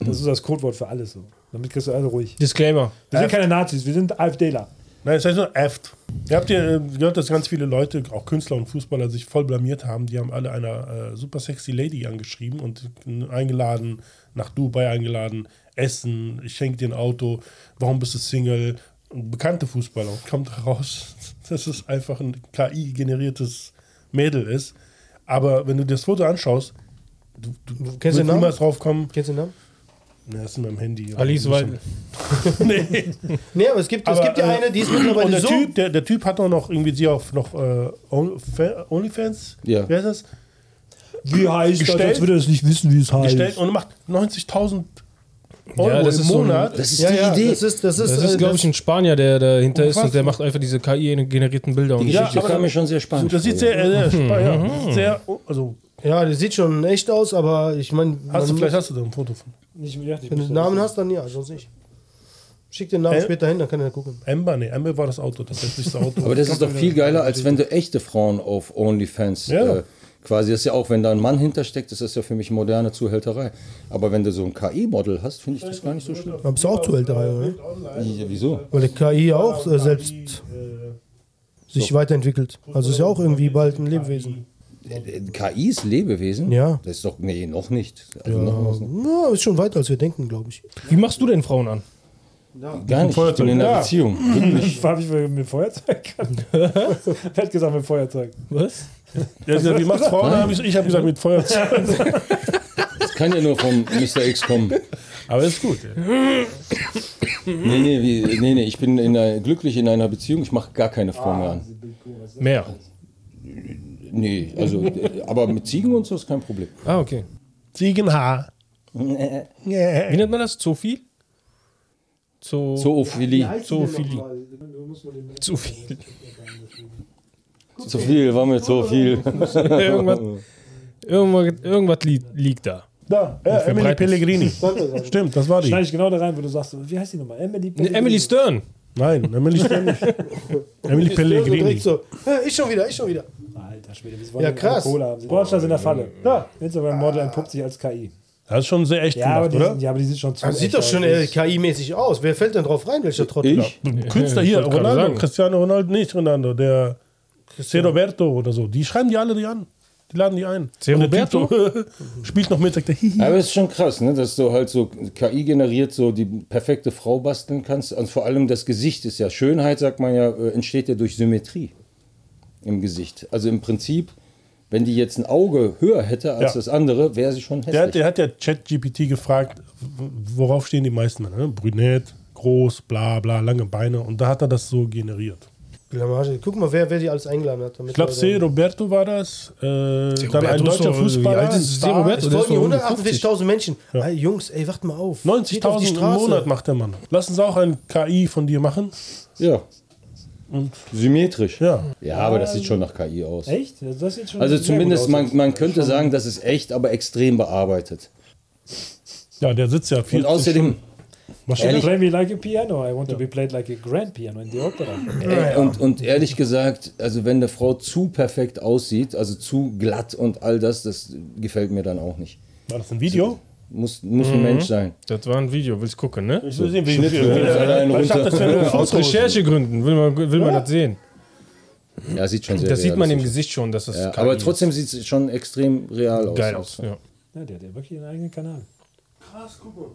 Speaker 1: Das ist das Codewort für alles so. Damit kriegst du alle ruhig.
Speaker 4: Disclaimer.
Speaker 1: Wir sind keine Nazis, wir sind AfDler.
Speaker 3: Nein, das heißt nur Eft. Ihr habt ja äh, gehört, dass ganz viele Leute, auch Künstler und Fußballer, sich voll blamiert haben. Die haben alle einer äh, super sexy Lady angeschrieben und äh, eingeladen, nach Dubai eingeladen, Essen, ich schenke dir ein Auto, warum bist du Single? Bekannte Fußballer. Und kommt heraus, dass es einfach ein KI-generiertes Mädel ist. Aber wenn du dir das Foto anschaust, du, du,
Speaker 5: Kennst du den
Speaker 3: wirst
Speaker 5: Namen?
Speaker 3: niemals drauf kommen.
Speaker 5: Kennst du den Namen?
Speaker 3: Na, ist in meinem Handy.
Speaker 4: Alice Weidel.
Speaker 3: nee.
Speaker 5: Nee, aber es gibt, es
Speaker 3: Aber,
Speaker 5: gibt ja
Speaker 3: äh,
Speaker 5: eine, die ist
Speaker 3: Und
Speaker 5: mittlerweile
Speaker 3: der
Speaker 5: so.
Speaker 3: Typ, der, der Typ hat auch noch irgendwie sie auf noch äh, Onlyfa- OnlyFans,
Speaker 2: Ja.
Speaker 3: wer ist das?
Speaker 1: Wie heißt
Speaker 3: Gestellt?
Speaker 1: das? Als würde er es nicht wissen, wie es heißt.
Speaker 3: Gestellt und macht 90.000 Euro
Speaker 4: Ja, das
Speaker 3: im
Speaker 4: ist so ein-
Speaker 3: Monat.
Speaker 2: Das ist
Speaker 5: ja,
Speaker 2: die
Speaker 5: ja,
Speaker 2: Idee.
Speaker 5: Das ist, das ist,
Speaker 4: Das ist,
Speaker 5: äh,
Speaker 4: glaube ich, ein Spanier, der dahinter ist und
Speaker 3: Unfassbar.
Speaker 4: der macht einfach diese KI-generierten Bilder. Und
Speaker 2: Die
Speaker 3: Ja,
Speaker 2: Geschichte
Speaker 3: aber-
Speaker 2: kam mir schon sehr spannend.
Speaker 3: das
Speaker 2: vor.
Speaker 3: sieht sehr, äh, sehr, ja, sehr also
Speaker 5: ja, die sieht schon echt aus, aber ich meine,
Speaker 3: hast du, vielleicht hast du da ein Foto von.
Speaker 1: Nicht mehr, ich
Speaker 5: wenn du
Speaker 1: muss
Speaker 5: einen
Speaker 1: das-
Speaker 5: Namen hast, dann ja, sonst nicht. Schick den Namen
Speaker 3: Äh?
Speaker 5: später hin, dann kann er gucken.
Speaker 3: Amber, nee, Amber war das Auto, das hässlichste Auto.
Speaker 2: Aber das ist doch viel geiler, als wenn du echte Frauen auf OnlyFans
Speaker 3: Ja.
Speaker 2: äh, quasi, das ist ja auch, wenn da ein Mann hintersteckt, ist das ja für mich moderne Zuhälterei. Aber wenn du so ein KI-Model hast, finde ich das gar nicht so schlimm.
Speaker 5: Aber bist du auch zu älter, oder?
Speaker 2: Ja, wieso?
Speaker 5: Weil die KI ja auch äh, selbst sich weiterentwickelt. Also ist ja auch irgendwie bald ein Lebewesen.
Speaker 2: Äh, KI ist Lebewesen?
Speaker 5: Ja.
Speaker 2: Das ist doch, nee, noch nicht. Also noch was-
Speaker 5: Ja, ist schon weiter, als wir denken, glaube ich.
Speaker 4: Wie machst du denn Frauen an?
Speaker 2: gar nicht. Ich bin in einer
Speaker 1: Ja.
Speaker 2: Beziehung. Wirklich.
Speaker 1: Hab ich mit dem Feuerzeug? Er hat gesagt, mit dem Feuerzeug.
Speaker 4: Was?
Speaker 3: Ja, ich gesagt, wie macht Frauen? Hab ich ich habe gesagt, mit Feuerzeug.
Speaker 2: Das kann ja nur vom Mr. X kommen.
Speaker 3: Aber ist gut. Ja.
Speaker 2: Nee, nee, wie, nee, nee ich bin in einer, glücklich in einer Beziehung. Ich mache gar keine Frau mehr an.
Speaker 4: Mehr.
Speaker 2: Nee, also, äh, aber mit Ziegen und so ist kein Problem.
Speaker 4: Ah, okay.
Speaker 3: Ziegenhaar.
Speaker 4: Wie nennt man das? Zoophil? Zo
Speaker 2: Zoophilie.
Speaker 4: Zoophilie. Zu viel.
Speaker 2: Zu viel, war mir zu viel.
Speaker 4: irgendwas, irgendwas, irgendwas liegt, liegt da.
Speaker 3: Da, ja, Emily
Speaker 4: verbreitest.
Speaker 3: Pellegrini. Stimmt, das war
Speaker 1: äh, Schneide
Speaker 3: die.
Speaker 1: ich genau da rein, wo du sagst, wie heißt die nochmal? Emily?
Speaker 4: Ne, Emily Stern.
Speaker 3: Nein, Emily, Emily
Speaker 5: Ja, so direkt
Speaker 3: Pellegrini.
Speaker 5: So, "Ja, ich schon wieder, ich schon wieder.
Speaker 1: Alter Schwede, wie wollen
Speaker 5: Ja,
Speaker 1: die
Speaker 5: krass.
Speaker 1: Cola haben sie. Bornstein in der Falle. Ja. Instagram-Model entpuppt sich als KI.
Speaker 3: Das ist schon sehr echt
Speaker 1: Ja, aber
Speaker 3: gemacht,
Speaker 1: die,
Speaker 3: oder?
Speaker 1: sind, ja, aber die sind schon zu
Speaker 5: Das sieht doch schon äh, KI-mäßig aus. Wer fällt denn drauf rein, welcher Trottel?
Speaker 2: Ich?
Speaker 3: Künstler
Speaker 4: Ich
Speaker 3: hier,
Speaker 4: wollte gerade
Speaker 3: Ronaldo,
Speaker 4: sagen.
Speaker 3: Cristiano Ronaldo, nicht Ronaldo, der C. Roberto oder so. Die schreiben die alle die an. Die laden die ein.
Speaker 4: C.
Speaker 3: Und der Typ
Speaker 4: Roberto?
Speaker 3: so, spielt noch mit, sagt der Hihi.
Speaker 2: Aber es ist schon krass, ne? dass du halt so KI generiert so die perfekte Frau basteln kannst. Und vor allem das Gesicht ist ja Schönheit, sagt man ja, äh, entsteht ja durch Symmetrie im Gesicht. Also im Prinzip, wenn die jetzt ein Auge höher hätte als
Speaker 3: Ja.
Speaker 2: das andere, wäre sie schon
Speaker 3: Der, hat-
Speaker 2: hässlich.
Speaker 3: der hat ja ChatGPT gefragt, w- worauf stehen die meisten Männer? Ne? Brünett, groß, bla bla, lange Beine. Und da hat er das so generiert.
Speaker 5: Blamage. Guck mal, wer, wer die alles eingeladen hat.
Speaker 3: Ich glaube, C. Roberto war das. Äh, dann ein
Speaker 4: Roberto ist
Speaker 3: deutscher
Speaker 4: doch- wie
Speaker 3: Fußballer.
Speaker 4: alt ist
Speaker 3: Star.
Speaker 4: C. Roberto?
Speaker 5: Es
Speaker 4: Der ist
Speaker 5: folgen
Speaker 4: doch
Speaker 5: hier
Speaker 4: 150.
Speaker 5: 148.000 Menschen. Ey, Jungs, ey, wacht mal auf. Geht auf die
Speaker 3: 90.000 im
Speaker 5: Straße.
Speaker 3: Monat macht der Mann. Lass uns auch ein KI von dir machen.
Speaker 2: ja. Symmetrisch.
Speaker 3: Ja.
Speaker 2: ja, aber das sieht schon nach KI aus.
Speaker 1: Echt? Also, das sieht schon
Speaker 2: Also
Speaker 1: sehr
Speaker 2: zumindest,
Speaker 1: gut aus.
Speaker 2: man, man könnte sagen, das ist echt, aber extrem bearbeitet.
Speaker 3: Ja, der sitzt ja viel.
Speaker 2: Und außerdem,
Speaker 1: Ehrlich?
Speaker 2: ehrlich-
Speaker 1: Play me like a piano. I want to be played like a grand piano in the opera.
Speaker 2: Ey, und, und ehrlich gesagt, also wenn eine Frau zu perfekt aussieht, also zu glatt und all das, das gefällt mir dann auch nicht.
Speaker 3: War das ein Video?
Speaker 2: Muss, muss ein Mensch sein.
Speaker 4: Das war ein Video, willst gucken, ne?
Speaker 3: Ich will sehen, wie, wie, wie,
Speaker 2: Einen
Speaker 3: weil ich dachte, das wäre nur
Speaker 4: Aus
Speaker 3: Fotos.
Speaker 4: Recherchegründen will man, will man das sehen.
Speaker 2: Ja, sieht schon sehr
Speaker 4: Das sieht man im
Speaker 2: realistisch
Speaker 4: Gesicht schon, dass das
Speaker 2: aus.
Speaker 4: KI
Speaker 2: Ja, aber trotzdem sieht es schon extrem real aus.
Speaker 4: geil aus. Ja.
Speaker 1: Ja, der hat ja wirklich einen eigenen Kanal.
Speaker 2: Ja.
Speaker 1: Krass, guck mal.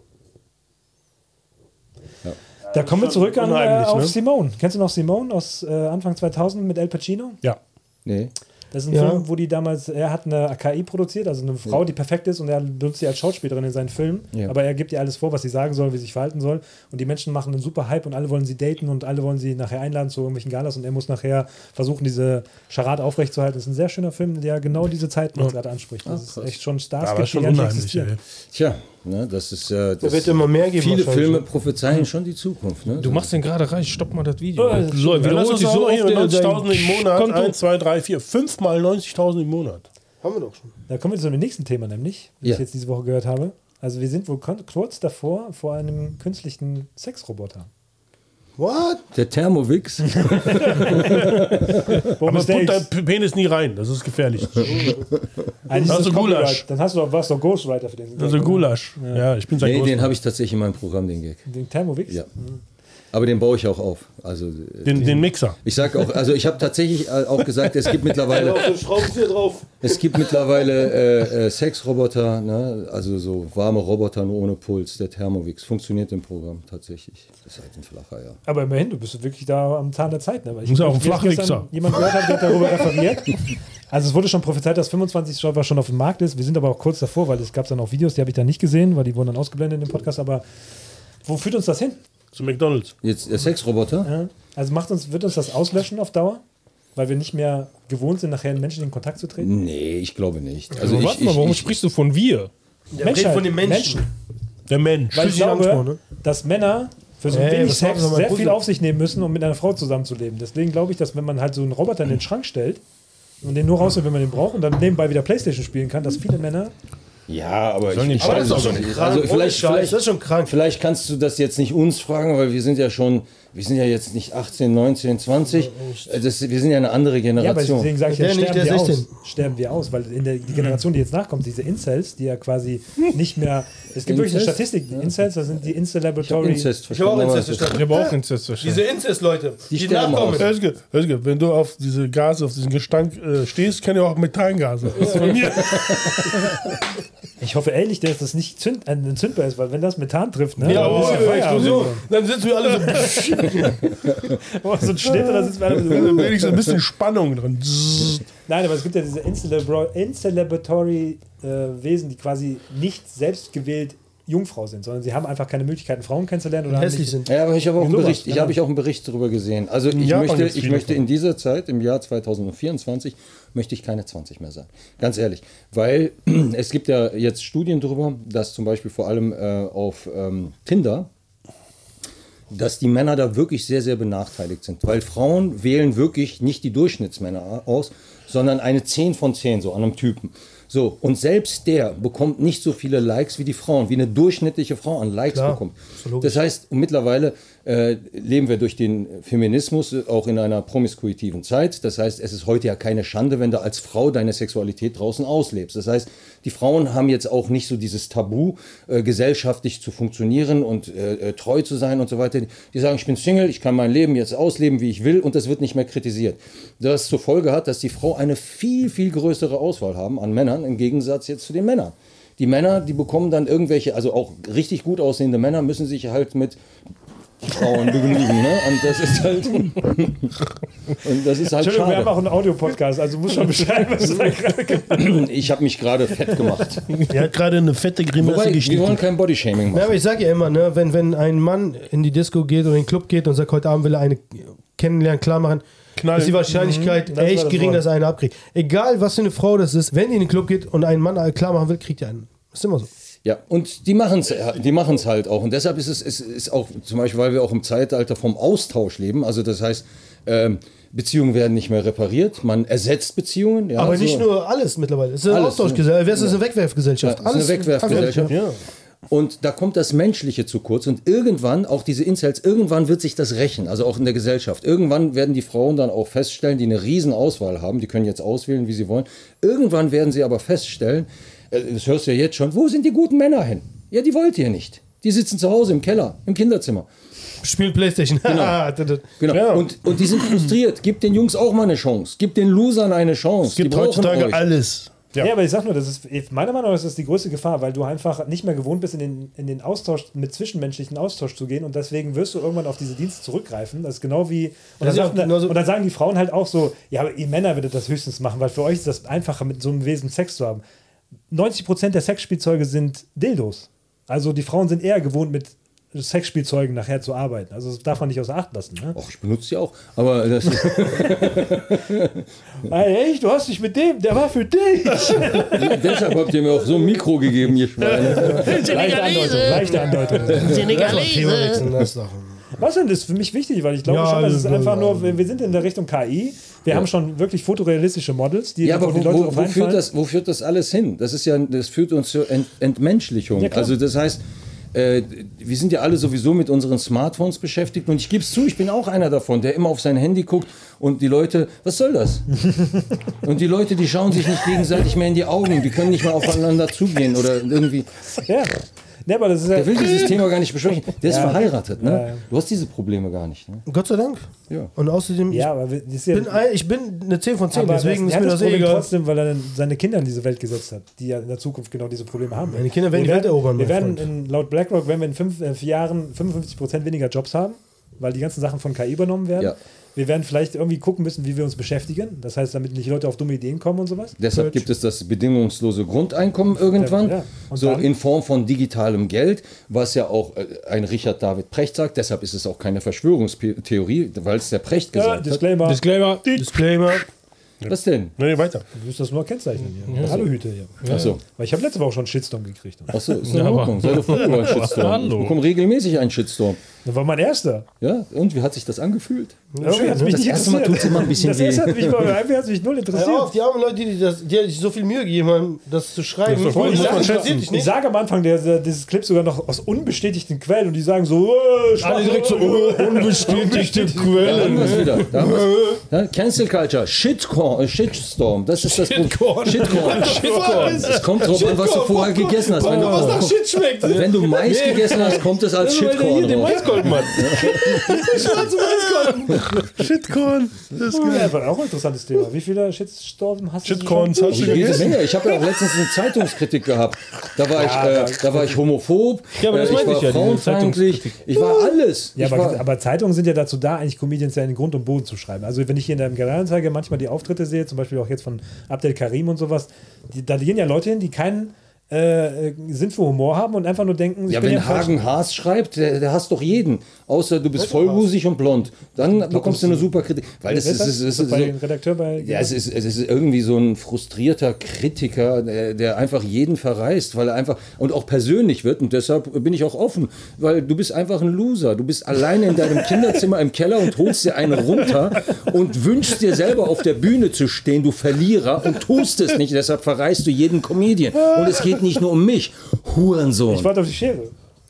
Speaker 1: Da kommen wir zurück an, äh,
Speaker 3: unheimlich,
Speaker 1: auf
Speaker 3: ne?
Speaker 1: Simone. Kennst du noch Simone aus äh, Anfang 2000 mit El Pacino?
Speaker 3: Ja.
Speaker 2: Nee.
Speaker 1: Das ist ein
Speaker 5: Ja.
Speaker 1: Film, wo die damals, er hat eine KI produziert, also eine Frau, die perfekt ist und er benutzt sie als Schauspielerin in seinen Filmen.
Speaker 2: Ja.
Speaker 1: Aber er gibt ihr alles vor, was sie sagen soll, wie sie sich verhalten soll. Und die Menschen machen einen super Hype und alle wollen sie daten und alle wollen sie nachher einladen zu irgendwelchen Galas und er muss nachher versuchen, diese Charade aufrechtzuerhalten. Das ist ein sehr schöner Film, der genau diese Zeiten jetzt gerade anspricht. Das ist echt schon Stars,
Speaker 3: Aber
Speaker 1: gibt,
Speaker 3: ist schon
Speaker 1: die gar nicht
Speaker 3: unheimlich,
Speaker 1: existieren.
Speaker 3: ey.
Speaker 2: Tja, ne, das ist. Äh,
Speaker 5: Da
Speaker 2: das
Speaker 5: wird immer mehr geben.
Speaker 2: viele
Speaker 5: wahrscheinlich,
Speaker 2: Filme
Speaker 5: ne?
Speaker 2: prophezeien schon die Zukunft. Ne?
Speaker 4: Du machst den gerade reich, stopp mal das Video.
Speaker 1: Ja,
Speaker 4: Leute,
Speaker 1: das
Speaker 4: Leute,
Speaker 3: Dann lass uns
Speaker 4: wiederholt sich
Speaker 3: auch
Speaker 4: so
Speaker 3: mal hier
Speaker 4: oft dein
Speaker 3: 90.000 im Monat.
Speaker 4: Konto.
Speaker 3: 1, 2, 3, 4, 5 mal 90.000 im Monat.
Speaker 5: Haben wir doch schon.
Speaker 1: Da kommen wir zu dem nächsten Thema, nämlich, wie
Speaker 2: Ja.
Speaker 1: ich jetzt diese Woche gehört habe. Also wir sind wohl kon- kurz davor vor einem künstlichen Sexroboter.
Speaker 5: What?
Speaker 2: Der Thermovix.
Speaker 1: Warum
Speaker 3: Aber put deinen P- Penis nie rein, das ist gefährlich.
Speaker 1: Eigentlich
Speaker 3: Hast
Speaker 1: ist
Speaker 3: du
Speaker 1: das Copyright.
Speaker 3: Gulasch?
Speaker 1: Dann hast du doch, warst du doch Ghostwriter für den,
Speaker 3: Also Gulasch. Ja, ich bin sein
Speaker 2: nee, den
Speaker 3: Großvater.
Speaker 2: habe ich tatsächlich in meinem Programm, den Gag.
Speaker 1: den Thermowix.
Speaker 2: Ja. Aber den baue ich auch auf. Also, äh,
Speaker 3: Den, den Mixer.
Speaker 2: ich sag auch, also ich habe tatsächlich äh, auch gesagt, es gibt mittlerweile.
Speaker 5: Auf den Schraubenzieher drauf.
Speaker 2: Es gibt mittlerweile äh, äh, Sexroboter, ne? also so warme Roboter nur ohne Puls, der Thermowix. Funktioniert im Programm tatsächlich. Ist halt ein flacher, ja.
Speaker 1: Aber immerhin, du bist wirklich da am Zahn der Zeit. Ne? Weil ich
Speaker 3: Muss ja auch ein
Speaker 1: ich- ich-
Speaker 3: Flachwichser.
Speaker 1: gestern Jemand gehört hat, der hat darüber referiert. Also es wurde schon prophezeit, dass 25 Server schon auf dem Markt ist. Wir sind aber auch kurz davor, weil es gab dann auch Videos, die habe ich dann nicht gesehen, weil die wurden dann ausgeblendet in dem Podcast. Aber wo führt uns das hin?
Speaker 3: Zu McDonalds.
Speaker 2: Jetzt der Sexroboter.
Speaker 1: Ja? Also macht uns, wird uns das auslöschen auf Dauer? Weil wir nicht mehr gewohnt sind, nachher Menschen in Kontakt zu treten?
Speaker 2: Nee, ich glaube nicht. Also
Speaker 4: Aber
Speaker 2: ich,
Speaker 4: warte mal, warum
Speaker 2: ich, ich,
Speaker 4: sprichst du von wir?
Speaker 5: Ja,
Speaker 1: Menschheit,
Speaker 5: red von den Menschen.
Speaker 3: Der Mensch.
Speaker 1: Weil ich
Speaker 5: Physische
Speaker 1: glaube,
Speaker 5: Anspruch, ne?
Speaker 1: dass Männer für so
Speaker 5: Ey,
Speaker 1: wenig
Speaker 5: was haben
Speaker 1: Sex
Speaker 5: Sie mal
Speaker 1: sehr
Speaker 5: Puzzle?
Speaker 1: viel auf sich nehmen müssen, um mit einer Frau zusammenzuleben. Deswegen glaube ich, dass wenn man halt so einen Roboter in den Schrank stellt und den nur rausholt, wenn man den braucht und dann nebenbei wieder Playstation spielen kann, dass viele Männer
Speaker 2: ja, aber ich,
Speaker 4: die
Speaker 2: ich
Speaker 4: Aber
Speaker 2: weiß es nicht. Also vielleicht, vielleicht,
Speaker 5: das ist schon krank.
Speaker 2: vielleicht kannst du das jetzt nicht uns fragen, weil wir sind ja schon, wir sind ja jetzt nicht 18, 19, 20. Äh, Das, wir sind ja eine andere
Speaker 1: Ja, aber
Speaker 2: Generation.
Speaker 1: deswegen sage ich ja,
Speaker 5: Der nicht,
Speaker 1: sterben
Speaker 5: der Mhm.
Speaker 1: wir
Speaker 5: 16.
Speaker 1: aus. Sterben wir aus, weil in der, die Generation, die jetzt nachkommt, diese Incels, die ja quasi
Speaker 5: Hm.
Speaker 1: nicht mehr. Es gibt wirklich eine
Speaker 2: Incest?
Speaker 1: Statistik. Die Incels, das sind die
Speaker 2: hab
Speaker 1: Incelaboratory.
Speaker 2: Inzest
Speaker 5: Ich habe auch
Speaker 2: verstanden, aber
Speaker 5: Inzest
Speaker 2: das ist-
Speaker 5: verstanden.
Speaker 4: Ich habe auch Inzest
Speaker 5: Diese
Speaker 4: verstanden.
Speaker 5: Inzest-Leute, die,
Speaker 2: Die sterben
Speaker 5: nachkommen.
Speaker 2: aus.
Speaker 3: Özge, Özge, wenn du auf diese Gase, auf diesen Gestank äh, stehst, kann ja auch Methangase. Das ist bei mir.
Speaker 1: Ich hoffe ehrlich, dass das nicht zünd, äh, entzündbar ist, weil wenn das Methan trifft, ne?
Speaker 5: Ja, oh,
Speaker 1: dann
Speaker 3: oh,
Speaker 1: ist
Speaker 5: aber
Speaker 1: Feierabend.
Speaker 5: Explosion. Dann sitzen wir alle so.
Speaker 1: Oh, so ein Schnitt und dann sitzen wir alle mit so.
Speaker 3: Da ist ein bisschen Spannung drin. Zzzz.
Speaker 1: Nein, aber es gibt ja diese Incelebra- Incelebatory äh, Wesen, die quasi nicht selbstgewählt Jungfrau sind, sondern sie haben einfach keine Möglichkeiten, Frauen kennenzulernen oder haben
Speaker 5: hässlich
Speaker 1: nicht-
Speaker 5: sind.
Speaker 2: Ja, aber ich habe auch, einen
Speaker 1: sowas,
Speaker 2: Bericht, ich
Speaker 1: genau.
Speaker 2: habe ich auch einen Bericht darüber gesehen. Also ich
Speaker 3: Japan
Speaker 2: möchte,
Speaker 3: gibt's
Speaker 2: ich
Speaker 3: viele
Speaker 2: möchte
Speaker 3: von.
Speaker 2: in dieser Zeit, im Jahr 2024, möchte ich keine 20 mehr sein. Ganz ehrlich. Weil es gibt ja jetzt Studien darüber, dass zum Beispiel vor allem äh, auf ähm, Tinder, dass die Männer da wirklich sehr, sehr benachteiligt sind. Weil Frauen wählen wirklich nicht die Durchschnittsmänner aus, sondern eine 10 von 10, so an einem Typen. So, und selbst der bekommt nicht so viele Likes wie die Frauen, wie eine durchschnittliche Frau an Likes bekommt. Das heißt, mittlerweile äh, leben wir durch den Feminismus äh, auch in einer promiskuitiven Zeit. Das heißt, es ist heute ja keine Schande, wenn du als Frau deine Sexualität draußen auslebst. Das heißt, die Frauen haben jetzt auch nicht so dieses Tabu, äh, gesellschaftlich zu funktionieren und äh, äh, treu zu sein und so weiter. Die sagen, ich bin Single, ich kann mein Leben jetzt ausleben, wie ich will und das wird nicht mehr kritisiert. Das zur Folge hat, dass die Frau eine viel, viel größere Auswahl haben an Männern im Gegensatz jetzt zu den Männern. Die Männer, die bekommen dann irgendwelche, also auch richtig gut aussehende Männer, müssen sich halt mit Frauen begnügen. Ne? Und das ist halt. und das ist
Speaker 1: Entschuldigung,
Speaker 2: halt
Speaker 1: wir haben
Speaker 2: schade.
Speaker 1: auch einen Audiopodcast, also muss schon beschreiben, was da gerade
Speaker 2: Ich habe mich gerade fett gemacht.
Speaker 3: Er hat gerade eine fette Grimasse
Speaker 2: Wobei, wir wollen
Speaker 3: geschnitten.
Speaker 2: kein Bodyshaming
Speaker 5: Ja,
Speaker 2: machen.
Speaker 5: aber ich sag ja immer, ne, wenn, wenn ein Mann in die Disco geht oder in den Club geht und sagt, heute Abend will er eine kennenlernen, klar machen,
Speaker 3: Knall.
Speaker 5: ist die Wahrscheinlichkeit
Speaker 1: war
Speaker 5: echt
Speaker 1: Mhm. das
Speaker 5: gering,
Speaker 1: Wort.
Speaker 5: dass er einen abkriegt. Egal, was für eine Frau das ist, wenn die in den Club geht und einen Mann klar machen will, kriegt er einen. Ist immer so.
Speaker 2: Ja, und die machen es die machen's halt auch. Und deshalb ist es ist, ist auch, zum Beispiel, weil wir auch im Zeitalter vom Austausch leben. Also, das heißt, ähm, Beziehungen werden nicht mehr repariert. Man ersetzt Beziehungen. Ja, also
Speaker 5: aber
Speaker 2: so.
Speaker 5: nicht nur alles mittlerweile. Es ist eine
Speaker 2: Alles,
Speaker 5: Austauschgesellschaft. Es ist eine Wegwerfgesellschaft.
Speaker 2: Ja, es ist eine Wegwerfgesellschaft.
Speaker 3: Ja.
Speaker 2: Und da kommt das Menschliche zu kurz und irgendwann, auch diese Incels, irgendwann wird sich das rächen, also auch in der Gesellschaft. Irgendwann werden die Frauen dann auch feststellen, die eine riesen Auswahl haben, die können jetzt auswählen, wie sie wollen. Irgendwann werden sie aber feststellen, äh, das hörst du ja jetzt schon, wo sind die guten Männer hin? Ja, die wollt ihr nicht. Die sitzen zu Hause im Keller, im Kinderzimmer.
Speaker 5: Spielt Playstation. Genau.
Speaker 2: Genau.
Speaker 3: Ja.
Speaker 2: Und, und die sind frustriert. Gibt den Jungs auch mal eine Chance. Gibt den Losern eine Chance.
Speaker 3: Es gibt
Speaker 2: die brauchen
Speaker 3: heutzutage
Speaker 2: euch.
Speaker 3: alles.
Speaker 1: Ja. aber ich sag nur, das ist meiner Meinung nach ist das die größte Gefahr, weil du einfach nicht mehr gewohnt bist, in den, in den Austausch, mit zwischenmenschlichen Austausch zu gehen und deswegen wirst du irgendwann auf diese Dienste zurückgreifen. Das ist genau wie. Und, dann,
Speaker 5: Das ist ja
Speaker 1: sagt,
Speaker 5: auch genauso-
Speaker 1: und dann sagen die Frauen halt auch so: Ja, aber ihr Männer würdet das höchstens machen, weil für euch ist das einfacher, mit so einem Wesen Sex zu haben. 90% der Sexspielzeuge sind Dildos. Also die Frauen sind eher gewohnt, mit Sexspielzeugen nachher zu arbeiten. Also das darf man nicht außer Acht lassen. Ne?
Speaker 2: Och, ich benutze die auch. Aber das,
Speaker 5: Oh.
Speaker 1: Ey, echt, du hast dich mit dem, der war für dich.
Speaker 2: deshalb habt ihr mir auch so ein Mikro gegeben, ihr Schweine.
Speaker 1: Leichte Andeutung, leichte Andeutung.
Speaker 5: ne,
Speaker 1: Was denn? Das ist für mich wichtig, weil ich glaube
Speaker 5: Ja,
Speaker 1: schon, das ist
Speaker 5: das- also-
Speaker 1: einfach nur, wir wir sind in der Richtung KI. Wir haben schon wirklich fotorealistische Models, die
Speaker 2: Ja,
Speaker 1: auf
Speaker 2: aber
Speaker 1: die
Speaker 2: wo,
Speaker 1: Leute
Speaker 2: wo,
Speaker 1: drauf
Speaker 2: wo, führt
Speaker 1: reinfallen.
Speaker 2: das, wo führt das alles hin? Das ist ja, das führt uns zur Ent Entmenschlichung.
Speaker 1: Ja, klar.
Speaker 2: also das heißt, äh, wir sind ja alle sowieso mit unseren Smartphones beschäftigt und ich gebe es zu, ich bin auch einer davon, der immer auf sein Handy guckt und die Leute, was soll das? und die Leute, die schauen sich nicht gegenseitig mehr in die Augen, die können nicht mal aufeinander zugehen oder irgendwie.
Speaker 1: Ja. Ne, aber das ist ja,
Speaker 2: Der will dieses Thema gar nicht besprechen. Der ist verheiratet, ne?
Speaker 1: Ja, ja.
Speaker 2: Du hast diese Probleme gar nicht, ne?
Speaker 5: Gott sei Dank.
Speaker 2: Ja.
Speaker 5: Und außerdem,
Speaker 1: ja, aber das ist ja,
Speaker 5: ich, bin, ein- ich bin eine 10 von 10,
Speaker 1: aber
Speaker 5: deswegen
Speaker 1: das,
Speaker 5: ist
Speaker 1: er
Speaker 5: mir
Speaker 1: hat
Speaker 5: das eh
Speaker 1: Problem
Speaker 5: egal.
Speaker 1: trotzdem, weil er dann seine Kinder in diese Welt gesetzt hat, die ja in der Zukunft genau diese Probleme haben.
Speaker 5: Meine Kinder werden die
Speaker 1: wir
Speaker 5: Welt erobern,
Speaker 1: Wir
Speaker 5: mein
Speaker 1: werden in,
Speaker 5: Freund.
Speaker 1: laut BlackRock werden wir in fünf äh, vier Jahren 55 Prozent weniger Jobs haben. weil die ganzen Sachen von KI übernommen werden.
Speaker 2: Ja.
Speaker 1: Wir werden vielleicht irgendwie gucken müssen, wie wir uns beschäftigen. Das heißt, damit nicht Leute auf dumme Ideen kommen und sowas.
Speaker 2: Deshalb gibt es das bedingungslose Grundeinkommen irgendwann,
Speaker 1: Ja, ja. Und
Speaker 2: so
Speaker 1: dann?
Speaker 2: in Form von digitalem Geld, was ja auch äh, ein Richard David Precht sagt. Deshalb ist es auch keine Verschwörungstheorie, weil es der Precht
Speaker 1: Ja,
Speaker 2: gesagt hat.
Speaker 1: Disclaimer.
Speaker 4: Disclaimer.
Speaker 5: Disclaimer.
Speaker 2: Was denn?
Speaker 3: Nee, nee, weiter.
Speaker 1: Du wirst das nur kennzeichnen hier. Hallo Hüte hier.
Speaker 2: Achso,
Speaker 1: Weil ich habe letzte Woche schon einen Shitstorm gekriegt. Das
Speaker 2: achso ist in Ordnung. Sei doch froh über einen Shitstorm.
Speaker 4: Hallo.
Speaker 2: Ich bekomme regelmäßig einen Shitstorm.
Speaker 1: war mein erster.
Speaker 2: Ja, und wie hat sich das angefühlt?
Speaker 1: Irgendwie hat's mich
Speaker 2: Das
Speaker 1: nicht
Speaker 2: erste Mal
Speaker 1: interessiert.
Speaker 2: tut's immer ein bisschen
Speaker 1: das erste
Speaker 2: weh.
Speaker 1: hat mich, bei hat's mich null
Speaker 5: Hör auf,
Speaker 1: interessiert.
Speaker 5: die armen Leute, die, das, die sich so viel Mühe gegeben haben, das zu
Speaker 3: Das
Speaker 5: schreiben.
Speaker 3: ist doch voll-
Speaker 5: Ich sag,
Speaker 3: muss man
Speaker 5: das
Speaker 3: schätzen.
Speaker 5: interessiert dich
Speaker 1: Ich
Speaker 5: nicht.
Speaker 1: sage am Anfang der, der, dieses Clips sogar noch aus unbestätigten Quellen und die sagen so, äh, schwach,
Speaker 4: Alle direkt so
Speaker 1: äh,
Speaker 4: oh, unbestätigte
Speaker 2: Da haben
Speaker 4: Quellen.
Speaker 2: wir es wieder. Da haben wir's. ja, Cancel Culture, Shitcorn, äh, Shitstorm, das ist das Problem. Shitcorn. Shitcorn. Es kommt drauf an, was du vorher gegessen hast. Wenn
Speaker 4: Was nach
Speaker 2: du,
Speaker 4: Shit schmeckt.
Speaker 2: wenn du Mais gegessen hast, kommt es als Shitcorn raus.
Speaker 4: Maiskolben hat.
Speaker 3: Shitcorn. Das ist geil.
Speaker 1: Ja, war auch ein interessantes Thema. Wie viele Shitstorm hast du?
Speaker 3: Shitcorns hast du
Speaker 2: Jede
Speaker 3: gegessen?
Speaker 2: Menge. Ich habe ja auch letztens eine Zeitungskritik gehabt. Da war ich, äh, da war ich homophob,
Speaker 4: Ja, aber das
Speaker 2: äh, ich
Speaker 4: meinte
Speaker 2: war
Speaker 4: ich ja, diese
Speaker 2: frauenfeindlich,
Speaker 4: Zeitungskritik.
Speaker 2: ich war alles.
Speaker 1: Ja,
Speaker 2: ich
Speaker 1: aber,
Speaker 2: war,
Speaker 1: aber Zeitungen sind ja dazu da, eigentlich Comedians ja in den Grund und Boden zu schreiben. Also wenn ich hier in deinem Generalanzeiger manchmal die Auftritte sehe, zum Beispiel auch jetzt von Abdel Karim und sowas, die, da gehen ja Leute hin, die keinen äh, äh, Sinn für Humor haben und einfach nur denken, ich
Speaker 2: ja,
Speaker 1: bin
Speaker 2: wenn
Speaker 1: ja falsch.
Speaker 2: Hagen Haas schreibt, der, der hasst doch jeden. Außer du bist vollbusig und blond. Dann bekommst du eine super Kritik. Weil das
Speaker 1: Wer
Speaker 2: ist,
Speaker 1: ist das?
Speaker 2: ist, ist,
Speaker 1: Ist das also bei
Speaker 2: so-
Speaker 1: dem Redakteur bei. Genau.
Speaker 2: Ja, es ist, es ist irgendwie so ein frustrierter Kritiker, der, der einfach jeden verreist, weil er einfach und auch persönlich wird. Und deshalb bin ich auch offen, weil du bist einfach ein Loser. Du bist alleine in deinem Kinderzimmer im Keller und holst dir einen runter und wünschst dir selber auf der Bühne zu stehen, du Verlierer, und tust es nicht. Deshalb verreist du jeden Comedian. Und es geht nicht nur um mich,
Speaker 1: ich
Speaker 2: Hurensohn.
Speaker 1: warte auf die Schere.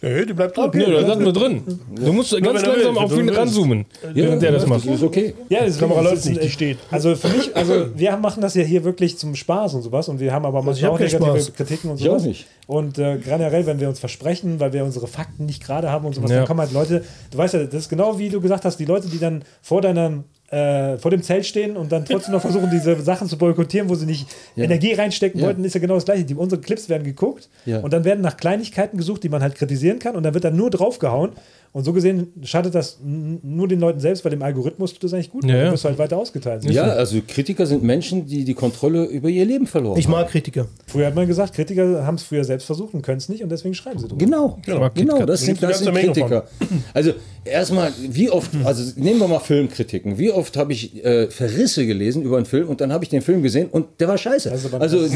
Speaker 3: Ja, die bleibt drin.
Speaker 4: Nö, da sind wir drin. Du musst ganz
Speaker 3: wenn er
Speaker 4: langsam
Speaker 3: will,
Speaker 4: auf
Speaker 3: wenn
Speaker 4: ihn
Speaker 3: du
Speaker 4: ranzoomen, während der das macht.
Speaker 2: Ist okay.
Speaker 1: Ja, das
Speaker 3: Kamera läuft
Speaker 1: das ist-
Speaker 3: nicht, die steht.
Speaker 1: Also für mich, also wir machen das ja hier wirklich zum Spaß und sowas und wir haben
Speaker 2: Also
Speaker 1: aber manchmal
Speaker 5: hab
Speaker 1: auch
Speaker 5: keinen
Speaker 1: negative
Speaker 5: Spaß.
Speaker 1: Kritiken und
Speaker 2: Ich auch
Speaker 1: sowas.
Speaker 2: nicht.
Speaker 1: Und äh, generell, wenn wir uns versprechen, weil wir unsere Fakten nicht gerade haben und sowas,
Speaker 4: Ja.
Speaker 1: dann kommen halt Leute, du weißt ja, das ist genau wie du gesagt hast, die Leute, die dann vor deinem äh, vor dem Zelt stehen und dann trotzdem noch versuchen, diese Sachen zu boykottieren, wo sie nicht Energie reinstecken
Speaker 2: Ja.
Speaker 1: wollten, ist ja genau das Gleiche. Die, unsere Clips werden geguckt
Speaker 2: Ja.
Speaker 1: und dann werden nach Kleinigkeiten gesucht, die man halt kritisieren kann und dann wird dann nur draufgehauen. Und so gesehen schadet das n- nur den Leuten selbst, weil dem Algorithmus tut das eigentlich gut.
Speaker 4: Ja,
Speaker 1: Ja,
Speaker 4: ja.
Speaker 1: Du wirst halt weiter ausgeteilt.
Speaker 2: Ja, also Kritiker sind Menschen, die die Kontrolle über ihr Leben verloren
Speaker 5: Ich mag Kritiker.
Speaker 1: Früher hat man gesagt, Kritiker haben es früher selbst versucht und können es nicht und deswegen schreiben sie drüber.
Speaker 2: Genau, genau, genau das
Speaker 3: Gibt's
Speaker 2: sind,
Speaker 3: eine
Speaker 2: das sind
Speaker 3: ganze Menge
Speaker 2: Kritiker. Also erstmal, wie oft, also nehmen wir mal Filmkritiken. Wie oft habe ich äh, Verrisse gelesen über einen Film und dann habe ich den Film gesehen und der war scheiße.
Speaker 1: Das ist aber-
Speaker 2: Also
Speaker 1: Das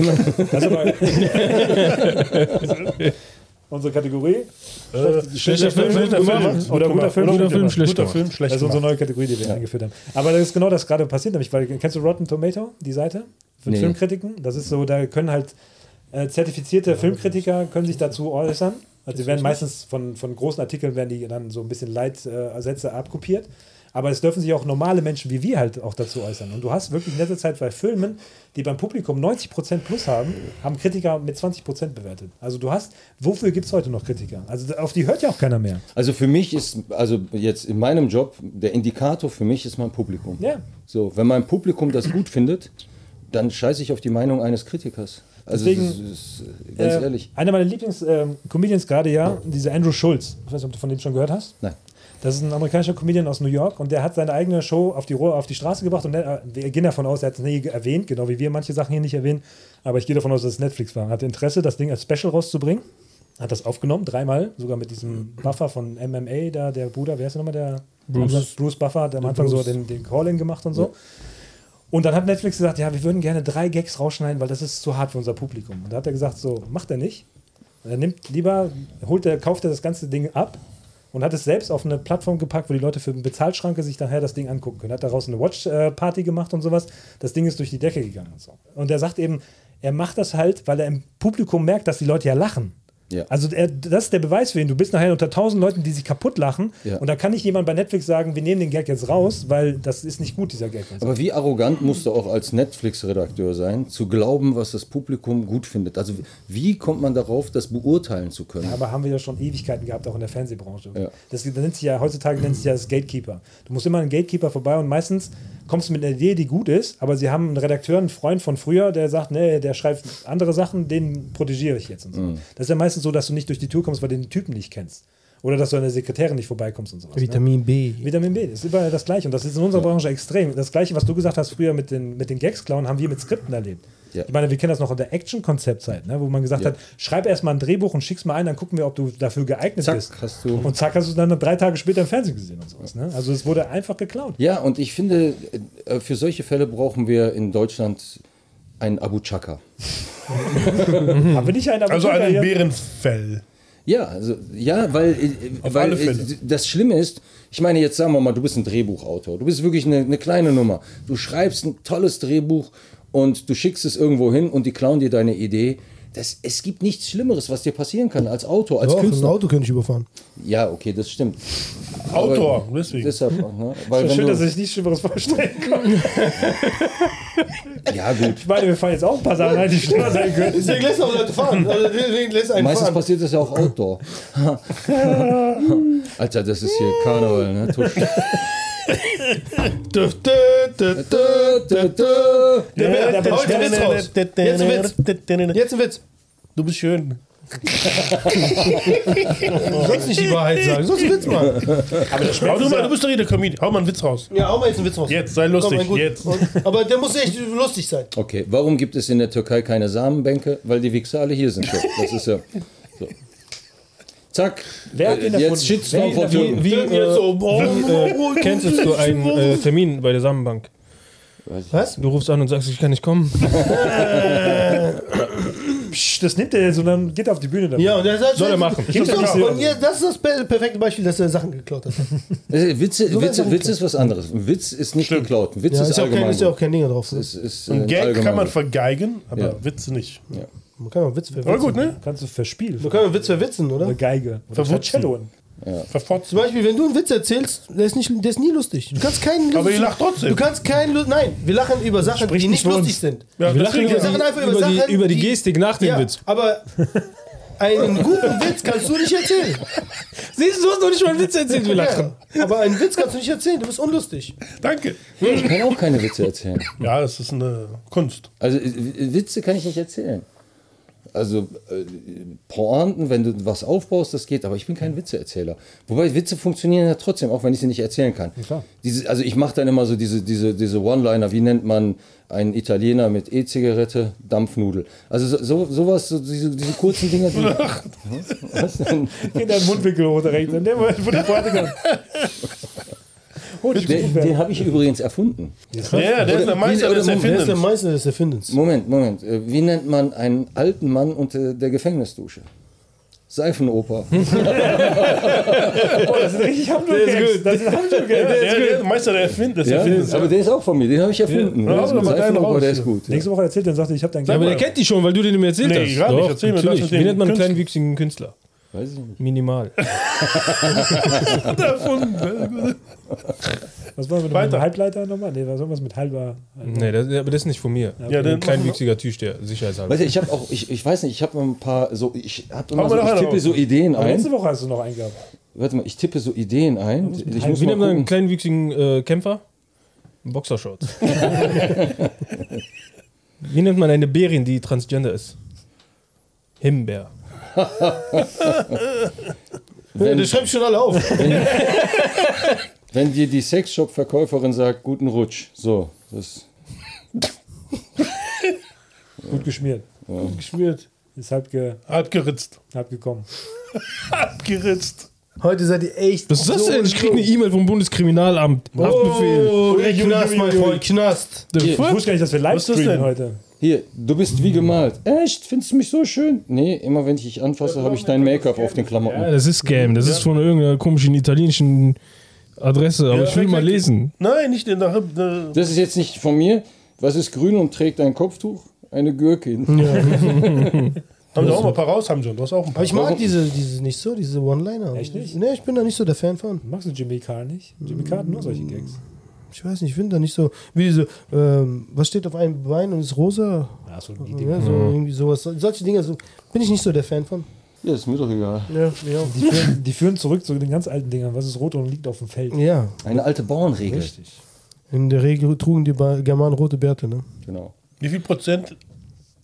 Speaker 1: ist aber unsere Kategorie.
Speaker 3: Äh,
Speaker 4: Schlechter Film, schlechter Film.
Speaker 1: Oder guter Film,
Speaker 4: Guter Film, schlechter
Speaker 3: Guter
Speaker 4: gemacht.
Speaker 3: Film, schlecht
Speaker 1: Das ist unsere
Speaker 3: gemacht.
Speaker 1: neue Kategorie, die wir eingeführt haben. Aber das ist genau das gerade passiert, nämlich, weil kennst du Rotten Tomato, die Seite für
Speaker 2: Nee.
Speaker 1: Filmkritiken? Das ist so, da können halt äh, zertifizierte Filmkritiker können sich dazu äußern. Also die werden meistens von, von großen Artikeln werden die dann so ein bisschen Leitsätze äh, Sätze abkopiert. Aber es dürfen sich auch normale Menschen wie wir halt auch dazu äußern. Und du hast wirklich in letzter Zeit bei Filmen, die beim Publikum 90% plus haben, haben Kritiker mit 20% bewertet. Also du hast, wofür gibt es heute noch Kritiker? Also auf die hört ja auch keiner mehr.
Speaker 2: Also für mich ist, also jetzt in meinem Job, der Indikator für mich ist mein Publikum.
Speaker 1: Ja.
Speaker 2: So, wenn mein Publikum das gut findet, dann scheiße ich auf die Meinung eines Kritikers. Also
Speaker 1: Deswegen,
Speaker 2: das ist, ist, ganz
Speaker 1: Äh,
Speaker 2: ehrlich.
Speaker 1: Einer meiner Lieblings-Comedians gerade, ja, dieser Andrew Schulz. Ich weiß nicht, ob du von dem schon gehört hast.
Speaker 2: Nein.
Speaker 1: Das ist ein amerikanischer Comedian aus New York und der hat seine eigene Show auf die, Ro- auf die Straße gebracht. Und der, äh, wir gehen davon aus, er hat es nie erwähnt, genau wie wir manche Sachen hier nicht erwähnen. Aber ich gehe davon aus, dass es Netflix war. Hat Interesse, das Ding als Special rauszubringen. Hat das aufgenommen, dreimal, sogar mit diesem Buffer von MMA, da der Bruder, wer ist der nochmal der? Bruce, Bruce Buffer hat am Anfang so den, den Call-In gemacht und so. Und dann hat Netflix gesagt, ja, wir würden gerne drei Gags rausschneiden, weil das ist zu hart für unser Publikum. Und da hat er gesagt, so, macht er nicht. Er nimmt lieber, holt er, kauft er das ganze Ding ab und hat es selbst auf eine Plattform gepackt, wo die Leute für eine Bezahlschranke sich nachher das Ding angucken können. Hat daraus eine Watch-Party gemacht und sowas. Das Ding ist durch die Decke gegangen und so. Und er sagt eben, er macht das halt, weil er im Publikum merkt, dass die Leute ja lachen.
Speaker 2: Ja.
Speaker 1: Also er, das ist der Beweis für ihn. Du bist nachher unter tausend Leuten, die sich kaputt lachen.
Speaker 2: Ja.
Speaker 1: Und da kann nicht jemand bei Netflix sagen, wir nehmen den Gag jetzt raus, weil das ist nicht gut, dieser Gag.
Speaker 2: Aber wie arrogant musst du auch als Netflix-Redakteur sein, zu glauben, was das Publikum gut findet? Also wie kommt man darauf, das beurteilen zu können?
Speaker 1: Aber haben wir ja schon Ewigkeiten gehabt, auch in der Fernsehbranche.
Speaker 2: Ja.
Speaker 1: Das nennt sich ja, heutzutage nennt sich ja das Gatekeeper. Du musst immer an einen Gatekeeper vorbei und meistens kommst du mit einer Idee, die gut ist, aber sie haben einen Redakteur, einen Freund von früher, der sagt, nee, der schreibt andere Sachen, den protegiere ich jetzt und so. Das ist ja meistens so, dass du nicht durch die Tür kommst, weil du den Typen nicht kennst. Oder dass du an der Sekretärin nicht vorbeikommst und sowas. Ne?
Speaker 5: Vitamin B.
Speaker 1: Vitamin B, das ist überall das Gleiche. Und das ist in unserer Branche extrem. Das Gleiche, was du gesagt hast früher mit den, mit den Gags-Clown, haben wir mit Skripten erlebt.
Speaker 6: Ja.
Speaker 1: Ich meine, wir kennen das noch in der Action-Konzeptzeit, ne? wo man gesagt
Speaker 2: Ja.
Speaker 1: hat, schreib erst mal ein Drehbuch und schick's mal ein, dann gucken wir, ob du dafür geeignet
Speaker 2: Zack,
Speaker 1: bist.
Speaker 2: hast du-
Speaker 1: Und zack, hast du es dann drei Tage später im Fernsehen gesehen und sowas. Ne? Also es wurde einfach geklaut.
Speaker 2: Ja, und ich finde, äh, für solche Fälle brauchen wir in Deutschland einen Abu Chaka. Hm.
Speaker 1: Haben wir nicht einen
Speaker 3: Also
Speaker 1: Apotheker
Speaker 3: ein
Speaker 1: hier?
Speaker 3: Bärenfell.
Speaker 2: Ja, also, ja, weil, äh, weil
Speaker 3: alle
Speaker 2: äh,
Speaker 3: Fälle.
Speaker 2: das Schlimme ist, ich meine, jetzt sagen wir mal, du bist ein Drehbuchautor, du bist wirklich eine, eine kleine Nummer. Du schreibst ein tolles Drehbuch und du schickst es irgendwo hin und die klauen dir deine Idee. Das, es gibt nichts Schlimmeres, was dir passieren kann als Autor, als
Speaker 5: Doch, ein
Speaker 2: Künstler.
Speaker 5: Auto könnte ich überfahren.
Speaker 2: Ja, okay, das stimmt.
Speaker 3: Autor, deswegen.
Speaker 2: Deshalb, ne? Weil wenn
Speaker 1: Schön, dass
Speaker 2: du,
Speaker 1: ich nichts Schlimmeres vorstellen kann.
Speaker 2: ja, gut.
Speaker 1: Ich meine, wir fahren jetzt auch ein paar Sachen rein, die schlimmer sein können.
Speaker 5: Deswegen lässt auch Leute fahren. Deswegen lässt einen
Speaker 2: Meistens passiert das ja auch outdoor. Alter, das ist hier Karneval, ne? Tusch.
Speaker 1: Ja, da bin ich
Speaker 5: Heute
Speaker 1: ganz-
Speaker 5: wird's raus. Jetzt ein Witz.
Speaker 3: Du bist schön.
Speaker 5: Du sollst nicht die Wahrheit sagen. Sonst Witz machen.
Speaker 3: Hau du mal, du bist doch hier der Comedian. Hau mal einen Witz raus.
Speaker 5: Ja, hau mal jetzt einen Witz raus.
Speaker 3: Jetzt, sei lustig,
Speaker 5: ein gut-
Speaker 3: jetzt.
Speaker 5: aber der muss echt lustig sein.
Speaker 2: Okay, warum gibt es in der Türkei keine Samenbänke? Weil die Wichser alle hier sind. So, Das ist ja. So. Zack.
Speaker 1: Wer hat
Speaker 2: Äh,
Speaker 1: ihn erfunden?
Speaker 2: Jetzt Shitstorm
Speaker 1: Wer
Speaker 2: von
Speaker 1: hat ihn
Speaker 2: Türken.
Speaker 4: Wie, äh, wie äh, kennst du einen äh, Termin bei der Samenbank?
Speaker 5: Was?
Speaker 4: Du rufst an und sagst, ich kann nicht kommen.
Speaker 1: Psch, Das nimmt er so, dann geht er auf die Bühne damit.
Speaker 5: Ja, und der sagt,
Speaker 4: Soll er machen.
Speaker 5: Gibt's
Speaker 1: Gibt's
Speaker 5: doch,
Speaker 1: doch.
Speaker 5: und jetzt, das ist das per- perfekte Beispiel, dass er Sachen geklaut hat.
Speaker 2: Äh, Witze,
Speaker 5: So
Speaker 2: Witze,
Speaker 5: was
Speaker 2: Witz ist was anderes. Ein Witz ist nicht geklaut. Ein Witz
Speaker 5: Ja,
Speaker 2: ist,
Speaker 5: ist, ja auch
Speaker 2: allgemein.
Speaker 5: kein, ist ja auch kein Ding da drauf.
Speaker 2: Es ist, äh,
Speaker 3: Ein Gag kann man
Speaker 2: allgemein.
Speaker 3: vergeigen, aber
Speaker 2: Ja.
Speaker 3: Witze nicht.
Speaker 5: Man kann auch Witz verwitzen.
Speaker 3: Aber gut, ne?
Speaker 1: Kannst du verspielen.
Speaker 5: Man kann auch Witz verwitzen, oder?
Speaker 1: Eine Geige. Oder
Speaker 3: Verwutzen.
Speaker 1: Cello.
Speaker 3: Verfotzt.
Speaker 5: Zum Beispiel, wenn du einen Witz erzählst, der ist nicht, der ist nie lustig. Du kannst keinen
Speaker 3: Aber ihr
Speaker 5: lustigen-
Speaker 3: lacht trotzdem.
Speaker 5: Du kannst keinen, lu- nein, wir lachen über Sachen,
Speaker 1: Sprich
Speaker 5: die
Speaker 1: nicht
Speaker 5: nicht
Speaker 1: für
Speaker 5: lustig
Speaker 1: uns.
Speaker 5: sind.
Speaker 3: Ja,
Speaker 4: Wir lachen
Speaker 3: deswegen-
Speaker 4: über,
Speaker 5: Sachen einfach
Speaker 4: die,
Speaker 5: über
Speaker 4: über, die,
Speaker 5: Sachen,
Speaker 4: über die
Speaker 5: die-
Speaker 4: Gestik nach dem
Speaker 5: ja,
Speaker 4: Witz.
Speaker 5: aber einen guten Witz kannst du nicht erzählen.
Speaker 4: Siehst du, du hast noch nicht mal einen Witz erzählt, wir lachen.
Speaker 5: Ja, aber einen Witz kannst du nicht erzählen, du bist unlustig.
Speaker 3: Danke.
Speaker 2: Ich kann auch keine Witze erzählen.
Speaker 3: Ja, das ist eine Kunst.
Speaker 2: Also äh, Witze kann ich nicht erzählen. Also äh, Pointen, wenn du was aufbaust, das geht, aber ich bin kein Witzeerzähler. Wobei Witze funktionieren ja trotzdem, auch wenn ich sie nicht erzählen kann. Diese, also ich mache dann immer so diese, diese, diese One-Liner, wie nennt man einen Italiener mit E-Zigarette, Dampfnudel. Also so, so, sowas, so diese, diese kurzen Dinger, die. was denn?
Speaker 1: In deinen Mundwinkel hoch direkt. In dem Moment, wo die Pointe kommt. Oh, die
Speaker 2: Den, den habe ich übrigens erfunden.
Speaker 3: Ja, der ist der Meister des
Speaker 2: Oder- oder-
Speaker 5: Der ist der
Speaker 3: Erfindens.
Speaker 5: Meister des Erfindens.
Speaker 2: Moment, Moment. Äh, Wie nennt man einen alten Mann unter der Gefängnisdusche? Seifenoper.
Speaker 1: oh, das sind richtig Hamburg-Gags. Das sind
Speaker 3: Ja,
Speaker 1: Hamburg-Gags.
Speaker 3: der, der ist Meister der Erfind- des
Speaker 2: Ja,
Speaker 3: Erfindens.
Speaker 2: aber der ist auch von mir, den habe ich erfunden.
Speaker 3: Ja,
Speaker 2: Der ist
Speaker 3: aber
Speaker 2: mit
Speaker 3: deinen
Speaker 2: Seifenoper,
Speaker 3: raus
Speaker 2: der ist
Speaker 3: hier.
Speaker 2: gut. Ja.
Speaker 1: Nächste Woche erzählt, dann sagte ich, ich habe deinen
Speaker 4: Ja, aber der
Speaker 1: Gag.
Speaker 4: kennt die schon, weil du den ihm erzählt
Speaker 3: Nee,
Speaker 4: hast.
Speaker 3: gar nicht. Erzähl mir, du hast
Speaker 4: natürlich.
Speaker 3: mit dem
Speaker 4: Wie nennt man einen
Speaker 3: Künstler-
Speaker 4: kleinwüchsigen Künstler?
Speaker 2: Weiß ich nicht.
Speaker 4: Minimal.
Speaker 1: Was wollen wir noch?
Speaker 3: Weiter.
Speaker 1: Weiter. Halbleiter nochmal? Nee, was sollen wir mit halber.
Speaker 4: nee, das, aber das ist nicht von mir.
Speaker 3: Ja, dann
Speaker 4: ein kleinwüchsiger Türsteher, sicherheitshalber.
Speaker 2: Weißt du, ich habe auch, ich, ich weiß nicht, ich habe ein paar so, ich habe
Speaker 3: Hau
Speaker 2: immer
Speaker 3: mal
Speaker 2: so,
Speaker 3: noch
Speaker 2: ich
Speaker 3: einen
Speaker 2: tippe
Speaker 3: raus.
Speaker 2: so Ideen
Speaker 1: Aber letzte
Speaker 2: ein.
Speaker 1: Woche hast du noch einen gehabt.
Speaker 2: Warte mal, ich tippe so Ideen ein. Ich muss
Speaker 4: Wie
Speaker 2: mal
Speaker 4: nennt man einen
Speaker 2: gucken.
Speaker 4: kleinwüchsigen äh, Kämpfer? Boxershorts. Wie nennt man eine Bärin, die transgender ist? Himbeer.
Speaker 5: Ja,
Speaker 2: Wenn,
Speaker 5: der schreibt schon alle auf.
Speaker 2: wenn dir die Sexshop-Verkäuferin sagt, guten Rutsch, so, das,
Speaker 1: Gut geschmiert.
Speaker 3: geschmiert.
Speaker 1: Ist halb, ge,
Speaker 3: Halb geritzt.
Speaker 1: halb gekommen.
Speaker 3: Halb geritzt.
Speaker 5: Heute seid ihr echt.
Speaker 4: Was ist das
Speaker 5: so
Speaker 4: denn? Ich krieg eine E-Mail vom Bundeskriminalamt. Haftbefehl.
Speaker 5: Oh, der Knast, mein Freund, Knast.
Speaker 1: Ich wusste gar nicht, dass wir live
Speaker 3: Was ist das
Speaker 1: streamen
Speaker 3: denn?
Speaker 1: heute.
Speaker 2: hier, du bist wie gemalt. Echt, findest du mich so schön? Nee, immer wenn ich dich anfasse, habe ich dein Make-up auf den Klamotten.
Speaker 4: Ja, das ist Scam. Das ist von irgendeiner komischen italienischen Adresse. Aber
Speaker 3: Ja,
Speaker 4: ich will
Speaker 3: weg,
Speaker 4: mal
Speaker 3: weg.
Speaker 4: lesen.
Speaker 3: Nein, nicht in der ne, Hüb-
Speaker 2: Das ist jetzt nicht von mir. Was ist grün und trägt ein Kopftuch? Eine Gürkin.
Speaker 3: äh, Haben wir auch mal ein paar raus, haben schon. Du hast auch ein
Speaker 5: Aber
Speaker 3: paar.
Speaker 5: ich mag diese, diese nicht so, diese One-Liner.
Speaker 1: Echt nicht?
Speaker 5: Nee, ich bin da nicht so der Fan von.
Speaker 1: Magst du Jimmy Carr nicht? Jimmy Carr hat nur
Speaker 3: Mm.
Speaker 1: solche Gags.
Speaker 5: Ich weiß nicht, ich finde da nicht so, wie diese, ähm, was steht auf einem Bein und ist rosa?
Speaker 1: Ja, so die Dinge.
Speaker 5: Ja, so irgendwie sowas. So- Solche Dinge, so, bin ich nicht so der Fan von.
Speaker 2: Ja, ist mir doch egal.
Speaker 5: Ja, ja.
Speaker 1: Die führen, die führen zurück zu den ganz alten Dingern. Was ist rot und liegt auf dem Feld?
Speaker 5: Ja,
Speaker 2: Eine alte Bauernregel.
Speaker 1: Richtig.
Speaker 5: in der Regel trugen die Ba- Germanen rote Bärte, ne?
Speaker 2: Genau.
Speaker 3: Wie viel Prozent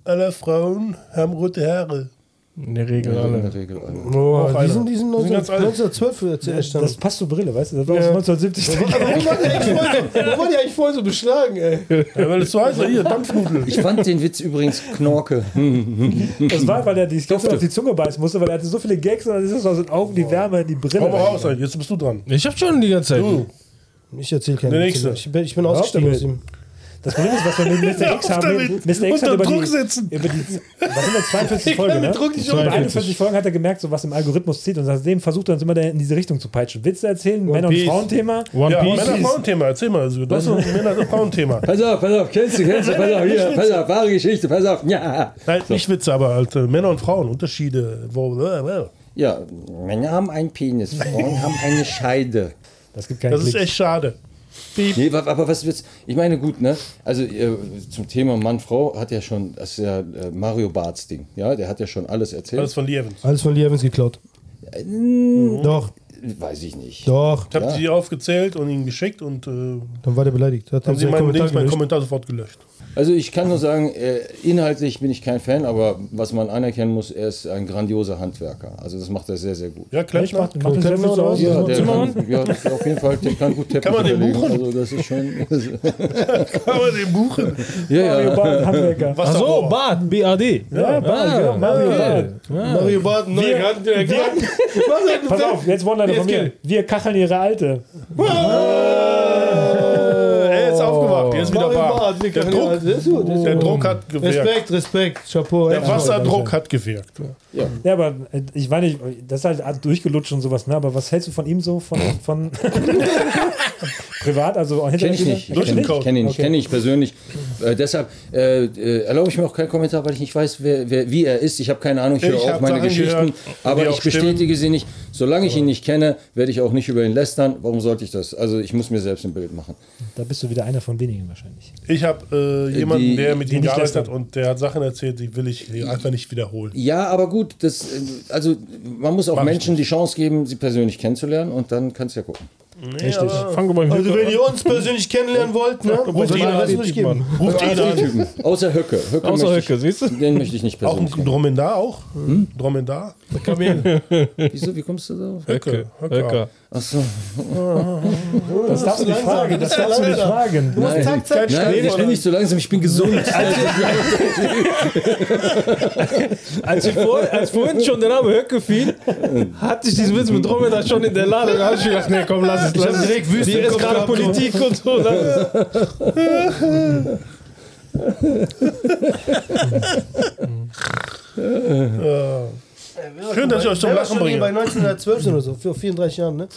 Speaker 3: aller Frauen haben rote Haare?
Speaker 4: In der Regel
Speaker 7: Ja, in
Speaker 4: alle.
Speaker 7: der Regel alle.
Speaker 5: Oh,
Speaker 3: Auch
Speaker 5: die
Speaker 3: einer.
Speaker 5: sind, die sind
Speaker 3: Die sind
Speaker 5: 19,
Speaker 3: ganz alt.
Speaker 5: 1912 zuerst
Speaker 1: Das passt zur Brille, weißt du? Das war aus 1970.
Speaker 5: Warum war der eigentlich vorhin so- warum war der eigentlich vorhin so beschlagen, ey?
Speaker 3: Ja, weil es so heiß ist. Hier, Dampfnudel.
Speaker 2: Ich fand den Witz übrigens Knorke.
Speaker 1: Das war, weil er die Skizze
Speaker 2: Dufte.
Speaker 1: auf die Zunge beißen musste, weil er hatte so viele Gags und dann ist das aus den Augen die Wärme in die Brille.
Speaker 3: Hau mal raus,
Speaker 1: reingegangen.
Speaker 3: ey. jetzt bist du dran.
Speaker 4: Ich hab schon die ganze Zeit.
Speaker 3: Du.
Speaker 5: Ich erzähle keine
Speaker 3: Der
Speaker 5: Witze
Speaker 3: Nächste.
Speaker 5: mehr. Ich bin, ich bin ausgestiegen
Speaker 1: damit.
Speaker 5: aus ihm.
Speaker 1: Das Problem ist, was wir mit Mr. X
Speaker 3: Auf
Speaker 1: haben.
Speaker 3: damit.
Speaker 1: Mr. X hat
Speaker 3: Unter
Speaker 1: über
Speaker 3: Druck
Speaker 1: die,
Speaker 3: setzen.
Speaker 1: Über die, was sind das, 42 Folgen, ne?
Speaker 4: nicht
Speaker 1: Über
Speaker 4: 42.
Speaker 1: 41 Folgen hat er gemerkt, so was im Algorithmus zieht und seitdem versucht er uns immer in diese Richtung zu peitschen. Witze erzählen, Männer- und
Speaker 4: Piece.
Speaker 1: Frauenthema.
Speaker 4: One
Speaker 3: Ja,
Speaker 4: Piece.
Speaker 3: Männer-Frauen-Thema, erzähl mal. Also, das ist doch ein Männer-Frauen-Thema.
Speaker 2: Pass auf, pass auf, kennst du, kennst du, pass auf, hier, pass auf, wahre Geschichte, pass auf, ja.
Speaker 3: Nein, nicht Witze, aber halt, äh, Männer und Frauen, Unterschiede. Wo- wo- wo.
Speaker 2: Ja, Männer haben einen Penis, Frauen haben eine Scheide.
Speaker 1: Das gibt keinen
Speaker 3: Das ist
Speaker 1: Klick.
Speaker 3: echt schade.
Speaker 2: Nee, wa- aber was wird's? Ich meine, gut, ne? Also äh, zum Thema Mann-Frau hat ja schon, das ist ja äh, Mario Barts Ding, ja? Der hat ja schon alles erzählt.
Speaker 3: Alles von Lee Evans.
Speaker 5: Alles von Lee Evans geklaut. Doch,
Speaker 2: Weiß ich nicht.
Speaker 5: doch.
Speaker 3: Mhm. Ich habe die aufgezählt und ihnen geschickt und äh,
Speaker 5: Dann war der beleidigt. Hat
Speaker 3: haben sie
Speaker 5: seinen
Speaker 3: meinen Dings, meinen
Speaker 5: gelöscht.
Speaker 3: Kommentar sofort gelöscht.
Speaker 2: Also ich kann nur sagen, äh, inhaltlich bin ich kein Fan, aber was man anerkennen muss, er ist ein grandioser Handwerker. Also das macht er sehr, sehr gut.
Speaker 3: Ja,
Speaker 1: Ich mach,
Speaker 3: klar.
Speaker 1: mach den
Speaker 5: Klempner
Speaker 1: selber oder
Speaker 5: oder
Speaker 1: was?
Speaker 5: was?
Speaker 2: Ja, der
Speaker 4: Zimmermann?
Speaker 2: kann, ja, das ist auf jeden Fall, der kann gut Teppich
Speaker 3: Kann man den
Speaker 2: verlegen.
Speaker 3: buchen?
Speaker 2: Also das ist schon.
Speaker 3: Aber den buchen.
Speaker 2: ja,
Speaker 1: Mario
Speaker 2: ja.
Speaker 1: Barth, Handwerker.
Speaker 3: Was
Speaker 4: Ach so,
Speaker 3: so,
Speaker 4: Bad, BAD.
Speaker 1: Ja, Barth, genau, Mario Barth.
Speaker 5: Mario Baden, neue Hand, der Hand. Was hat
Speaker 1: Pass auf, jetzt One-Liner von mir.
Speaker 5: geht's.
Speaker 1: Wir kacheln ihre Alte.
Speaker 3: Äh, Er ist aufgewacht, er ist wieder
Speaker 5: Mario
Speaker 3: wach.
Speaker 5: Barth, wir
Speaker 3: Der
Speaker 5: können
Speaker 3: Druck,
Speaker 5: alles- das ist gut, das ist
Speaker 3: der
Speaker 5: gut.
Speaker 3: Druck hat gewirkt.
Speaker 5: Respekt, Respekt, Chapeau.
Speaker 3: Der Wasserdruck hat gewirkt.
Speaker 1: Ja, aber äh, ich meine, ich- das ist halt durchgelutscht und sowas, ne? Aber was hältst du von ihm so? Von, von privat, also hinter
Speaker 2: Kenne ich
Speaker 1: der Bühne?
Speaker 2: nicht. Ich
Speaker 1: Kennst du nicht?
Speaker 2: kenne ich kenn ihn nicht,
Speaker 1: Okay.
Speaker 2: kenne ich persönlich. Äh, deshalb äh, äh, erlaube ich mir auch keinen Kommentar, weil ich nicht weiß, wer, wer, wie er ist. Ich habe keine Ahnung, ich höre
Speaker 3: Ich
Speaker 2: auch
Speaker 3: hab
Speaker 2: meine
Speaker 3: Sachen
Speaker 2: Geschichten,
Speaker 3: gehört,
Speaker 2: aber
Speaker 3: die
Speaker 2: ich
Speaker 3: auch stimmen.
Speaker 2: bestätige sie nicht. Solange ich ihn nicht kenne, werde ich auch nicht über ihn lästern. Warum sollte ich das? Also ich muss mir selbst ein Bild machen.
Speaker 1: Da bist du wieder einer von wenigen wahrscheinlich.
Speaker 3: Ich habe äh, jemanden,
Speaker 2: Die-
Speaker 3: der mit
Speaker 1: die
Speaker 3: ihm
Speaker 1: nicht
Speaker 3: gearbeitet hat
Speaker 1: lästern.
Speaker 3: und der hat Sachen erzählt, die will ich hier einfach nicht wiederholen.
Speaker 2: Ja, aber gut, das, äh, also man muss auch Menschen die Chance geben, sie persönlich kennenzulernen und dann kannst du ja gucken.
Speaker 1: Richtig.
Speaker 4: Fangen wir beim
Speaker 5: Also
Speaker 4: Hüter
Speaker 5: wenn
Speaker 4: an.
Speaker 5: ihr uns persönlich kennenlernen wollt, ne?
Speaker 3: Ruft ihn
Speaker 5: was muss ich geben?
Speaker 3: an. Ruft ihn
Speaker 2: Die
Speaker 3: an.
Speaker 2: Typen, außer Höcke. Höcke
Speaker 4: Außer
Speaker 2: möchte ich-
Speaker 4: Höcke, siehst du?
Speaker 2: Den möchte ich nicht
Speaker 3: Auch ein
Speaker 2: persönlich kennen.
Speaker 3: Dromedar auch?
Speaker 2: Hm?
Speaker 3: Dromedar?
Speaker 2: Wieso, wie kommst du darauf?
Speaker 3: Höcke.
Speaker 4: Höcker.
Speaker 2: Achso.
Speaker 1: Das darfst du nicht fragen, das darfst du nicht fragen.
Speaker 2: Nein,
Speaker 5: Zack, zack,
Speaker 2: nein ich bin nicht so langsam, ich bin gesund.
Speaker 4: Als, ich vor, als vorhin schon der Name Höcke fiel, hatte ich diesen Witz mit Dromedar schon in der Lade. Da habe ich gedacht, nee, komm, lass es. Lass es.
Speaker 5: direkt Wüste
Speaker 4: Hier
Speaker 5: im
Speaker 4: ist
Speaker 5: Kopf
Speaker 4: gerade
Speaker 5: gehabt, so.
Speaker 4: Politik und so. Lass es.
Speaker 3: Schön, dass ich euch zum
Speaker 5: Wer war
Speaker 3: Lachen
Speaker 5: schon hier Bei
Speaker 3: bringe.
Speaker 5: 1912 oder so, vor 34 Jahren, ne?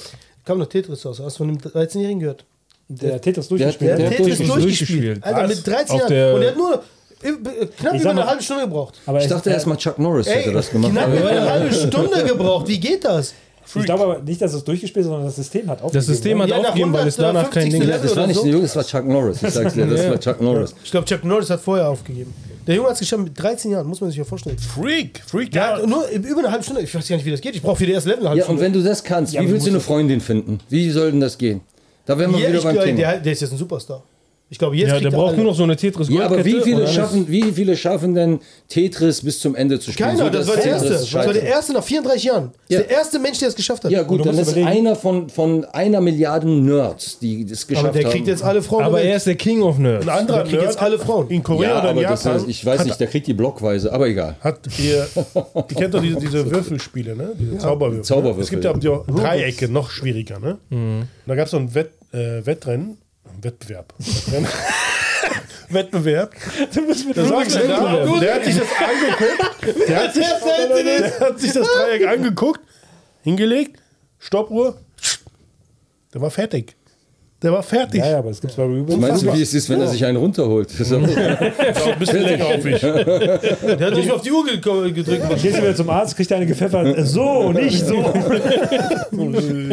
Speaker 5: Kam noch Tetris raus. Hast du von dem 13-Jährigen gehört?
Speaker 1: Der Tetris
Speaker 5: Der,
Speaker 1: durchgespielt.
Speaker 2: Der
Speaker 5: hat
Speaker 2: hat
Speaker 5: Tetris
Speaker 4: durchgespielt.
Speaker 5: durchgespielt.
Speaker 4: durchgespielt.
Speaker 5: Alter,
Speaker 3: Was?
Speaker 5: mit 13
Speaker 4: Auf
Speaker 5: Jahren.
Speaker 4: der-
Speaker 5: Und er hat nur äh, knapp
Speaker 1: Ich
Speaker 5: über
Speaker 1: sag
Speaker 5: eine
Speaker 1: mal-
Speaker 5: halbe Stunde gebraucht.
Speaker 1: Aber
Speaker 2: Ich dachte erst mal, Chuck Norris hätte das gemacht.
Speaker 5: knapp
Speaker 2: aber-
Speaker 5: über eine halbe Stunde gebraucht. Wie geht das?
Speaker 1: ich glaube aber nicht, dass es durchgespielt ist, sondern das System hat aufgegeben. ne?
Speaker 4: Das System hat
Speaker 5: Ja, nach
Speaker 4: aufgegeben, weil es danach
Speaker 5: 150.
Speaker 4: kein Ding
Speaker 2: Ja,
Speaker 4: gab.
Speaker 2: das war nicht
Speaker 5: Oder so?
Speaker 2: der Junge, das war Chuck Norris. Ich sag's dir, das war Chuck Norris.
Speaker 5: Ich glaube, Chuck Norris hat vorher aufgegeben. Der Junge hat es geschafft mit 13 Jahren, muss man sich ja vorstellen.
Speaker 3: Freak, Freak,
Speaker 5: Der
Speaker 3: ja.
Speaker 5: hat nur über eine halbe Stunde, ich weiß gar nicht, wie das geht. Ich brauche für die erste Level eine halbe
Speaker 2: Ja, und
Speaker 5: Stunde.
Speaker 2: wenn du das kannst, wie willst du eine Freundin finden? Wie soll denn das gehen? Da wären wir
Speaker 5: Ja,
Speaker 2: wieder
Speaker 5: ich
Speaker 2: beim
Speaker 5: glaube,
Speaker 2: Thema.
Speaker 5: der, der ist jetzt ein Superstar. Ich glaube, jetzt
Speaker 4: Ja,
Speaker 5: kriegt
Speaker 4: der
Speaker 5: er
Speaker 4: braucht
Speaker 5: alle.
Speaker 4: nur noch so eine tetris
Speaker 2: Ja, aber wie viele, schaffen, wie viele schaffen denn Tetris bis zum Ende zu spielen?
Speaker 5: Keiner,
Speaker 2: So,
Speaker 5: das
Speaker 2: dass
Speaker 5: war der
Speaker 2: Tetris
Speaker 5: erste. Das war
Speaker 2: scheitert.
Speaker 5: der erste nach 34 Jahren. Das ist
Speaker 2: Ja.
Speaker 5: Der erste Mensch, der es geschafft hat.
Speaker 2: Ja,
Speaker 1: Und
Speaker 2: gut,
Speaker 1: du
Speaker 2: dann
Speaker 1: musst
Speaker 2: ist
Speaker 1: überlegen.
Speaker 2: einer von, von einer Milliarde Nerds, die das geschafft
Speaker 5: aber
Speaker 2: haben.
Speaker 5: der kriegt jetzt alle Frauen.
Speaker 4: Aber
Speaker 5: der
Speaker 4: er
Speaker 5: Welt.
Speaker 4: ist der King of Nerds.
Speaker 3: Ein anderer
Speaker 5: Der kriegt jetzt alle Frauen.
Speaker 3: in Korea
Speaker 2: ja,
Speaker 3: oder in
Speaker 2: aber das
Speaker 3: Japan
Speaker 2: heißt, ich weiß
Speaker 3: hat,
Speaker 2: nicht, der kriegt die blockweise, aber egal.
Speaker 3: hat ihr, ihr kennt doch diese, diese Würfelspiele, ne? diese Zauberwürfel.
Speaker 2: Zauberwürfel,
Speaker 3: Ne? Es gibt
Speaker 2: ja.
Speaker 3: ja auch die auch Dreiecke, noch schwieriger. Ne? Und da gab es so ein Wett, äh, Wettrennen, Wettbewerb. Wettrennen. Wettbewerb. Da saß der, da, der hat sich das angeguckt. Der hat sich, der hat sich das Dreieck angeguckt, hingelegt, Stoppuhr. Der war fertig. Der war fertig.
Speaker 1: Ja, ja, aber es gibt zwar Rebuilds.
Speaker 2: Meinst du, wie es ist, wenn er sich einen runterholt? Das ist aber-
Speaker 3: Ein bisschen länger auf mich.
Speaker 5: Der hat nicht mal auf die Uhr geko- gedrückt. Mann.
Speaker 1: Gehst du wieder zum Arzt, kriegt er eine gepfeffert. äh, So, nicht so.
Speaker 3: Knoten.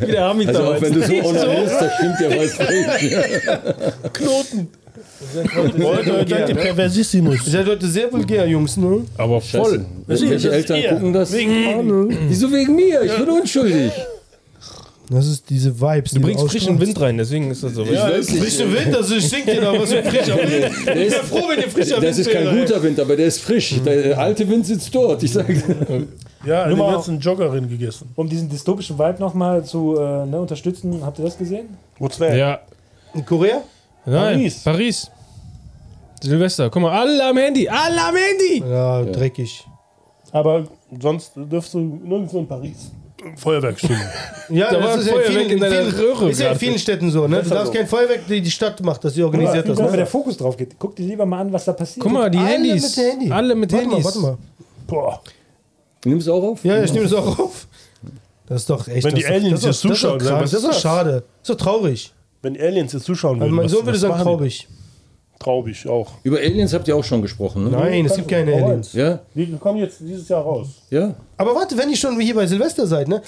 Speaker 4: Wie der Hamid
Speaker 2: Also auch wenn du so online bist, da stimmt ja was nicht.
Speaker 3: Knoten. Heute seid ihr Perversissimus.
Speaker 5: Ihr seid halt heute sehr vulgär, Jungs. Ne?
Speaker 4: Aber voll.
Speaker 2: Welche
Speaker 3: das ist
Speaker 2: Eltern
Speaker 3: ihr.
Speaker 2: gucken das? Ah, ne.
Speaker 3: Wegen-
Speaker 2: Wieso wegen mir? Ich bin unschuldig.
Speaker 5: Das ist diese Vibes.
Speaker 4: Du bringst frischen
Speaker 5: frischen
Speaker 4: Wind rein, deswegen ist das so.
Speaker 2: Ja,
Speaker 4: Weil-
Speaker 2: das ist-
Speaker 5: Frischer Wind, also ich sing dir da was für frischer Wind.
Speaker 2: Der ist,
Speaker 5: Froh, wenn ihr frischer
Speaker 2: das ist kein guter Wind, aber der ist frisch. Der äh, alte Wind sitzt dort. Ich sage,
Speaker 3: Ja,
Speaker 1: Nur
Speaker 3: den
Speaker 1: mal-
Speaker 3: ganzen Joggerin gegessen.
Speaker 1: Um diesen dystopischen Vibe nochmal zu äh, ne, unterstützen, habt ihr das gesehen?
Speaker 3: What's that?
Speaker 4: Ja.
Speaker 5: In Korea?
Speaker 4: Nein,
Speaker 3: Paris.
Speaker 4: Paris. Silvester, guck mal, alle am Handy, alle am Handy!
Speaker 5: Ja, dreckig.
Speaker 3: Aber sonst dürfst du nirgendwo in Paris. Feuerwerkstimmung.
Speaker 5: Ja,
Speaker 4: Da war ein Feuerwerk in deiner Röhre
Speaker 5: Ist ja in
Speaker 4: gerade.
Speaker 5: vielen Städten so, ne? Du darfst kein Feuerwerk, die, die Stadt macht das, die organisiert das.
Speaker 1: Guck mal, wenn der
Speaker 5: Ne?
Speaker 1: Fokus drauf geht. Guck dir lieber mal an, was da passiert.
Speaker 4: Guck mal, die
Speaker 5: Alle
Speaker 4: Handys.
Speaker 5: mit Handy.
Speaker 4: Alle mit
Speaker 5: warte
Speaker 4: Handys.
Speaker 5: Mal, warte mal.
Speaker 3: Boah.
Speaker 2: nimm es auch auf.
Speaker 5: Ja, ich nehme das auch auf. Das ist doch echt.
Speaker 3: Wenn
Speaker 5: das
Speaker 3: die
Speaker 5: ist doch-
Speaker 3: Aliens
Speaker 5: das ist doch-
Speaker 3: jetzt zuschauen,
Speaker 5: das ist doch,
Speaker 3: sagen,
Speaker 5: krank,
Speaker 3: was
Speaker 5: das ist
Speaker 3: ist
Speaker 5: doch
Speaker 3: das?
Speaker 5: schade. Das ist doch traurig.
Speaker 3: Wenn Aliens jetzt zuschauen
Speaker 5: Also
Speaker 3: würden.
Speaker 5: mein
Speaker 3: was-
Speaker 5: Sohn würde
Speaker 3: was
Speaker 5: sagen,
Speaker 3: machen
Speaker 5: traurig.
Speaker 3: die? Traubig auch.
Speaker 2: Über Aliens habt ihr auch schon gesprochen, ne?
Speaker 5: Nein, es gibt keine
Speaker 3: Warum?
Speaker 5: Aliens.
Speaker 2: Ja,
Speaker 3: Die kommen jetzt dieses Jahr raus.
Speaker 2: ja.
Speaker 5: Aber warte, wenn ihr schon hier bei Silvester seid, ne?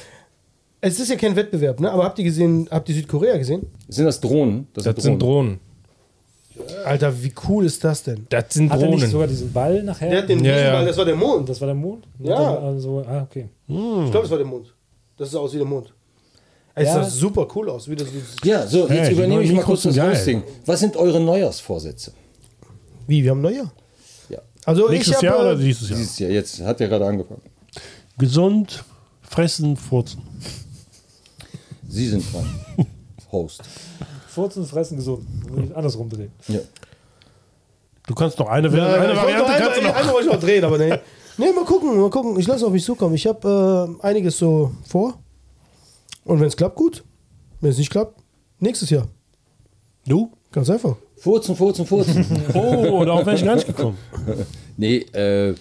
Speaker 5: Es ist ja kein Wettbewerb, ne? Aber habt ihr gesehen, habt ihr Südkorea gesehen?
Speaker 2: Sind das Drohnen?
Speaker 4: Das sind Drohnen.
Speaker 5: Alter, wie cool ist das denn?
Speaker 4: Das sind
Speaker 1: Hat er nicht
Speaker 4: Drohnen.
Speaker 1: sogar diesen Ball nachher?
Speaker 5: Der hat den
Speaker 4: Ja,
Speaker 5: Riesenball,
Speaker 4: ja.
Speaker 5: das war der Mond.
Speaker 1: das war der Mond?
Speaker 5: Ja.
Speaker 1: Das war Also, ah, okay.
Speaker 5: Ich glaube, das war der Mond. Das sah aus wie der Mond. Es
Speaker 1: Ja.
Speaker 5: sah super cool aus, wie das so
Speaker 2: Ja, so, jetzt
Speaker 3: Hey, die
Speaker 2: übernehme
Speaker 3: neuen
Speaker 2: ich mal
Speaker 3: Mikros
Speaker 2: kurz das
Speaker 3: sind geil.
Speaker 2: Hosting. Was sind eure Neujahrsvorsätze?
Speaker 5: Wie, wir haben Neujahr?
Speaker 2: Ja.
Speaker 5: Also ich
Speaker 3: Nächstes
Speaker 5: hab,
Speaker 3: Jahr
Speaker 5: äh,
Speaker 3: oder dieses Jahr?
Speaker 2: Dieses Jahr, jetzt hat er gerade angefangen.
Speaker 3: Gesund, fressen, furzen.
Speaker 2: Sie sind dran. Host.
Speaker 1: Furzen, fressen, gesund. Würde ich Andersrum drehen.
Speaker 2: Ja.
Speaker 3: Du kannst noch eine,
Speaker 5: Ja, genau.
Speaker 3: eine
Speaker 5: ich wollte
Speaker 3: Variante
Speaker 5: noch
Speaker 3: kannst du
Speaker 5: einmal,
Speaker 3: noch.
Speaker 5: einmal wollte ich noch drehen, aber nee. Nee, mal gucken, mal gucken. Ich lasse auf mich zukommen. Ich habe äh, einiges so vor. Und wenn es klappt, gut. Wenn es nicht klappt, nächstes Jahr.
Speaker 3: Du?
Speaker 5: Ganz einfach.
Speaker 2: Furzen, furzen, furzen.
Speaker 3: Oh, darauf wäre ich gar nicht gekommen.
Speaker 2: nee, äh,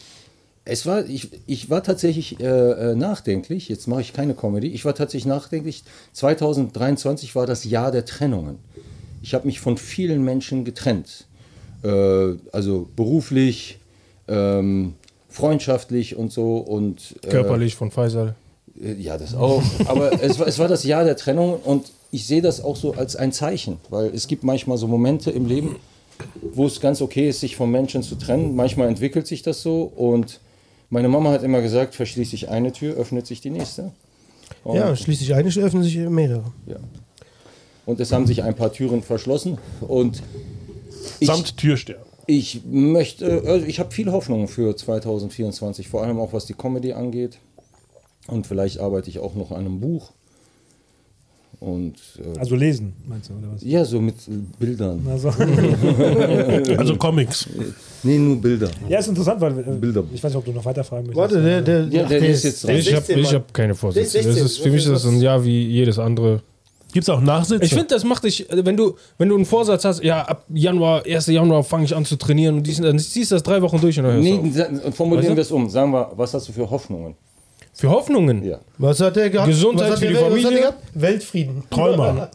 Speaker 2: es war, ich, ich war tatsächlich äh, äh, nachdenklich. Jetzt mache ich keine Comedy. Ich war tatsächlich nachdenklich. 2023 war das Jahr der Trennungen. Ich habe mich von vielen Menschen getrennt. Äh, also beruflich, ähm, freundschaftlich und so. Und, äh,
Speaker 4: Körperlich von Faisal.
Speaker 2: Äh, Ja, das auch. Aber es war, es war das Jahr der Trennung und ich sehe das auch so als ein Zeichen, weil es gibt manchmal so Momente im Leben, wo es ganz okay ist, sich von Menschen zu trennen. Manchmal entwickelt sich das so und meine Mama hat immer gesagt, verschließt sich eine Tür, öffnet sich die nächste.
Speaker 3: Oh.
Speaker 2: Und,
Speaker 5: Ja, schließlich eine, öffnen sich mehrere.
Speaker 2: ja. Und es haben sich ein paar Türen verschlossen und ich,
Speaker 3: Samt Türstern.
Speaker 2: ich möchte, also ich habe viel Hoffnung für 2024, vor allem auch was die Comedy angeht. Und vielleicht arbeite ich auch noch an einem Buch. Und äh,
Speaker 1: Also lesen, meinst du, oder was?
Speaker 2: ja, so mit äh, Bildern.
Speaker 1: Also,
Speaker 3: Also Comics.
Speaker 2: Nee, nur Bilder.
Speaker 1: ja, ist interessant, weil äh,
Speaker 2: Bilder.
Speaker 1: ich weiß nicht, ob du noch weiterfragen möchtest.
Speaker 5: Warte,
Speaker 4: ne?
Speaker 5: der, der,
Speaker 2: Ja,
Speaker 5: ach,
Speaker 2: der, ist jetzt dran.
Speaker 4: Ich habe
Speaker 5: 16 Mann.
Speaker 4: hab keine Vorsätze.
Speaker 5: Der ist 16,
Speaker 4: das ist,
Speaker 5: was
Speaker 4: für mich
Speaker 5: ist
Speaker 4: ist das
Speaker 5: das?
Speaker 4: ein Jahr wie jedes andere.
Speaker 3: Gibt es auch Nachsitze?
Speaker 4: Ich finde, das macht dich, äh, wenn du, wenn du einen Vorsatz hast, ja, ab Januar, 1. Januar fange ich an zu trainieren und dies, dann ziehst du das drei Wochen durch und dann hörst du
Speaker 2: Nee, sa- formulieren
Speaker 4: Weißt du?
Speaker 2: wir es um. Sagen wir, was hast du für Hoffnungen?
Speaker 4: auf. Für Hoffnungen.
Speaker 2: Ja.
Speaker 5: Was hat der gehabt?
Speaker 4: Gesundheit
Speaker 5: was hat
Speaker 4: für die
Speaker 5: der, Was hat
Speaker 4: Familie.
Speaker 5: der gehabt? Weltfrieden.
Speaker 3: Träumer.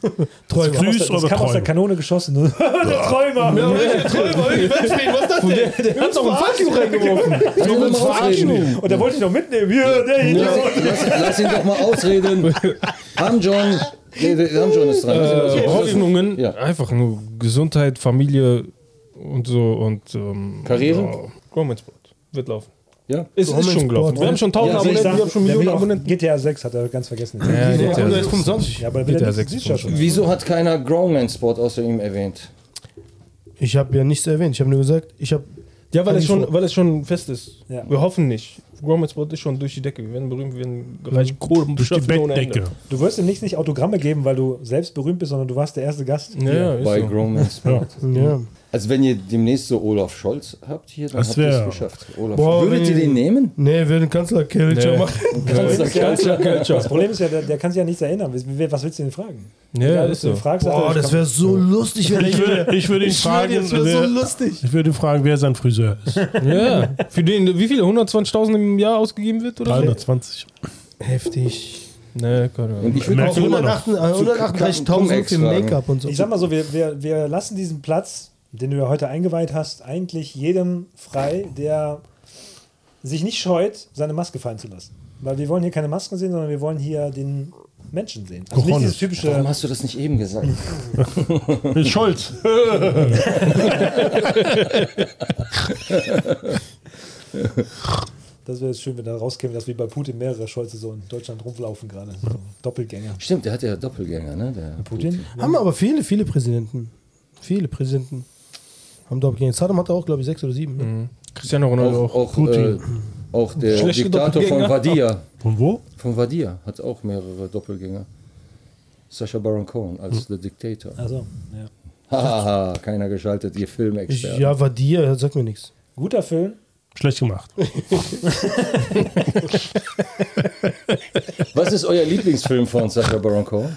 Speaker 1: Aus
Speaker 5: Träumer.
Speaker 1: der-
Speaker 3: Süß
Speaker 1: das
Speaker 3: oder
Speaker 1: kam aus der
Speaker 3: Träumer?
Speaker 1: Kanone geschossen. ne? der Träumer.
Speaker 5: Ja, welche Träumer? Weltfrieden, was ist das denn? Der, hat doch einen Fuck you reingeworfen.
Speaker 2: Lass ihn, doch mal ausreden.
Speaker 1: Und da wollte ich noch mitnehmen. Hier, der hier.
Speaker 2: Also Lass, lass, lass ihn doch mal ausreden. Hamjon. Nee, der- Hamjon ist dran. Lass ihn
Speaker 4: Äh,
Speaker 2: ausreden.
Speaker 4: Hoffnungen,
Speaker 2: Ja.
Speaker 4: einfach nur Gesundheit, Familie und so und ähm,
Speaker 2: Karriere?
Speaker 4: Ja. Komm ins Boot. Wird laufen.
Speaker 2: Ja.
Speaker 4: Es ist, schon gelaufen. Wir haben schon 1000
Speaker 2: Ja,
Speaker 1: Also ich
Speaker 4: Abonnenten, wir haben
Speaker 1: sag, der
Speaker 4: schon Millionen
Speaker 1: will auch,
Speaker 4: Abonnenten.
Speaker 1: GTA 6 hat er ganz vergessen. Ja,
Speaker 4: Ja,
Speaker 5: Der
Speaker 4: GTA
Speaker 5: Bruder ist
Speaker 4: sechs.
Speaker 5: 25.
Speaker 1: aber wenn
Speaker 4: GTA
Speaker 1: er
Speaker 4: sechs
Speaker 1: sieht ja schon.
Speaker 2: Wieso hat keiner Grown-Man-Sport außer ihm erwähnt?
Speaker 5: Ich habe ja nichts erwähnt. Ich habe nur gesagt, ich habe
Speaker 4: Ja, weil
Speaker 5: Kann
Speaker 4: es,
Speaker 5: ich
Speaker 4: schon,
Speaker 5: vor-
Speaker 4: weil es schon fest ist.
Speaker 1: Ja.
Speaker 4: Wir hoffen nicht. Gromits Boot ist schon durch die Decke. Wir werden berühmt, wir werden reich Kohle
Speaker 3: Durch die Bettdecke.
Speaker 1: Du wirst demnächst nicht Autogramme geben, weil du selbst berühmt bist, sondern du warst der erste Gast.
Speaker 4: Ja, ja, ist
Speaker 2: Bei
Speaker 4: so.
Speaker 2: Grown-Man-Sport.
Speaker 5: Ja.
Speaker 2: Also wenn ihr demnächst so Olaf Scholz habt hier, dann
Speaker 3: Das
Speaker 2: habt ihr
Speaker 3: wär-
Speaker 2: es geschafft. Olaf
Speaker 5: Boah,
Speaker 2: Scholz. Würdet ihr
Speaker 5: wenn ihr-
Speaker 2: den nehmen?
Speaker 5: Nee, wir den Kanzler Kelcher
Speaker 4: Nee.
Speaker 5: machen.
Speaker 1: Das Problem ist ja, der, der kann sich ja nichts erinnern. Was willst du ihn fragen?
Speaker 4: Ja,
Speaker 1: Egal,
Speaker 4: ist
Speaker 1: was du ihn
Speaker 4: so.
Speaker 1: fragst, sagt er,
Speaker 5: Boah,
Speaker 1: ich
Speaker 5: das
Speaker 1: komm-
Speaker 5: wäre so lustig, wenn
Speaker 3: Ich würde, ich würde ihn fragen,
Speaker 5: das wäre so
Speaker 3: wer,
Speaker 5: lustig.
Speaker 3: ich würde ihn fragen, wer sein Friseur ist.
Speaker 4: Ja. Für den, wie viele? 120.000 im Jahr ausgegeben wird oder so?
Speaker 3: 320.
Speaker 5: Heftig.
Speaker 4: Nee, keine Ahnung.
Speaker 2: Und ich würde
Speaker 3: Merkel
Speaker 2: auch
Speaker 5: Auch 138
Speaker 2: äh,
Speaker 5: 138.000 für
Speaker 2: Extra, ne?
Speaker 5: Make-up und so.
Speaker 1: Ich sag mal so, wir, wir, wir lassen diesen Platz, den du ja heute eingeweiht hast, eigentlich jedem frei, der sich nicht scheut, seine Maske fallen zu lassen. Weil wir wollen hier keine Masken sehen, sondern wir wollen hier den Menschen sehen. Also nicht
Speaker 3: Cojones.
Speaker 1: dieses
Speaker 2: Warum
Speaker 1: typische.
Speaker 2: hast du das nicht eben gesagt?
Speaker 3: Mit Scholz.
Speaker 1: Das wäre schön, wenn da rauskäme, dass wie bei Putin mehrere Scholze so in Deutschland rumlaufen gerade. So Doppelgänger.
Speaker 6: Stimmt, der hat ja Doppelgänger, ne? Der
Speaker 1: Putin?
Speaker 5: Haben aber viele, viele Präsidenten. Viele Präsidenten haben Doppelgänger. Saddam hatte auch, glaube ich, sechs oder sieben. ne?
Speaker 4: Mhm. Hm. Cristiano Ronaldo
Speaker 2: Auch,
Speaker 4: auch.
Speaker 2: auch, äh, auch der
Speaker 4: Schlechte
Speaker 2: Diktator von
Speaker 4: Doppelgänger.
Speaker 2: Wadia.
Speaker 3: Von wo?
Speaker 2: Von Wadia hat auch mehrere Doppelgänger. Sacha Baron Cohen
Speaker 3: Hm.
Speaker 2: als The Dictator.
Speaker 1: Also, ja.
Speaker 2: Haha, keiner geschaltet, ihr
Speaker 5: Ich,
Speaker 2: Filmexperten.
Speaker 5: ja, war dir, sagt mir nichts.
Speaker 1: Guter Film.
Speaker 3: Schlecht gemacht.
Speaker 2: Was ist euer Lieblingsfilm von Sacha Baron Cohen?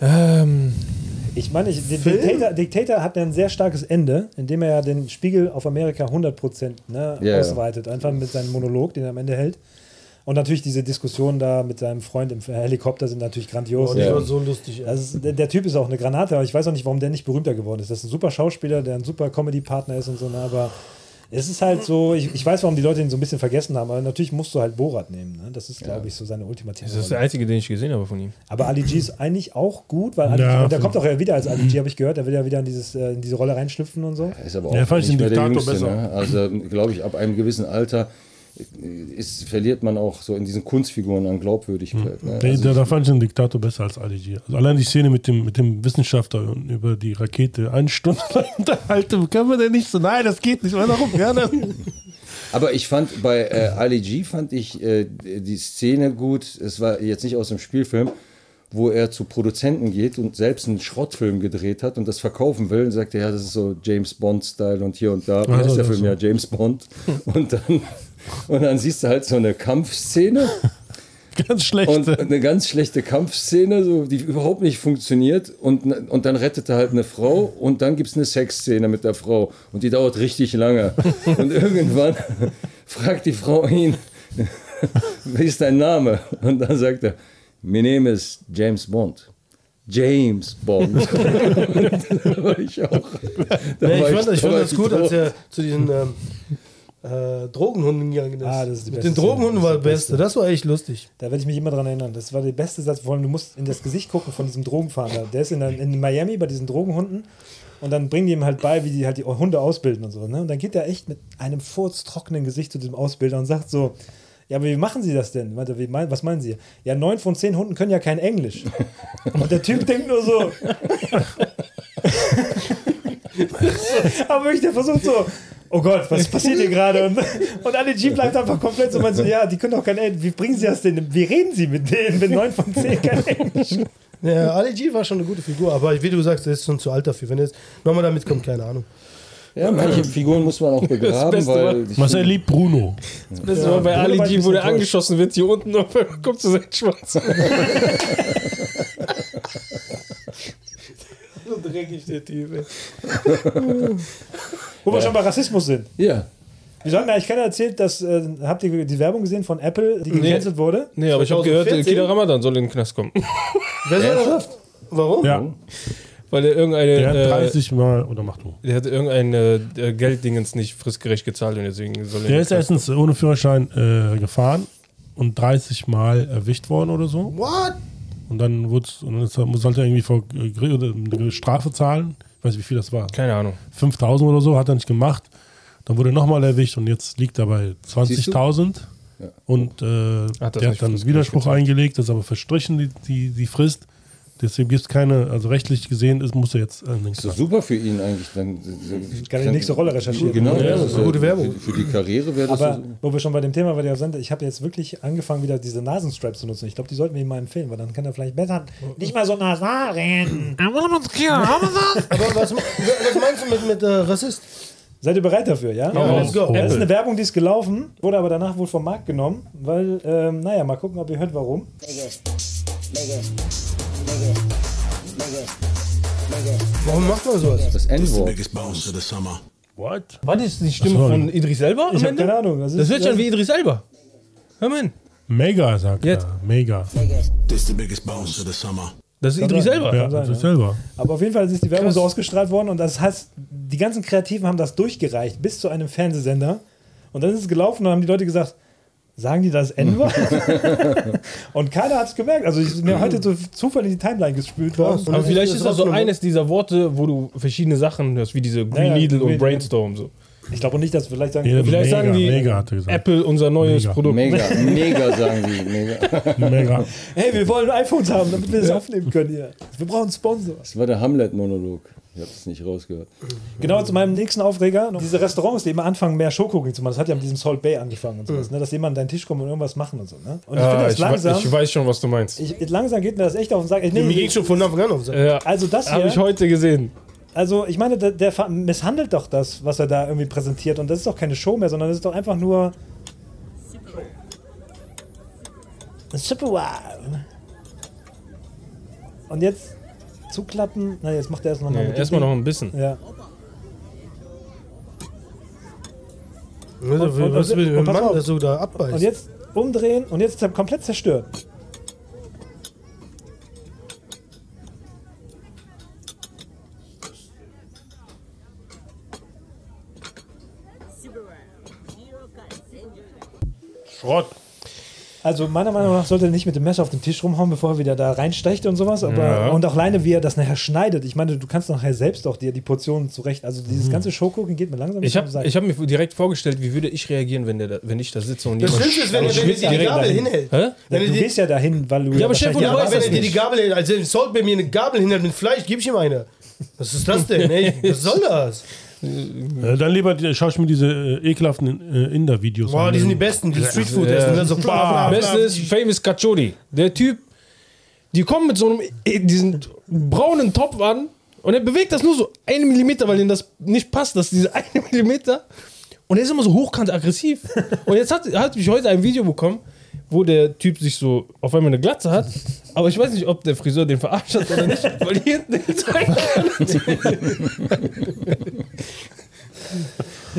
Speaker 4: Ähm,
Speaker 1: Ich meine, ich, den Dictator, Dictator hat ja ein sehr starkes Ende, indem er ja den Spiegel auf Amerika 100% ne,
Speaker 2: Ja, ja.
Speaker 1: ausweitet. Einfach mit seinem Monolog, den er am Ende hält. Und natürlich diese Diskussionen da mit seinem Freund im Helikopter sind natürlich grandios.
Speaker 5: die
Speaker 2: Ja.
Speaker 5: war so lustig. ey.
Speaker 1: Das ist, der, der Typ ist auch eine Granate, aber ich weiß auch nicht, warum der nicht berühmter geworden ist. Das ist ein super Schauspieler, der ein super Comedy-Partner ist und so, ne, aber es ist halt so, ich, ich weiß, warum die Leute ihn so ein bisschen vergessen haben, aber natürlich musst du halt Borat nehmen. Ne? Das ist, glaube ich, so seine ultimative
Speaker 4: das ist der
Speaker 1: Rolle.
Speaker 4: einzige, den ich gesehen habe von ihm.
Speaker 1: Aber Ali G ist eigentlich auch gut, weil Ali
Speaker 3: Ja,
Speaker 1: G, und der
Speaker 3: find-
Speaker 1: kommt auch ja wieder als Ali G, habe ich gehört. Der will ja wieder in, dieses, äh, in diese Rolle reinschlüpfen und so.
Speaker 2: Er Ist aber auch
Speaker 3: Ja, fand ich
Speaker 2: nicht mehr
Speaker 3: den
Speaker 2: der Jüngste.
Speaker 3: Diktator besser.
Speaker 2: Ne? Also, glaube ich, ab einem gewissen Alter äh, ist, verliert man auch so in diesen Kunstfiguren an Glaubwürdigkeit. Ne?
Speaker 3: Hm. Nee,
Speaker 2: Also,
Speaker 3: da, da fand ich den Diktator besser als Ali G. Also allein die Szene mit dem, mit dem Wissenschaftler und über die Rakete eine Stunde lang unterhalten, können wir denn nicht so? Nein, das geht nicht. Warum? Ja, das,
Speaker 2: aber ich fand bei äh, Ali G fand ich äh, die Szene gut. Es war jetzt nicht aus dem Spielfilm, wo er zu Produzenten geht und selbst einen Schrottfilm gedreht hat und das verkaufen will und sagt, ja, das ist so James Bond-Style und hier und da. Wie
Speaker 3: Also,
Speaker 2: heißt der
Speaker 3: das
Speaker 2: Film ja James Bond. Und dann, und dann siehst du halt so eine Kampfszene.
Speaker 3: ganz schlecht.
Speaker 2: Und eine ganz schlechte Kampfszene, so, die überhaupt nicht funktioniert. Und, und dann rettet er halt eine Frau und dann gibt es eine Sexszene mit der Frau. Und die dauert richtig lange. Und irgendwann fragt die Frau ihn, wie ist dein Name? Und dann sagt er, mein Name ist James Bond. James Bond. da war ich auch. Da
Speaker 5: Nee,
Speaker 2: war
Speaker 5: ich fand,
Speaker 2: da
Speaker 5: ich fand
Speaker 2: war
Speaker 5: das gut,
Speaker 2: drauf.
Speaker 5: als er zu diesen ähm, äh, Drogenhunden gegangen ist.
Speaker 1: Ah, das ist die
Speaker 5: Mit
Speaker 1: beste
Speaker 5: den
Speaker 1: Szene,
Speaker 5: Drogenhunden war
Speaker 1: das
Speaker 5: das
Speaker 1: ist
Speaker 5: Beste. Das war echt lustig.
Speaker 1: Da werde ich mich immer dran erinnern. Das war der beste Satz. Vor allem, du musst in das Gesicht gucken von diesem Drogenfahnder. Der ist in, in Miami bei diesen Drogenhunden. Und dann bringen die ihm halt bei, wie die halt die Hunde ausbilden und so. Ne? Und dann geht er echt mit einem furztrockenen Gesicht zu diesem Ausbilder und sagt so, ja, aber wie machen Sie das denn? Meint er, Wie mein, was meinen Sie? Ja, neun von zehn Hunden können ja kein Englisch. Und der Typ denkt nur so. aber wirklich, der versucht so, oh Gott, was passiert hier gerade? Und, und alle G bleibt einfach komplett so, meint so, ja, die können doch kein Englisch. Wie bringen Sie das denn? Wie reden Sie mit denen, wenn neun von zehn kein Englisch
Speaker 5: Ja, Ali G war schon eine gute Figur, aber wie du sagst, er ist schon zu alt dafür. Wenn er jetzt nochmal damit kommt, keine Ahnung.
Speaker 2: Ja, manche Figuren muss man auch begraben,
Speaker 4: Beste war-
Speaker 2: weil. ich
Speaker 3: Marcel liebt Bruno.
Speaker 4: Das war bei
Speaker 1: Bruno
Speaker 4: Ali
Speaker 1: war ein
Speaker 4: G,
Speaker 1: bisschen
Speaker 4: wo der
Speaker 1: enttäuscht.
Speaker 4: angeschossen wird, hier unten auf kommt zu sein Schwarz. so dreckig der Typ, ey.
Speaker 1: Wo wir schon bei Rassismus sind.
Speaker 2: Ja.
Speaker 1: Wir sollten eigentlich keiner erzählt, dass, äh, habt ihr die Werbung gesehen von Apple, die gecancelt wurde?
Speaker 4: Nee, aber ich habe gehört,
Speaker 5: 2014?
Speaker 4: Kida Ramadan soll in den Knast kommen.
Speaker 5: Wer soll das? Warum?
Speaker 3: Ja,
Speaker 4: Weil er irgendeine.
Speaker 3: der hat
Speaker 4: äh,
Speaker 3: 30 Mal, oder mach du.
Speaker 4: Der hat irgendein äh, äh, Gelddingens nicht fristgerecht gezahlt und deswegen soll er.
Speaker 3: Der ist erstens ohne Führerschein äh, gefahren und 30 Mal erwischt worden oder so.
Speaker 5: What?
Speaker 3: Und dann, wurd's- und dann sollte er irgendwie vor äh, Gericht oder eine Strafe zahlen. Ich weiß nicht, wie viel das war.
Speaker 4: Keine Ahnung.
Speaker 3: 5000 oder so, hat er nicht gemacht. Dann wurde er nochmal erwischt und jetzt liegt er bei 20.000.
Speaker 2: Ja.
Speaker 3: Und äh,
Speaker 4: Hat das
Speaker 3: der
Speaker 4: nicht
Speaker 3: hat dann
Speaker 4: fristgerecht
Speaker 3: Widerspruch
Speaker 4: gezahlt.
Speaker 3: eingelegt, das ist aber verstrichen, die, die, die Frist. Deswegen gibt es keine, also rechtlich gesehen ist, muss er jetzt äh, an den
Speaker 2: Ist doch
Speaker 3: Knast.
Speaker 2: super für ihn eigentlich. Dann,
Speaker 1: Kann die nächste Rolle recherchieren.
Speaker 2: Genau,
Speaker 1: Ja,
Speaker 2: das
Speaker 5: das ist eine gute Werbung.
Speaker 2: Für, für die Karriere wäre das.
Speaker 1: Aber
Speaker 2: so-
Speaker 1: wo wir schon bei dem Thema bei der sind, ich habe jetzt wirklich angefangen, wieder diese Nasenstraps zu nutzen. Ich glaube, die sollten wir ihm mal empfehlen, weil dann kann er vielleicht besser nicht mal so nasal reden.
Speaker 5: Aber was, was meinst du mit, mit äh, Rassist?
Speaker 1: Seid ihr bereit dafür, ja?
Speaker 5: Ja, let's go.
Speaker 1: Das ist
Speaker 4: Apple.
Speaker 1: eine Werbung, die ist gelaufen, wurde aber danach wohl vom Markt genommen, weil, ähm, naja, mal gucken, ob ihr hört, warum.
Speaker 5: Warum macht man sowas?
Speaker 2: Das N-Wort.
Speaker 8: biggest bounce of the summer.
Speaker 3: What?
Speaker 4: War das die Stimme
Speaker 3: Ach so.
Speaker 4: von Idris Elba? am
Speaker 1: Ich habe
Speaker 4: Ende?
Speaker 1: keine Ahnung. ist-
Speaker 4: Das wird schon wie Idris Elba. Hör mal hin.
Speaker 3: Mega, sagt
Speaker 4: Jetzt.
Speaker 3: er. Mega.
Speaker 8: This the biggest bounce of the summer.
Speaker 4: Das ist Idris
Speaker 1: sein.
Speaker 4: Elba.
Speaker 3: Ja,
Speaker 1: sein,
Speaker 3: das ist
Speaker 1: ja.
Speaker 3: selber.
Speaker 1: Aber auf jeden Fall ist die Werbung
Speaker 4: Krass.
Speaker 1: so ausgestrahlt worden und das heißt, die ganzen Kreativen haben das durchgereicht bis zu einem Fernsehsender und dann ist es gelaufen und haben die Leute gesagt, sagen die das N-Wort? und keiner hat es gemerkt. Also ich mir heute so zufällig die Timeline gespült worden.
Speaker 5: Und
Speaker 4: Aber
Speaker 5: das
Speaker 4: vielleicht
Speaker 5: ist
Speaker 4: ist das so
Speaker 5: aufgenommen.
Speaker 4: eines dieser Worte, wo du verschiedene Sachen hörst, wie diese Green
Speaker 1: Ja, ja,
Speaker 4: Needle
Speaker 1: Green
Speaker 4: und
Speaker 1: Needle.
Speaker 4: Brainstorm. So.
Speaker 1: Ich glaube nicht, dass wir vielleicht sagen,
Speaker 3: Nee,
Speaker 1: ja,
Speaker 3: das-
Speaker 4: Vielleicht
Speaker 3: Mega,
Speaker 4: sagen die
Speaker 3: mega, hat er gesagt.
Speaker 4: Apple unser neues
Speaker 3: Mega.
Speaker 4: Produkt.
Speaker 2: Mega, mega, sagen die. Mega.
Speaker 3: Mega.
Speaker 1: hey, wir wollen iPhones haben, damit wir das aufnehmen können hier. Wir brauchen Sponsors.
Speaker 2: Das war der Hamlet-Monolog. Ich habe es nicht rausgehört.
Speaker 1: Genau zu meinem nächsten Aufreger. noch Diese Restaurants, die immer anfangen, mehr Schokokugel zu machen. Das hat ja mit diesem Salt Bay angefangen und sowas, ne? dass jemand an deinen Tisch kommt und irgendwas machen und so. Ne? Und ich finde
Speaker 4: Ah,
Speaker 1: das
Speaker 4: ich,
Speaker 1: langsam.
Speaker 4: wei- ich weiß schon, was du meinst.
Speaker 1: Ich, langsam geht mir das echt auf den Sack. Ich, nee,
Speaker 5: Mir ging schon von Anfang an auf. den Sack.
Speaker 4: Ja,
Speaker 1: also das
Speaker 4: habe
Speaker 1: hier,
Speaker 4: ich heute gesehen.
Speaker 1: also ich meine, der, der ver- misshandelt doch das, was er da irgendwie präsentiert. Und das ist doch keine Show mehr, sondern das ist doch einfach nur. Super wow. Und jetzt zuklappen. Na, jetzt macht er erst noch mal.
Speaker 4: Nee,
Speaker 1: mit dem
Speaker 4: erstmal noch
Speaker 1: Ding.
Speaker 4: ein bisschen.
Speaker 1: Ja.
Speaker 5: Also,
Speaker 1: und- und-
Speaker 5: was
Speaker 1: und-
Speaker 5: will
Speaker 1: und
Speaker 5: ein
Speaker 1: pass auf.
Speaker 5: Mann, der so da
Speaker 1: Und
Speaker 5: abbeißt?
Speaker 1: jetzt umdrehen und jetzt ist er komplett zerstört.
Speaker 3: Schrott.
Speaker 1: Also meiner Meinung nach sollte er nicht mit dem Messer auf den Tisch rumhauen, bevor er wieder da reinstecht und sowas. Aber
Speaker 4: Ja.
Speaker 1: und auch alleine, wie er das nachher schneidet. Ich meine, du kannst nachher selbst auch dir die Portionen zurecht. Also dieses ganze Showgucken geht mir langsam.
Speaker 4: Mhm. Ich habe
Speaker 1: auf den Sack.
Speaker 4: ich hab mir direkt vorgestellt, wie würde ich reagieren, wenn, der da, wenn ich da sitze und
Speaker 5: Das
Speaker 4: jemand... Also
Speaker 5: Schlimmste ist, wenn er wenn er dir die
Speaker 1: direkt
Speaker 5: Gabel
Speaker 1: dahin.
Speaker 5: hinhält.
Speaker 4: Hä?
Speaker 5: Wenn
Speaker 1: ja,
Speaker 5: er
Speaker 1: du
Speaker 5: dir-
Speaker 1: gehst ja dahin, weil du
Speaker 4: aber
Speaker 1: wahrscheinlich
Speaker 4: Stefan, du
Speaker 5: Ja,
Speaker 4: weißt
Speaker 5: aber wenn
Speaker 4: das
Speaker 5: er dir die
Speaker 4: nicht.
Speaker 5: Gabel hält, also Salt bei mir eine Gabel hinhält mit Fleisch, gebe ich ihm eine. Was ist das denn? Ey, was soll das?
Speaker 3: Äh, dann lieber die- schaue ich mir diese äh, ekelhaften äh, Inder-Videos
Speaker 5: Boah, die sind die besten, die Streetfood-Essen. ne? So
Speaker 4: Am
Speaker 5: bla, bla, bla.
Speaker 4: besten ist Famous Caccioli. Der Typ, die kommen mit so einem äh, diesen braunen Topf an und er bewegt das nur so einen Millimeter, weil ihm das nicht passt, dass diese eine Millimeter. Und er ist immer so hochkant aggressiv. Und jetzt hat, hat ich heute ein Video bekommen, wo der Typ sich so auf einmal eine Glatze hat. Aber ich weiß nicht, ob der Friseur den verarscht hat oder nicht, weil die hinten nicht zeigen kann.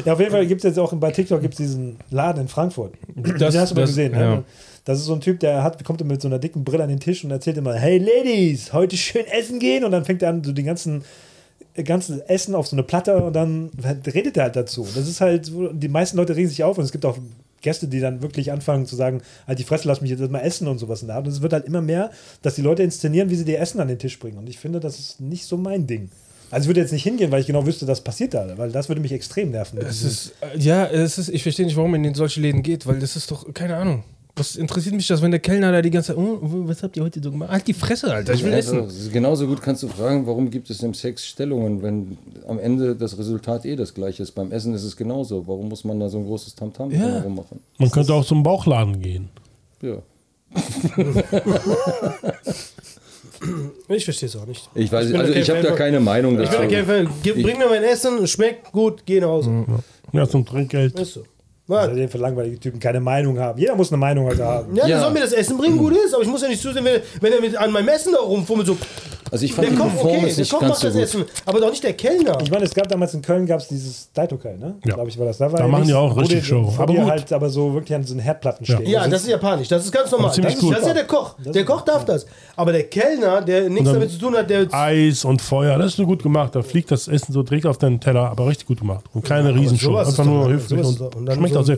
Speaker 1: Ja, auf jeden Fall gibt es jetzt auch bei TikTok gibt's diesen Laden in Frankfurt.
Speaker 4: Das-
Speaker 1: Den hast du mal
Speaker 4: das-
Speaker 1: gesehen. Ne?
Speaker 4: ja.
Speaker 1: Das ist so ein Typ, der hat, kommt immer mit so einer dicken Brille an den Tisch und erzählt immer, hey Ladies, heute schön essen gehen. Und dann fängt er an, so den ganzen äh, ganzen Essen auf so eine Platte und dann redet er halt dazu. Das ist halt, so- die meisten Leute regen sich auf und es gibt auch Gäste, die dann wirklich anfangen zu sagen, halt die Fresse, lass mich jetzt mal essen und sowas in der Art. Und es wird halt immer mehr, dass die Leute inszenieren, wie sie dir Essen an den Tisch bringen. Und ich finde, das ist nicht so mein Ding. Also ich würde jetzt nicht hingehen, weil ich genau wüsste, das passiert da, weil das würde mich extrem nerven.
Speaker 4: Es ist, äh, ja, es ist, ich verstehe nicht, warum man in solche Läden geht, weil das ist doch, keine Ahnung. Was interessiert mich das, wenn der Kellner da die ganze Zeit, oh, w- was habt ihr heute so gemacht? Halt die Fresse, Alter, ich will
Speaker 2: Also,
Speaker 4: essen.
Speaker 2: es ist genauso gut kannst du fragen, warum gibt es im Sex Stellungen, wenn am Ende das Resultat eh das gleiche ist. Beim Essen ist es genauso. Warum muss man da so ein großes Tamtam
Speaker 4: Ja.
Speaker 2: drumherum machen?
Speaker 3: Man könnte auch zum Bauchladen gehen.
Speaker 2: Ja.
Speaker 5: Ich verstehe es auch nicht.
Speaker 2: Ich weiß,
Speaker 5: bin
Speaker 2: also
Speaker 5: okay,
Speaker 2: ich habe da
Speaker 5: Fan-
Speaker 2: keine Meinung dazu.
Speaker 5: Ich bin kein Fan. Gib, bring mir mein Essen, schmeckt gut, geh nach Hause.
Speaker 3: Ja, zum Trinkgeld.
Speaker 5: Ist so.
Speaker 1: Weil
Speaker 5: Ja,
Speaker 1: die für langweilige Typen keine Meinung haben. Jeder muss eine Meinung heute haben.
Speaker 5: ja,
Speaker 2: Ja.
Speaker 5: der soll mir das Essen bringen, gut ist, aber ich muss ja nicht zusehen, wenn, er- wenn er mit an meinem Essen da rumfummelt. So,
Speaker 2: Also ich fand
Speaker 5: der
Speaker 2: die
Speaker 5: Koch,
Speaker 2: Performance
Speaker 5: okay, der
Speaker 2: nicht
Speaker 5: Koch
Speaker 2: ganz
Speaker 5: macht
Speaker 2: so
Speaker 5: das
Speaker 2: gut.
Speaker 5: Essen, aber doch nicht der Kellner.
Speaker 1: Ich meine, es gab damals in Köln gab es dieses Daitokai, ne?
Speaker 3: Ja.
Speaker 1: Glaube ich, war das. Da, war
Speaker 3: Da machen die
Speaker 1: nichts,
Speaker 3: auch
Speaker 1: wo
Speaker 3: richtig
Speaker 1: die-
Speaker 3: Show.
Speaker 1: wo
Speaker 3: Aber
Speaker 1: die
Speaker 3: gut.
Speaker 1: halt aber so wirklich an so einen Herdplatten
Speaker 3: Ja.
Speaker 1: stehen.
Speaker 5: ja, das ist japanisch, das ist ganz normal.
Speaker 3: ziemlich
Speaker 5: Das,
Speaker 3: gut.
Speaker 5: das ist ja der Koch. Der Koch darf das. Aber der Kellner, der nichts
Speaker 3: dann-
Speaker 5: damit zu tun hat, der
Speaker 3: Eis und Feuer, das ist nur gut gemacht. Da fliegt das Essen so direkt auf deinen Teller, aber richtig gut gemacht. Und keine Riesenshow.
Speaker 5: sowas ist
Speaker 3: Einfach nur
Speaker 5: doch-
Speaker 3: höflich.
Speaker 5: sowas ist
Speaker 3: Und,
Speaker 5: doch- und dann
Speaker 3: schmeckt
Speaker 5: so-
Speaker 3: auch sehr.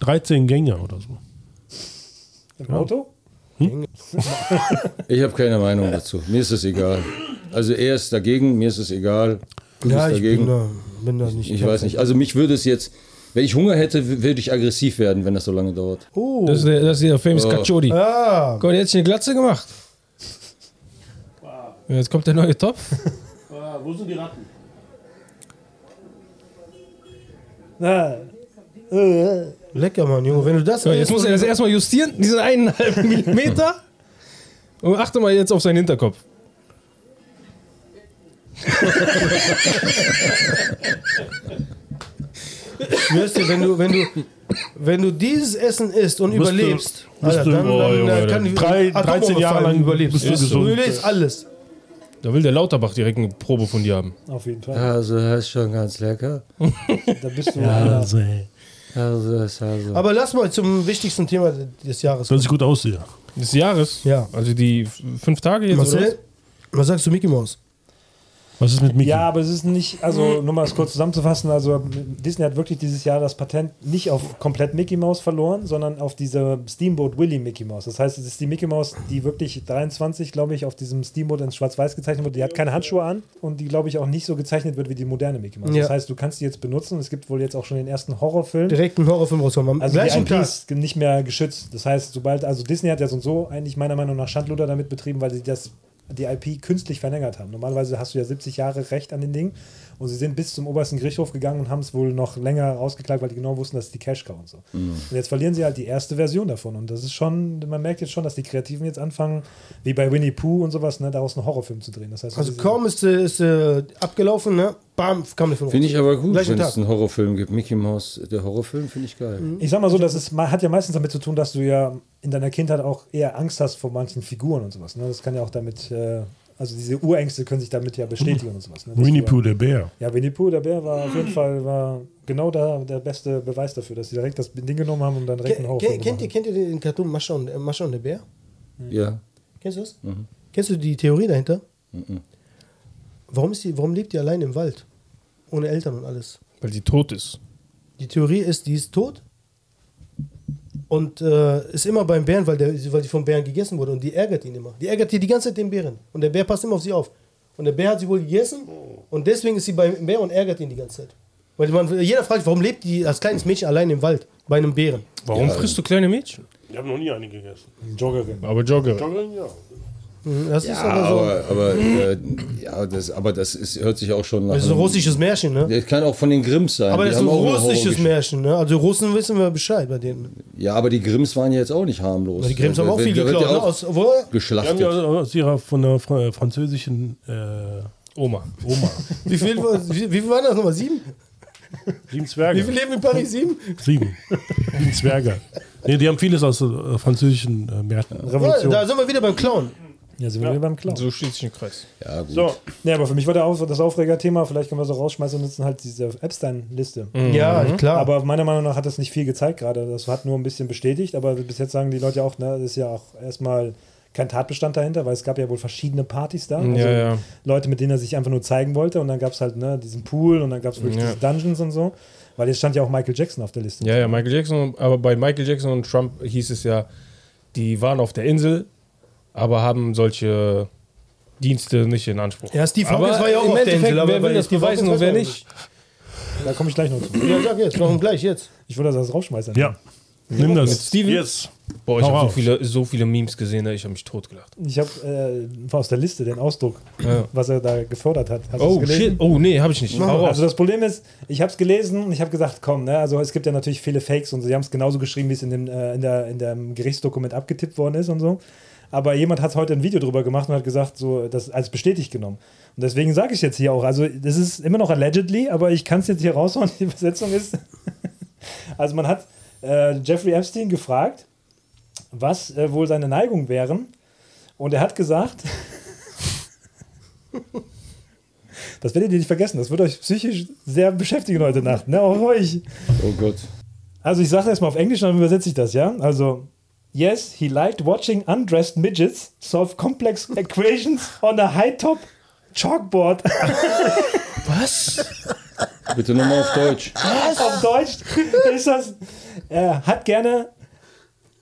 Speaker 3: 13 Gänge oder so.
Speaker 1: Im Auto?
Speaker 2: Ich habe keine Meinung dazu. Mir ist es egal. Also er ist dagegen, mir ist es egal. Du
Speaker 5: ja,
Speaker 2: bist
Speaker 5: ich
Speaker 2: dagegen.
Speaker 5: bin da, bin da nicht.
Speaker 2: Ich weiß nicht. Also mich würde es jetzt, wenn ich Hunger hätte, w- würde ich aggressiv werden, wenn das so lange dauert.
Speaker 4: Das ist der, das ist der Famous
Speaker 2: Oh.
Speaker 4: Caccioli.
Speaker 5: Ah,
Speaker 4: Gott, jetzt eine Glatze gemacht. Ja, Jetzt kommt der neue Topf.
Speaker 3: wo sind die Ratten?
Speaker 1: Na,
Speaker 5: lecker, Mann, Junge. Wenn du das
Speaker 4: So, jetzt muss er das erstmal justieren, diesen eineinhalb Millimeter. Und achte mal jetzt auf seinen Hinterkopf.
Speaker 5: Schwör's dir, wenn du, wenn du, wenn du dieses Essen isst und
Speaker 3: Bist du-
Speaker 5: überlebst,
Speaker 3: bist du- oh, Junge, dann- Drei- 13 Jahre
Speaker 5: Atomunfall
Speaker 3: lang bist du
Speaker 5: Ist so.
Speaker 3: gesund.
Speaker 5: Du überlebst alles.
Speaker 4: Da will der Lauterbach direkt eine Probe von dir haben.
Speaker 1: auf jeden Fall.
Speaker 6: Also, das ist schon ganz lecker.
Speaker 1: Da bist du. Ja.
Speaker 3: Also, ey,
Speaker 6: Also, das ist also.
Speaker 5: Aber lass mal zum wichtigsten Thema des Jahres
Speaker 3: dass ich gut aussehe.
Speaker 4: Des Jahres?
Speaker 5: Ja.
Speaker 4: Also die f- fünf Tage jetzt.
Speaker 5: Marcel, was sagst du Mickey Mouse?
Speaker 3: Was ist mit Mickey?
Speaker 1: Ja, aber es ist nicht, also nur mal es kurz zusammenzufassen, also Disney hat wirklich dieses Jahr das Patent nicht auf komplett Mickey Mouse verloren, sondern auf diese Steamboat Willie Mickey Mouse. Das heißt, es ist die Mickey Mouse, die wirklich 23, glaube ich, auf diesem Steamboat in Schwarz-Weiß gezeichnet wurde. Die hat keine Handschuhe an und die, glaube ich, auch nicht so gezeichnet wird wie die moderne Mickey Mouse.
Speaker 5: Ja.
Speaker 1: Das heißt, du kannst die jetzt benutzen. Es gibt wohl jetzt auch schon den ersten Horrorfilm.
Speaker 5: Direkt einen Horrorfilm rauskommen. Am
Speaker 1: Also die
Speaker 5: gleichen
Speaker 1: IP
Speaker 5: Tag.
Speaker 1: ist nicht mehr geschützt. Das heißt, sobald, also Disney hat ja so und so eigentlich meiner Meinung nach Schandluder damit betrieben, weil sie das, die IP künstlich verlängert haben. Normalerweise hast du ja 70 Jahre Recht an den Ding und sie sind bis zum obersten Gerichtshof gegangen und haben es wohl noch länger rausgeklagt, weil die genau wussten, dass die Cash Cow und so. Und jetzt verlieren sie halt die erste Version davon und das ist schon, man merkt jetzt schon, dass die Kreativen jetzt anfangen, wie bei Winnie Pooh und sowas, ne, daraus einen Horrorfilm zu drehen. Das heißt,
Speaker 5: Also
Speaker 1: diese-
Speaker 5: kaum ist, äh, ist äh, abgelaufen, ne? Bam, kam der Film
Speaker 2: Finde ich aber gut,
Speaker 5: Gleichen
Speaker 2: wenn
Speaker 5: Tag. Mhm.
Speaker 2: es einen Horrorfilm gibt. Mickey Mouse, der Horrorfilm finde ich geil.
Speaker 1: Ich sag mal so, das ist, hat ja meistens damit zu tun, dass du ja in deiner Kindheit auch eher Angst hast vor manchen Figuren und sowas. Ne? Das kann ja auch damit, äh, also diese Urängste können sich damit ja bestätigen und sowas. Ne? Dass
Speaker 3: Winnie
Speaker 1: du ja-
Speaker 3: Pooh, der Bär.
Speaker 1: Ja, Winnie Pooh, der Bär war auf jeden
Speaker 5: Hm.
Speaker 1: Fall war genau da der beste Beweis dafür, dass sie direkt das Ding genommen haben und dann direkt einen
Speaker 5: Ke-
Speaker 1: Horrorfilm
Speaker 5: ke- kennt, ihr, kennt ihr den Cartoon Mascha und, äh, Mascha und der Bär?
Speaker 2: Ja.
Speaker 5: Kennst du das? Kennst du die Theorie dahinter? Warum, ist die, warum lebt die allein im Wald? Ohne Eltern und alles.
Speaker 4: Weil die tot ist.
Speaker 5: Die Theorie ist, die ist tot und äh, ist immer beim Bären, weil, der, weil die vom Bären gegessen wurde und die ärgert ihn immer. Die ärgert die die ganze Zeit den Bären und der Bär passt immer auf sie auf. Und der Bär hat sie wohl gegessen und deswegen ist sie beim Bär und ärgert ihn die ganze Zeit. Weil man, jeder fragt, warum lebt die als kleines Mädchen allein im Wald bei einem Bären?
Speaker 4: Warum frisst du kleine Mädchen?
Speaker 3: Ich habe noch nie eine gegessen.
Speaker 1: gemacht. Joggerin.
Speaker 4: Aber Jogger.
Speaker 3: Ja.
Speaker 5: Mhm, Das ist
Speaker 2: Ja,
Speaker 5: aber so.
Speaker 2: aber, aber, äh, ja, das, aber das ist, hört sich auch schon nach.
Speaker 5: das ist ein
Speaker 2: einem-
Speaker 5: russisches Märchen, ne?
Speaker 2: Das kann auch von den Grimms sein.
Speaker 5: Aber
Speaker 2: Die
Speaker 5: das ist ein
Speaker 2: also haben auch eine
Speaker 5: russisches
Speaker 2: Horrorgeschichte.
Speaker 5: Märchen, ne? Also Russen wissen wir Bescheid bei denen.
Speaker 2: Ja, aber die Grimms waren ja jetzt auch nicht harmlos.
Speaker 5: Aber die Grimms haben auch
Speaker 2: Da-
Speaker 5: viel
Speaker 2: da wird
Speaker 5: geklaut,
Speaker 2: ja
Speaker 5: ne?
Speaker 2: auch
Speaker 5: Aus, also- wo,
Speaker 3: Die
Speaker 2: geschlachtet.
Speaker 3: haben ja aus ihrer von der Fra äh, französischen äh,
Speaker 4: Oma.
Speaker 3: Oma.
Speaker 5: wie, viel, wie, wie viel waren das nochmal? Sieben?
Speaker 3: Sieben
Speaker 5: Wie viel
Speaker 3: Zwerge.
Speaker 5: leben in Paris? Sieben?
Speaker 3: Sieben. Sieben Zwerge. Nee, die haben vieles aus äh, französischen äh, Märkten.
Speaker 1: Revolution.
Speaker 5: Da sind wir wieder beim Clown.
Speaker 1: Ja, sind wir wieder beim Clown.
Speaker 4: So schließt sich ein Kreis.
Speaker 2: Ja, gut.
Speaker 3: So,
Speaker 1: Nee, aber für mich war der Auf das Aufregerthema, vielleicht können wir so rausschmeißen und nutzen halt diese Epstein-Liste.
Speaker 4: Hm.
Speaker 5: Ja, klar. Aber
Speaker 1: Aber meiner Meinung nach hat das nicht viel gezeigt gerade. Das hat nur ein bisschen bestätigt. Aber bis jetzt sagen die Leute ja auch, ne, das ist ja auch erstmal kein Tatbestand dahinter, weil es gab ja wohl verschiedene Partys da. Also
Speaker 4: Mhm. Ja, ja.
Speaker 1: Leute, mit denen er sich einfach nur zeigen wollte. Und dann gab es halt ne, diesen Pool und dann gab es wirklich
Speaker 4: Ja.
Speaker 1: diese Dungeons und so. Weil jetzt stand ja auch Michael Jackson auf der Liste.
Speaker 4: Ja, ja, Michael Jackson, aber bei Michael Jackson und Trump hieß es ja, die waren auf der Insel, aber haben solche Dienste nicht in Anspruch.
Speaker 5: Ja, Steve
Speaker 4: aber
Speaker 5: Hawkins war ja auch
Speaker 4: im
Speaker 5: auf der
Speaker 4: Endeffekt,
Speaker 5: Insel, aber
Speaker 4: wer
Speaker 5: bei
Speaker 4: will das
Speaker 5: Steve
Speaker 4: beweisen
Speaker 5: Hawkins
Speaker 4: und wer
Speaker 5: weiß man
Speaker 4: nicht?
Speaker 1: Da komme ich gleich noch zu.
Speaker 5: ja, sag jetzt, machen wir gleich jetzt.
Speaker 1: Ich würde das rausschmeißen.
Speaker 3: ja. Nimm das.
Speaker 4: Mit Steven?
Speaker 3: Yes.
Speaker 4: Boah, ich
Speaker 3: Hau
Speaker 4: habe so
Speaker 3: raus.
Speaker 4: viele, so viele Memes gesehen, ich habe mich totgelacht.
Speaker 1: Ich habe äh, war aus der Liste den Ausdruck,
Speaker 4: Ja.
Speaker 1: was er da gefördert hat. Hast du's
Speaker 4: Oh,
Speaker 1: gelesen?
Speaker 4: shit. Oh, nee, habe ich nicht. Hau raus.
Speaker 1: Also das Problem ist, ich habe es gelesen und ich habe gesagt, komm, ne, also es gibt ja natürlich viele Fakes und sie haben es genauso geschrieben, wie es in dem äh, in der in dem Gerichtsdokument abgetippt worden ist und so. Aber jemand hat heute ein Video drüber gemacht und hat gesagt, so das als bestätigt genommen. Und deswegen sage ich jetzt hier auch, also das ist immer noch allegedly, aber ich kann es jetzt hier raushauen. Die Übersetzung ist, also man hat äh, Jeffrey Epstein gefragt, was äh, wohl seine Neigungen wären, und er hat gesagt, das werdet ihr nicht vergessen, das wird euch psychisch sehr beschäftigen heute Nacht, ne, auch euch.
Speaker 2: Oh Gott.
Speaker 1: Also ich sage erstmal auf Englisch, dann übersetze ich das, ja? Also, yes, he liked watching undressed midgets solve complex equations on a high-top chalkboard.
Speaker 4: Was?
Speaker 2: Bitte nochmal auf Deutsch.
Speaker 1: auf Deutsch ist das, er hat gerne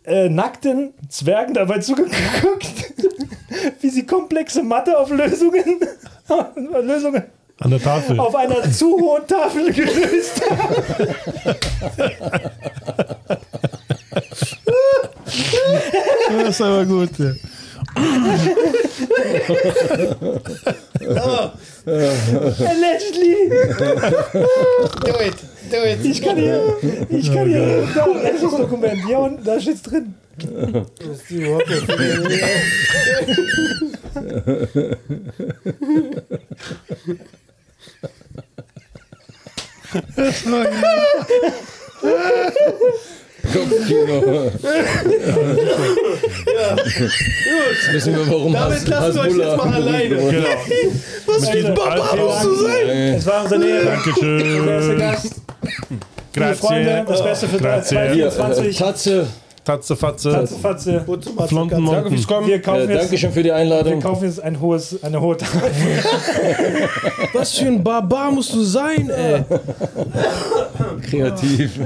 Speaker 1: äh, nackten Zwergen dabei zugeguckt, wie sie komplexe Mathe auf Lösungen, Lösungen
Speaker 3: An der Tafel.
Speaker 1: auf einer zu hohen Tafel gelöst haben.
Speaker 3: Das ist aber gut. Ja.
Speaker 1: Allegedly.
Speaker 5: Do it, do it.
Speaker 1: Ich kann hier, ich kann hier, da, das ist das Dokument, ja, und da steht's drin.
Speaker 5: Steve Hawkins.
Speaker 2: Kopfkino. Jetzt wissen wir, warum
Speaker 5: Damit
Speaker 2: Has-
Speaker 5: lassen wir
Speaker 2: Hasbullah
Speaker 5: euch jetzt mal
Speaker 2: gewonnen
Speaker 5: alleine.
Speaker 2: hat.
Speaker 5: Was für ein Barbaros
Speaker 2: Also,
Speaker 5: zu sein.
Speaker 1: Es war unser Lehrer.
Speaker 3: Dankeschön.
Speaker 1: Gast. Liebe Freunde, das Beste für
Speaker 3: Grazie.
Speaker 2: Hier, äh,
Speaker 1: 2020.
Speaker 2: Tatze.
Speaker 3: Tatzefatze,
Speaker 1: Fatze,
Speaker 4: Danke fürs
Speaker 3: Flontenmonten.
Speaker 4: Kommen.
Speaker 1: wir
Speaker 2: Äh,
Speaker 1: kaufen jetzt,
Speaker 2: Dankeschön für die
Speaker 1: wir
Speaker 2: Einladung.
Speaker 1: kaufen jetzt ein hohes, eine hohe Tafel.
Speaker 4: Was für ein Barbar musst du sein, ey?
Speaker 2: Kreativ.